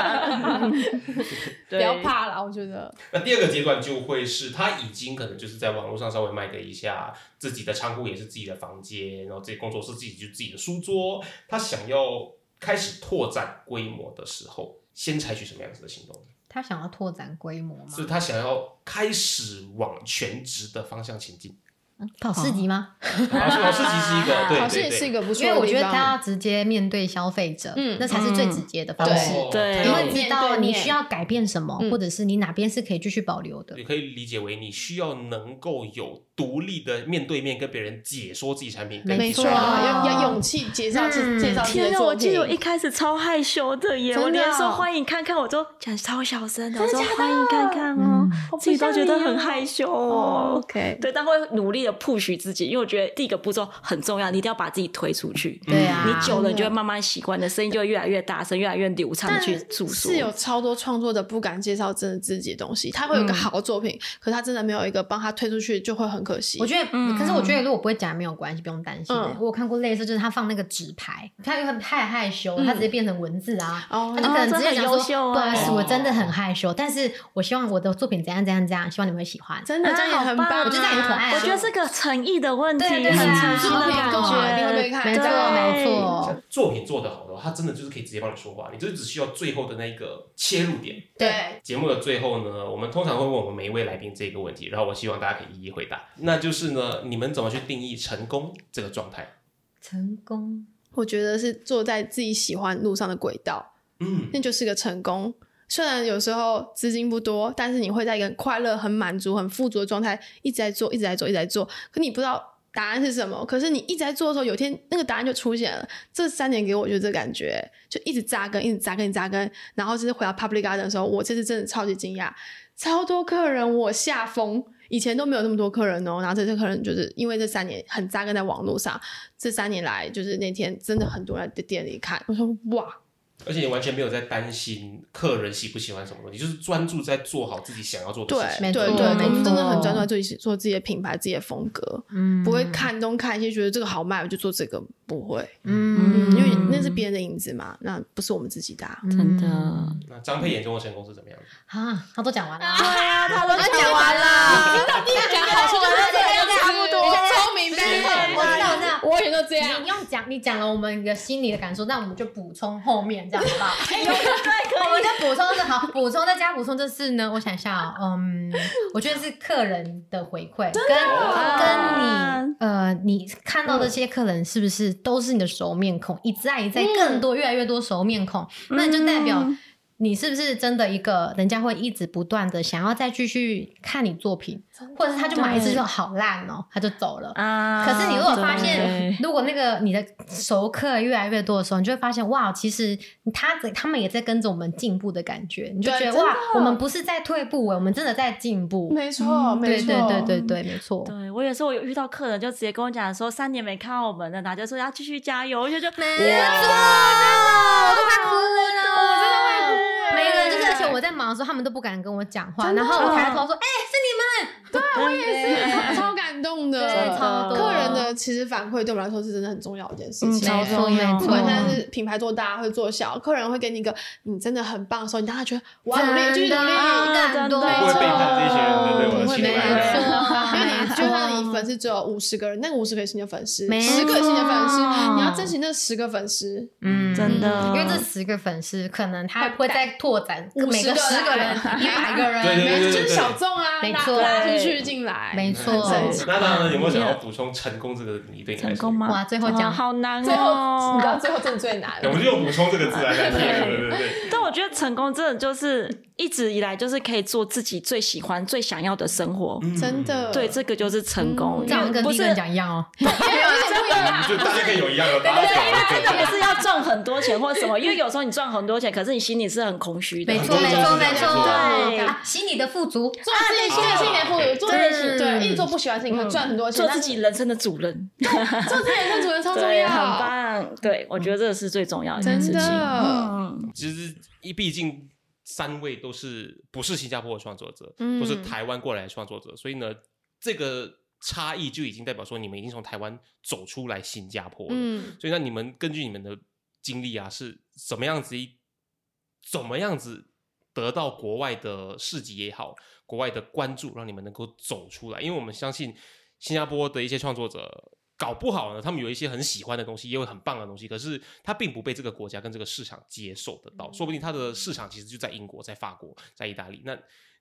[SPEAKER 3] 不
[SPEAKER 4] 对
[SPEAKER 3] 要怕啦，我觉得
[SPEAKER 1] 那第二个阶段就会是他已经可能就是在网络上稍微卖个一下，自己的仓库也是自己的房间，然后这些工作室自己就自己的书桌，他想要开始拓展规模的时候，先采取什么样子的行动？
[SPEAKER 2] 他想要拓展规模嘛
[SPEAKER 1] 所以？他想要开始往全职的方向前 进。
[SPEAKER 2] 考试级吗？
[SPEAKER 1] 老师，老师其实一个对
[SPEAKER 3] 考试
[SPEAKER 1] 对
[SPEAKER 3] 也是一
[SPEAKER 1] 对。
[SPEAKER 3] 个不错
[SPEAKER 2] 因为我
[SPEAKER 3] 的
[SPEAKER 2] 觉
[SPEAKER 3] 地
[SPEAKER 2] 得他
[SPEAKER 3] 方。
[SPEAKER 2] 要直接面对消费者，
[SPEAKER 3] 嗯
[SPEAKER 2] 那才是最直接的方式。
[SPEAKER 1] 哦
[SPEAKER 4] 对
[SPEAKER 2] 你
[SPEAKER 1] 他
[SPEAKER 3] 对
[SPEAKER 1] 要
[SPEAKER 2] 会知道你需要改变什么，
[SPEAKER 3] 嗯
[SPEAKER 2] 或者是你哪边是可以继续保留的
[SPEAKER 1] 也。可以理解为你需要能够有独立的面对面跟别人解说自己产品，跟
[SPEAKER 2] 没
[SPEAKER 3] 没错，啊
[SPEAKER 2] 错
[SPEAKER 3] 要要勇气介绍自
[SPEAKER 2] 嗯
[SPEAKER 3] 介绍自己
[SPEAKER 4] 啊天
[SPEAKER 3] 的
[SPEAKER 4] 呐，
[SPEAKER 3] 作
[SPEAKER 4] 我记
[SPEAKER 3] 品
[SPEAKER 4] 得我。一开始超害羞的耶，
[SPEAKER 3] 真的
[SPEAKER 4] 我连说
[SPEAKER 3] 哦
[SPEAKER 4] 欢迎看看我都讲超小声的，我
[SPEAKER 3] 真的
[SPEAKER 4] 说
[SPEAKER 3] 假的
[SPEAKER 4] 欢迎看看哦
[SPEAKER 2] 嗯，
[SPEAKER 3] 好不
[SPEAKER 4] 自己都觉
[SPEAKER 3] 像
[SPEAKER 4] 得
[SPEAKER 3] 你
[SPEAKER 4] 很
[SPEAKER 3] 哦
[SPEAKER 4] 害羞
[SPEAKER 3] 哦
[SPEAKER 4] 哦。
[SPEAKER 3] OK，
[SPEAKER 4] 对，但会努力的 push 自己，因为我觉得第一个步骤很重要，你一定要把自己推出去。
[SPEAKER 2] 对啊，
[SPEAKER 1] 嗯
[SPEAKER 4] 你久
[SPEAKER 3] 真的
[SPEAKER 4] 了，你就会慢慢习惯，你的声音就会越来越大声，越来越流畅的
[SPEAKER 3] 但
[SPEAKER 4] 去诉说。
[SPEAKER 3] 是有超多创作者不敢介绍真的自己的东西，他会有一个
[SPEAKER 4] 嗯
[SPEAKER 3] 好的作品，可是他真的没有一个帮他推出去，就会很可惜。
[SPEAKER 2] 我觉得，
[SPEAKER 4] 嗯
[SPEAKER 2] 可是我觉得如果不会讲也没有关系，不用担心的。
[SPEAKER 3] 嗯
[SPEAKER 2] 我有看过类似，就是他放那个纸牌，他又很太害羞，
[SPEAKER 3] 嗯
[SPEAKER 2] 他直接变成文字啊。
[SPEAKER 3] 哦
[SPEAKER 2] 他就可能直接讲
[SPEAKER 4] 哦这很优秀
[SPEAKER 2] 说：“
[SPEAKER 4] 啊
[SPEAKER 2] 不好意思，
[SPEAKER 1] 哦
[SPEAKER 2] 我真的很害羞，但是我希望我的作品怎样怎样怎样，希望你们会喜欢。”
[SPEAKER 3] 真的这样也
[SPEAKER 4] 啊
[SPEAKER 3] 很
[SPEAKER 4] 好棒
[SPEAKER 3] 棒，
[SPEAKER 4] 我觉
[SPEAKER 2] 得这样很可爱啊
[SPEAKER 4] 我觉得是个诚意的问题，
[SPEAKER 2] 对对对
[SPEAKER 4] 很
[SPEAKER 2] 啊，
[SPEAKER 4] 诚心的
[SPEAKER 3] 作品
[SPEAKER 4] 感
[SPEAKER 3] 够好一定会
[SPEAKER 4] 觉。
[SPEAKER 3] 被看
[SPEAKER 2] 没错
[SPEAKER 3] 到
[SPEAKER 2] 没错，
[SPEAKER 1] 像作品做得好的话，他真的就是可以直接帮你说话，你就只需要最后的那个切入点。
[SPEAKER 2] 对，
[SPEAKER 1] 节目的最后呢，我们通常会问我们每一位来宾这个问题，然后我希望大家可以一一回答。那就是呢，你们怎么去定义成功这个状态？
[SPEAKER 2] 成功。
[SPEAKER 3] 我觉得是坐在自己喜欢路上的轨道，
[SPEAKER 1] 嗯，
[SPEAKER 3] 那就是个成功。虽然有时候资金不多，但是你会在一个很快乐、很满足、很富足的状态一直在做，一直在做，一直在做。可你不知道答案是什么，可是你一直在做的时候，有一天那个答案就出现了。这三年给我就是这感觉，就一直扎根，一直扎根，一直扎根。然后这次回到 Public Garden 的时候，我这次真的超级惊讶，超多客人，我吓疯。以前都没有那么多客人哦，然后这次客人就是因为这三年很扎根在网络上，这三年来就是那天真的很多人在店里看，我说哇，
[SPEAKER 1] 而且你完全没有在担心客人喜不喜欢什么东西，就是专注在做好自己想要做的
[SPEAKER 7] 对
[SPEAKER 1] 事情。
[SPEAKER 2] 没
[SPEAKER 7] 对
[SPEAKER 2] 错
[SPEAKER 7] 对，我
[SPEAKER 2] 没
[SPEAKER 7] 们真的很专注
[SPEAKER 2] 错
[SPEAKER 7] 在自己做自己的品牌、自己的风格，
[SPEAKER 2] 嗯
[SPEAKER 7] 不会看东看西，觉得这个好卖我就做这个，不会，
[SPEAKER 2] 嗯嗯
[SPEAKER 7] 因为那是别人的影子嘛，那不是我们自己的啊。
[SPEAKER 2] 真的
[SPEAKER 1] 那张佩眼中的成功是怎么样的？
[SPEAKER 2] 啊，他都讲完了。
[SPEAKER 4] 啊，他都
[SPEAKER 2] 讲完了，
[SPEAKER 3] 讲好处就是这样子，
[SPEAKER 4] 差不多
[SPEAKER 3] 聪明
[SPEAKER 2] 对对对我知道我知道
[SPEAKER 3] 我以前都这样
[SPEAKER 2] 你。用讲，你讲了我们的心里的感受，那我们就补充后面，这样好不好？我们就补充这好，补充再加补充，这是呢，我想一下哦、嗯，我觉得是客人的回馈，跟
[SPEAKER 3] 啊
[SPEAKER 2] 跟你呃，你看到这些客人是不是都是你的熟面孔，一再一再更多，越来越多熟面孔，
[SPEAKER 3] 嗯
[SPEAKER 2] 那你就代表。你是不是真的一个人家会一直不断的想要再继续看你作品，或者是他就买一次就好烂哦，他就走了。
[SPEAKER 4] 啊
[SPEAKER 2] 可是你如果发现，如果那个你的熟客越来越多的时候，你就会发现，哇，其实他在他们也在跟着我们进步的感觉，你就觉
[SPEAKER 7] 对
[SPEAKER 2] 得哇，我们不是在退步，我们真的在进步。
[SPEAKER 7] 没错，没
[SPEAKER 2] 对
[SPEAKER 7] 错，
[SPEAKER 2] 对对对对，没错。
[SPEAKER 4] 对我有时候我有遇到客人就直接跟我讲说三年没看到我们了，然后就说要继续加油，我就觉得
[SPEAKER 2] 没错，真的，我都快哭了，
[SPEAKER 7] 我真的会哭
[SPEAKER 2] 每个人就是，而且我在忙的时候，他们都不敢跟我讲话，然后我抬头说：“哎，是你们。”对，我也
[SPEAKER 7] 超超感动
[SPEAKER 2] 对，
[SPEAKER 7] 的。
[SPEAKER 2] 超多
[SPEAKER 7] 客人的其实反馈对我们来说是真的很重要的一件事
[SPEAKER 4] 嗯
[SPEAKER 7] 情，
[SPEAKER 4] 超
[SPEAKER 2] 没错
[SPEAKER 4] 重要
[SPEAKER 2] 没
[SPEAKER 7] 不
[SPEAKER 2] 错
[SPEAKER 7] 管现在是品牌做大或者做小，客人会给你一个你真的很棒的时候，你让他觉得我要努力，继续努力。
[SPEAKER 2] 真的啊很多，
[SPEAKER 1] 不会背叛这些人对对我的
[SPEAKER 2] 不会
[SPEAKER 1] 期
[SPEAKER 2] 没
[SPEAKER 1] 待
[SPEAKER 2] 错，
[SPEAKER 7] 哦因为你就算你粉丝只有五十个人，那个五十个也是你的粉丝，
[SPEAKER 2] 没
[SPEAKER 7] 十个也是你的粉丝，
[SPEAKER 2] 错
[SPEAKER 7] 你要珍惜那十个粉丝。
[SPEAKER 2] 嗯，
[SPEAKER 4] 真的
[SPEAKER 2] 因为这十个粉丝可能他会再拓展每
[SPEAKER 7] 50
[SPEAKER 2] 个
[SPEAKER 7] 个
[SPEAKER 2] 十个人、啊
[SPEAKER 7] 啦
[SPEAKER 2] 一百个人，
[SPEAKER 1] 对对对
[SPEAKER 7] 没
[SPEAKER 1] 对
[SPEAKER 7] 就
[SPEAKER 1] 对
[SPEAKER 7] 是小众啊，
[SPEAKER 2] 没
[SPEAKER 7] 拉
[SPEAKER 2] 错
[SPEAKER 7] 拉出去进来，
[SPEAKER 2] 没错
[SPEAKER 7] 很神奇
[SPEAKER 1] 那当然了，有没有想要补充成功这个定义对你来
[SPEAKER 4] 嗯成
[SPEAKER 1] 说？
[SPEAKER 4] 功吗？
[SPEAKER 2] 哇最后讲
[SPEAKER 4] 哇好难
[SPEAKER 7] 最
[SPEAKER 4] 哦
[SPEAKER 7] 后，你知道最后真的最难
[SPEAKER 1] 对，我
[SPEAKER 7] 了
[SPEAKER 1] 们。就用补充这个字 来代替，对对对。
[SPEAKER 4] 但我觉得成功真的就是一直以来就是可以做自己最喜欢、最想要的生活。
[SPEAKER 3] 嗯
[SPEAKER 7] 真的，
[SPEAKER 4] 嗯对，这个就是成功，
[SPEAKER 2] 嗯这样跟
[SPEAKER 4] 不
[SPEAKER 2] 第一
[SPEAKER 4] 是
[SPEAKER 2] 个人讲一样哦，
[SPEAKER 1] 就大家可以有一样的啊八
[SPEAKER 4] 因为真的
[SPEAKER 1] 九
[SPEAKER 4] 不是要赚很多钱或什么，因为有时候你赚很多钱，可是你心里是很空虚的。
[SPEAKER 2] 没错
[SPEAKER 1] 很多
[SPEAKER 2] 没
[SPEAKER 1] 人
[SPEAKER 2] 错
[SPEAKER 1] 都是
[SPEAKER 2] 没
[SPEAKER 1] 这
[SPEAKER 2] 错，
[SPEAKER 1] 样
[SPEAKER 4] 做对
[SPEAKER 2] 啊心里的富足，
[SPEAKER 7] 做自己心里心里的富有，做自己对，一直做不喜欢的事情，可以赚很多钱，
[SPEAKER 4] 做自己人生的 主人，
[SPEAKER 7] 但做自己人生主人超重
[SPEAKER 4] 对，很
[SPEAKER 7] 要，
[SPEAKER 4] 棒。对，我觉得这个是最重要的一件
[SPEAKER 7] 真
[SPEAKER 4] 事情。
[SPEAKER 7] 的。
[SPEAKER 4] 嗯，
[SPEAKER 1] 其实一毕竟三位都是不是新加坡的创作者，
[SPEAKER 7] 嗯
[SPEAKER 1] 都是台湾过来的创作者，所以呢，这个差异就已经代表说你们已经从台湾走出来新加坡了。
[SPEAKER 7] 嗯，
[SPEAKER 1] 所以那你们根据你们的经历啊，是怎么样子一怎么样子得到国外的市集也好，国外的关注，让你们能够走出来？因为我们相信新加坡的一些创作者。搞不好呢，他们有一些很喜欢的东西，也有很棒的东西，可是他并不被这个国家跟这个市场接受得到。说不定他的市场其实就在英国、在法国、在意大利。那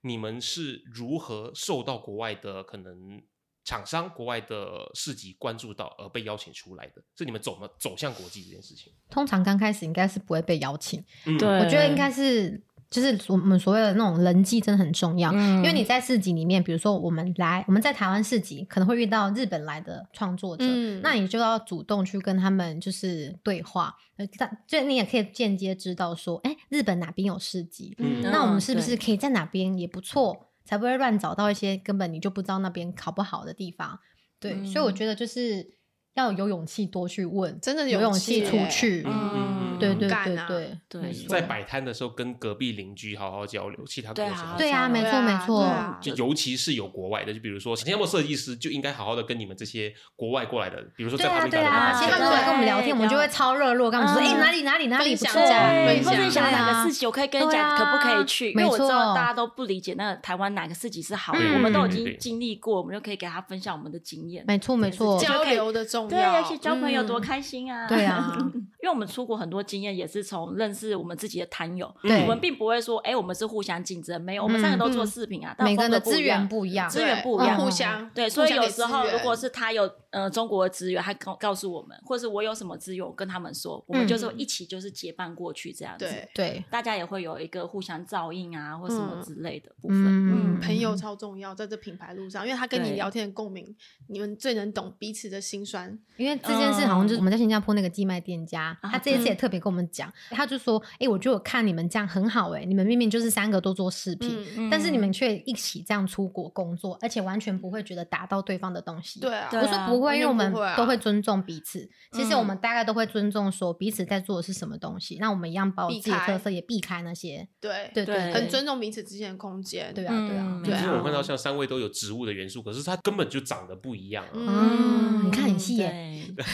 [SPEAKER 1] 你们是如何受到国外的可能厂商、国外的市集关注到而被邀请出来的？是你们走么走向国际这件事情？
[SPEAKER 2] 通常刚开始应该是不会被邀请，
[SPEAKER 1] 嗯
[SPEAKER 4] 对，
[SPEAKER 2] 我觉得应该是。就是我们所谓的那种人际真的很重要，
[SPEAKER 4] 嗯
[SPEAKER 2] 因为你在市集里面，比如说我们来，我们在台湾市集可能会遇到日本来的创作者，
[SPEAKER 7] 嗯
[SPEAKER 2] 那你就要主动去跟他们就是对话，呃，但就你也可以间接知道说，哎、日本哪边有市集，
[SPEAKER 1] 嗯
[SPEAKER 2] 那我们是不
[SPEAKER 4] 对
[SPEAKER 2] 是可以在哪边也不错，才不会乱找到一些根本你就不知道那边考不好的地方？对，所以我觉得就是要有勇气多去问，
[SPEAKER 7] 嗯真的
[SPEAKER 2] 有
[SPEAKER 7] 勇
[SPEAKER 2] 气
[SPEAKER 7] 气
[SPEAKER 2] 出
[SPEAKER 7] 耶
[SPEAKER 2] 去。
[SPEAKER 1] 嗯
[SPEAKER 2] 对对
[SPEAKER 7] 敢
[SPEAKER 2] 对
[SPEAKER 7] 啊
[SPEAKER 2] 对
[SPEAKER 4] 对
[SPEAKER 2] 没错
[SPEAKER 1] 在摆摊的时候跟隔壁邻居好好交流，其他
[SPEAKER 4] 对
[SPEAKER 1] 国
[SPEAKER 4] 啊
[SPEAKER 1] 家。
[SPEAKER 2] 对啊，没
[SPEAKER 7] 对
[SPEAKER 2] 错
[SPEAKER 7] 啊
[SPEAKER 2] 没错
[SPEAKER 7] 对，啊
[SPEAKER 1] 就尤其是有国外的，就比如说新加坡设计师就应该好好的跟你们这些国外过来的，比如说
[SPEAKER 2] 对
[SPEAKER 1] 在旁
[SPEAKER 2] 啊
[SPEAKER 1] 边
[SPEAKER 2] 对
[SPEAKER 1] 打
[SPEAKER 2] 啊，
[SPEAKER 1] 的马
[SPEAKER 2] 其实
[SPEAKER 1] 赛
[SPEAKER 2] 他们过来跟我们聊
[SPEAKER 4] 对
[SPEAKER 2] 天，我们就会
[SPEAKER 4] 聊
[SPEAKER 2] 超热络，跟他们说，
[SPEAKER 4] 嗯
[SPEAKER 2] 哎，哪里哪里哪里不
[SPEAKER 7] 分享
[SPEAKER 2] 错
[SPEAKER 7] 一下
[SPEAKER 2] 啊，
[SPEAKER 7] 分享
[SPEAKER 4] 对，或者你想
[SPEAKER 2] 对啊
[SPEAKER 4] 哪个市集，我可以跟你
[SPEAKER 2] 对
[SPEAKER 4] 讲
[SPEAKER 2] 啊
[SPEAKER 4] 可不可以去，因为
[SPEAKER 2] 没
[SPEAKER 4] 我知道
[SPEAKER 2] 错
[SPEAKER 4] 大家都不理解那个台湾哪个市集是好的，
[SPEAKER 1] 嗯
[SPEAKER 4] 我们都
[SPEAKER 1] 对
[SPEAKER 4] 已
[SPEAKER 1] 对
[SPEAKER 4] 经
[SPEAKER 1] 对
[SPEAKER 4] 经历过，我们就可以给他分享我们的经验。
[SPEAKER 2] 没错没错，
[SPEAKER 7] 交流的重
[SPEAKER 4] 对，
[SPEAKER 7] 要，
[SPEAKER 4] 而且交朋友多
[SPEAKER 7] 嗯
[SPEAKER 4] 开心啊！
[SPEAKER 2] 对啊，
[SPEAKER 4] 因为我们出国很多经验也是从认识我们自己的摊友，
[SPEAKER 2] 对嗯
[SPEAKER 4] 我们并不会说，哎、我们是互相竞争，没有，我们三个都做饰品啊，但
[SPEAKER 2] 每个人的
[SPEAKER 4] 风格
[SPEAKER 2] 资
[SPEAKER 4] 不一样
[SPEAKER 2] 源不一样，
[SPEAKER 4] 资源不一哦
[SPEAKER 2] 样
[SPEAKER 7] 对嗯互相
[SPEAKER 4] 对，所以
[SPEAKER 7] 互相
[SPEAKER 4] 有
[SPEAKER 7] 给
[SPEAKER 4] 时候
[SPEAKER 7] 资源
[SPEAKER 4] 如果是他有呃中国的资源，他告告诉我们，或是我有什么资源，我跟他们说，我们
[SPEAKER 2] 嗯
[SPEAKER 4] 就是一起就是结伴过去这样子，
[SPEAKER 7] 对嗯
[SPEAKER 2] 对，
[SPEAKER 4] 大家也会有一个互相照应啊，或什么之类的部分。
[SPEAKER 2] 嗯，
[SPEAKER 7] 朋友超重要，在这品牌路上，因为他跟你
[SPEAKER 4] 对
[SPEAKER 7] 聊天的共鸣，你们最能懂彼此的辛酸。
[SPEAKER 2] 因为这件事好像就是我们在新加坡那个寄卖店家，他这一次也特别跟我们讲，他就说：“哎、我觉得我看你们这样很好、哎，你们明明就是三个都做饰品，
[SPEAKER 7] 嗯
[SPEAKER 4] 嗯
[SPEAKER 2] 但是你们却一起这样出国工作，而且完全不会觉得打到对方的东西。”
[SPEAKER 7] 对啊，
[SPEAKER 4] 对
[SPEAKER 2] 我说不不会，因为我
[SPEAKER 3] 完
[SPEAKER 2] 们
[SPEAKER 3] 全不会啊
[SPEAKER 2] 都会尊重彼此。其实
[SPEAKER 3] 嗯
[SPEAKER 2] 我们大概都会尊重说彼此在做的是什么东西，那我们一样把我
[SPEAKER 3] 避
[SPEAKER 2] 自己的
[SPEAKER 3] 开
[SPEAKER 2] 特色也避开那些。
[SPEAKER 3] 对，
[SPEAKER 2] 对
[SPEAKER 4] 对
[SPEAKER 3] 很尊重彼此之间的空间。
[SPEAKER 2] 对啊，对啊
[SPEAKER 4] 嗯，
[SPEAKER 1] 其
[SPEAKER 3] 对
[SPEAKER 1] 实
[SPEAKER 3] 啊
[SPEAKER 1] 我看到像三位都有植物的元素，可是它根本就长得不一样啊。
[SPEAKER 2] 嗯，你看很细耶，
[SPEAKER 4] 对，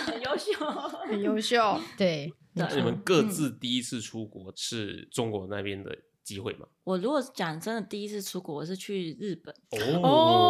[SPEAKER 4] 很优秀，
[SPEAKER 3] 很优秀。
[SPEAKER 2] 对，没
[SPEAKER 1] 那
[SPEAKER 4] 对
[SPEAKER 1] 你
[SPEAKER 2] 错
[SPEAKER 1] 们各自第一次出国是中国那边的机会吗？
[SPEAKER 4] 我如果讲真的，第一次出国我是去日本，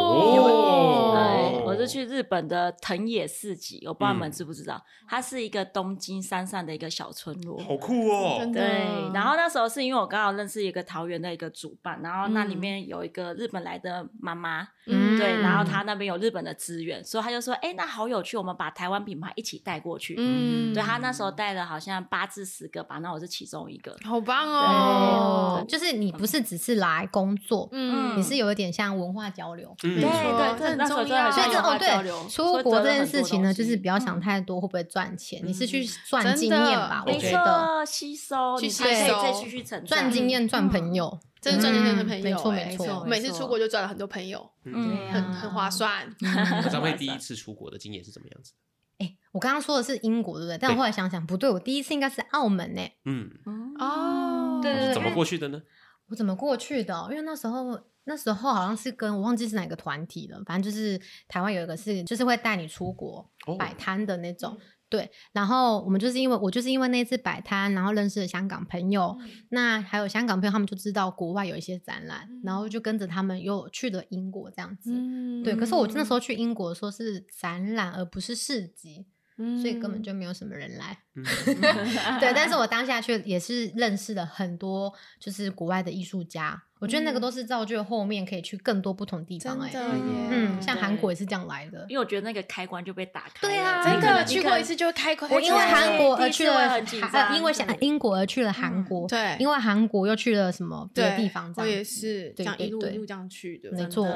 [SPEAKER 3] 哦
[SPEAKER 4] 对，哎我是去日本的藤野市集，我不知道你们
[SPEAKER 3] 嗯
[SPEAKER 4] 知不知道，它是一个东京山上的一个小村落。
[SPEAKER 1] 好酷哦
[SPEAKER 3] 真！的
[SPEAKER 4] 对，然后那时候是因为我刚好认识一个桃园的一个主办，然后那里
[SPEAKER 3] 嗯
[SPEAKER 4] 面有一个日本来的妈妈，
[SPEAKER 2] 嗯
[SPEAKER 4] 对，然后他那边有日本的资源，所以他就说，哎、那好有趣，我们把台湾品牌一起带过去。
[SPEAKER 3] 嗯，
[SPEAKER 4] 对他那时候带了好像八至十个吧，那我是其中一个。
[SPEAKER 3] 好棒
[SPEAKER 2] 哦
[SPEAKER 3] 哦，，
[SPEAKER 2] 就是你不是只是来工作，
[SPEAKER 3] 嗯
[SPEAKER 2] 你是有一点像文化交流。
[SPEAKER 1] 嗯
[SPEAKER 3] 没
[SPEAKER 4] 对
[SPEAKER 3] 错
[SPEAKER 4] 对
[SPEAKER 3] 这很
[SPEAKER 4] 那时候
[SPEAKER 3] 重
[SPEAKER 4] 真的
[SPEAKER 3] 要
[SPEAKER 4] 很
[SPEAKER 2] 所以
[SPEAKER 4] 有
[SPEAKER 2] 这哦
[SPEAKER 4] 文化交
[SPEAKER 2] 对
[SPEAKER 4] 流，
[SPEAKER 2] 出国这件事情呢，
[SPEAKER 4] 所
[SPEAKER 2] 就
[SPEAKER 4] 以
[SPEAKER 2] 是
[SPEAKER 4] 得了很多东西
[SPEAKER 2] 不要想太多会不会赚钱，你是去赚
[SPEAKER 3] 真
[SPEAKER 2] 经
[SPEAKER 3] 的
[SPEAKER 2] 验吧？我
[SPEAKER 4] 没
[SPEAKER 2] 觉得
[SPEAKER 4] 错，啊吸收，
[SPEAKER 3] 去
[SPEAKER 4] 你才可
[SPEAKER 2] 吸
[SPEAKER 4] 以
[SPEAKER 3] 收
[SPEAKER 4] 再继续成长。
[SPEAKER 2] 赚经 验赚朋友，
[SPEAKER 3] 真的赚钱真的朋
[SPEAKER 2] 嗯没
[SPEAKER 3] 友
[SPEAKER 2] 错
[SPEAKER 3] 欸，
[SPEAKER 2] 没错嗯
[SPEAKER 3] 我每次出国就赚了很多朋友，
[SPEAKER 4] 嗯，
[SPEAKER 2] 对
[SPEAKER 4] 对
[SPEAKER 2] 啊
[SPEAKER 3] 很很划算。
[SPEAKER 1] 那 张佩第一次出国的经验是怎么样子？
[SPEAKER 2] 哎，我刚刚说的是英国对不对？但我后来想想不对，我第一次应该是澳门欸呢。
[SPEAKER 1] 嗯，
[SPEAKER 3] 哦
[SPEAKER 2] 对对
[SPEAKER 1] 是
[SPEAKER 2] 对，
[SPEAKER 1] 怎么
[SPEAKER 2] 因为
[SPEAKER 1] 过去的呢？
[SPEAKER 2] 我怎么过去的哦？因为那时候那时候好像是跟我忘记是哪个团体了，反正就是台湾有一个是就是会带你出国
[SPEAKER 1] 哦
[SPEAKER 2] 摆摊的那种。对，然后我们就是因为我就是因为那次摆摊，然后认识了香港朋友，那还有香港朋友他们就知道国外有一些展览，然后就跟着他们又去了英国这样子。
[SPEAKER 3] 嗯
[SPEAKER 2] 对，可是我那时候去英国说是展览，而不是市集，
[SPEAKER 3] 嗯
[SPEAKER 2] 所以根本
[SPEAKER 3] 就
[SPEAKER 2] 就没有什么人来。
[SPEAKER 1] 嗯
[SPEAKER 2] 对，但是我当下却也是认识了很多就是国外的艺术家，我觉得那个都是造就后面可以去更多不同地
[SPEAKER 3] 嗯真
[SPEAKER 2] 方、
[SPEAKER 3] 的
[SPEAKER 2] 欸。
[SPEAKER 3] 耶，
[SPEAKER 2] 嗯，像
[SPEAKER 4] 对
[SPEAKER 2] 韩国也是这样来的。
[SPEAKER 4] 因为我觉得那个开关就被打开了。
[SPEAKER 2] 对啊
[SPEAKER 4] 你
[SPEAKER 3] 真
[SPEAKER 4] 可
[SPEAKER 3] 的
[SPEAKER 4] 能
[SPEAKER 3] 去过一，次就会开口，
[SPEAKER 2] 我因为韩国而
[SPEAKER 4] 对第一
[SPEAKER 2] 去
[SPEAKER 4] 次会
[SPEAKER 2] 了
[SPEAKER 4] 很紧
[SPEAKER 2] 韩，
[SPEAKER 4] 张
[SPEAKER 2] 呃因为想
[SPEAKER 4] 对
[SPEAKER 2] 英国而去了韩国，
[SPEAKER 3] 嗯对
[SPEAKER 2] 因为韩国又去了什么别的
[SPEAKER 3] 对
[SPEAKER 2] 地方，这
[SPEAKER 3] 我也
[SPEAKER 2] 样子
[SPEAKER 3] 是这
[SPEAKER 2] 对
[SPEAKER 3] 样
[SPEAKER 2] 对
[SPEAKER 3] 一路
[SPEAKER 2] 对
[SPEAKER 3] 一路这样去的。哦
[SPEAKER 2] 没
[SPEAKER 4] 你
[SPEAKER 2] 错
[SPEAKER 4] 做，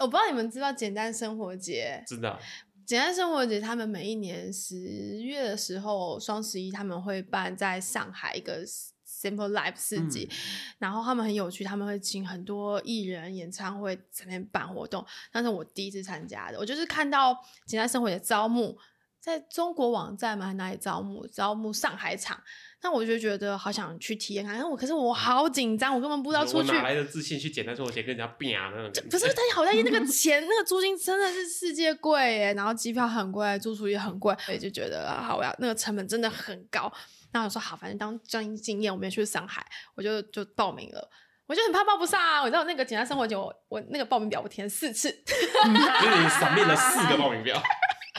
[SPEAKER 3] 我不知道你们知不知道简单生活节，
[SPEAKER 1] 知道，
[SPEAKER 3] 简单生活节，他们每一年十月的时候，双十一他们会办在上海一个 Simple Life 市集，
[SPEAKER 2] 嗯
[SPEAKER 3] 然后他们很有趣，他们会请很多艺人演唱会在那边办活动，那是我第一次参加的，我就是看到简单生活节招募。在中国网站嘛，还哪里招募？招募上海场，那我就觉得好想去体验看看。但我可是我好紧张，我根本不知道出
[SPEAKER 1] 我
[SPEAKER 3] 去。
[SPEAKER 1] 哪来的自信去简单说我先跟人家比啊那种感觉？
[SPEAKER 3] 不是，但好在那个钱，那个租金真的是世界贵耶，然后机票很贵，住宿也很贵，所以就觉得啊好，我要那个成本真的很高。那我说好，反正当经经验，我没有去上海，我就就报名了。我就很怕报不上啊！我知道那个简单生活节，我我那个报名表我填四次，
[SPEAKER 1] 因为你闪面了四个报名表，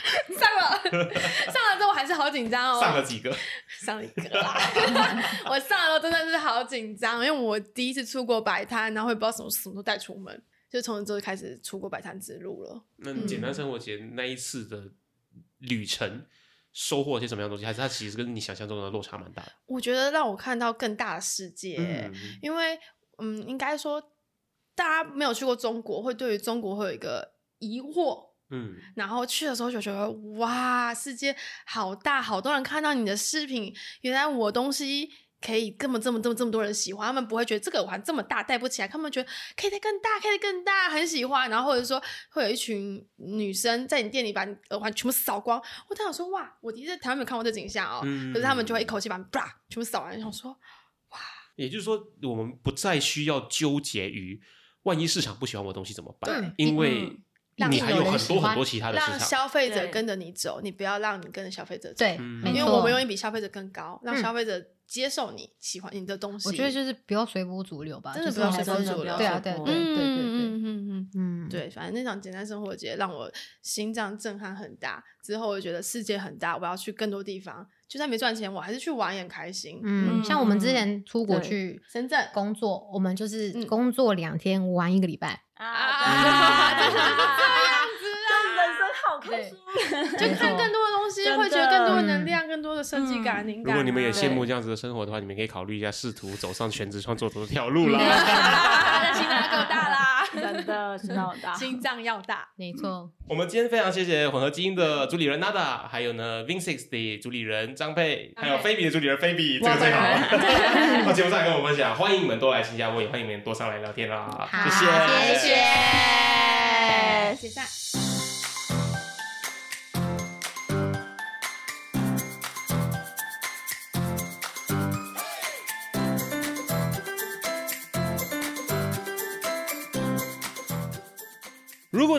[SPEAKER 3] 上了，上了之后我还是好紧张 哦。
[SPEAKER 1] 上了几个？
[SPEAKER 3] 上一个啦，我上了真的是好紧张，因为我第一次出国摆摊，然后也不知道什么什么都带出门，就从这开始出国摆摊之路了。
[SPEAKER 1] 那你简单生活节那一次的旅程收获了些什么样的东西？还是它其实跟你想象中的落差蛮大的？
[SPEAKER 3] 我觉得让我看到更大的世界，欸
[SPEAKER 1] 嗯，
[SPEAKER 3] 因为嗯，应该说大家没有去过中国，会对于中国会有一个疑惑。
[SPEAKER 1] 嗯，
[SPEAKER 3] 然后去的时候就觉得哇，世界好大，好多人看到你的视频，原来我东西可以这么这么这么这么多人喜欢，他们不会觉得这个玩这么大带不起来，他们觉得可以再更大，可以再更大，很喜欢。然后或者说会有一群女生在你店里把你耳环全部扫光，我当时想说哇，我第一次在台湾没有看过这景象哦，
[SPEAKER 1] 嗯
[SPEAKER 3] 可是他们就会一口气把你啪全部扫完，想说
[SPEAKER 1] 也就是说，我们不再需要纠结于万一市场不喜欢我的东西怎么办，因为
[SPEAKER 4] 嗯
[SPEAKER 2] 让
[SPEAKER 1] 你还有
[SPEAKER 2] 有人
[SPEAKER 1] 很
[SPEAKER 2] 喜
[SPEAKER 1] 多
[SPEAKER 2] 欢
[SPEAKER 1] 很多其他的市
[SPEAKER 3] 让
[SPEAKER 1] 场。
[SPEAKER 3] 消费者
[SPEAKER 4] 对
[SPEAKER 3] 跟着你走，你不要让你跟着消费者走。
[SPEAKER 2] 对，
[SPEAKER 1] 嗯
[SPEAKER 2] 没
[SPEAKER 3] 因为
[SPEAKER 2] 错
[SPEAKER 3] 我们永远比消费者更高，让
[SPEAKER 2] 嗯
[SPEAKER 3] 消费者接受你喜欢你的东西。
[SPEAKER 2] 我觉得就是不要随波逐流吧，
[SPEAKER 3] 真的
[SPEAKER 2] 就是
[SPEAKER 3] 不要
[SPEAKER 2] 还
[SPEAKER 3] 随波
[SPEAKER 2] 是
[SPEAKER 3] 逐流
[SPEAKER 2] 对啊，对啊
[SPEAKER 4] 嗯
[SPEAKER 2] 对对对对，
[SPEAKER 3] 嗯嗯嗯
[SPEAKER 2] 嗯，
[SPEAKER 3] 对，反正那场简单生活节让我心脏震撼很大。之后我觉得世界很大，我要去更多地方，就算没赚钱，我还是去玩也很开心。
[SPEAKER 2] 嗯，
[SPEAKER 4] 嗯
[SPEAKER 2] 像我们之前出国
[SPEAKER 4] 对
[SPEAKER 2] 去
[SPEAKER 3] 深圳
[SPEAKER 2] 工作，我们就是
[SPEAKER 3] 嗯
[SPEAKER 2] 工作两天玩一个礼拜，
[SPEAKER 3] 啊
[SPEAKER 4] 啊，
[SPEAKER 2] 对
[SPEAKER 4] 真 的是 这样
[SPEAKER 3] 是
[SPEAKER 4] 人生好啊开心。
[SPEAKER 3] 啊就看更多的东西，
[SPEAKER 4] 真的
[SPEAKER 3] 会觉得更多的能量，更多的设计感、灵感啊。
[SPEAKER 1] 如果你们也羡慕
[SPEAKER 4] 对
[SPEAKER 1] 这样子的生活的话，你们可以考虑一下试图走上全职创作者这条路啦。
[SPEAKER 4] 那
[SPEAKER 3] 心脏够大啦，
[SPEAKER 4] 真 的，真的很大。
[SPEAKER 3] 心脏要大。
[SPEAKER 2] 没错，
[SPEAKER 1] 我们今天非常谢谢混合基因的主理人 Nada，还有呢 Vinsix 的主理人张佩，还有菲比的主理人菲比，这个最好。啊 到节目上来跟我们分享，欢迎你们多来新加坡，也欢迎你们多上来聊天啦，
[SPEAKER 2] 好
[SPEAKER 1] 谢
[SPEAKER 2] 谢谢
[SPEAKER 8] 谢
[SPEAKER 4] 谢。
[SPEAKER 9] 解散。
[SPEAKER 1] 如果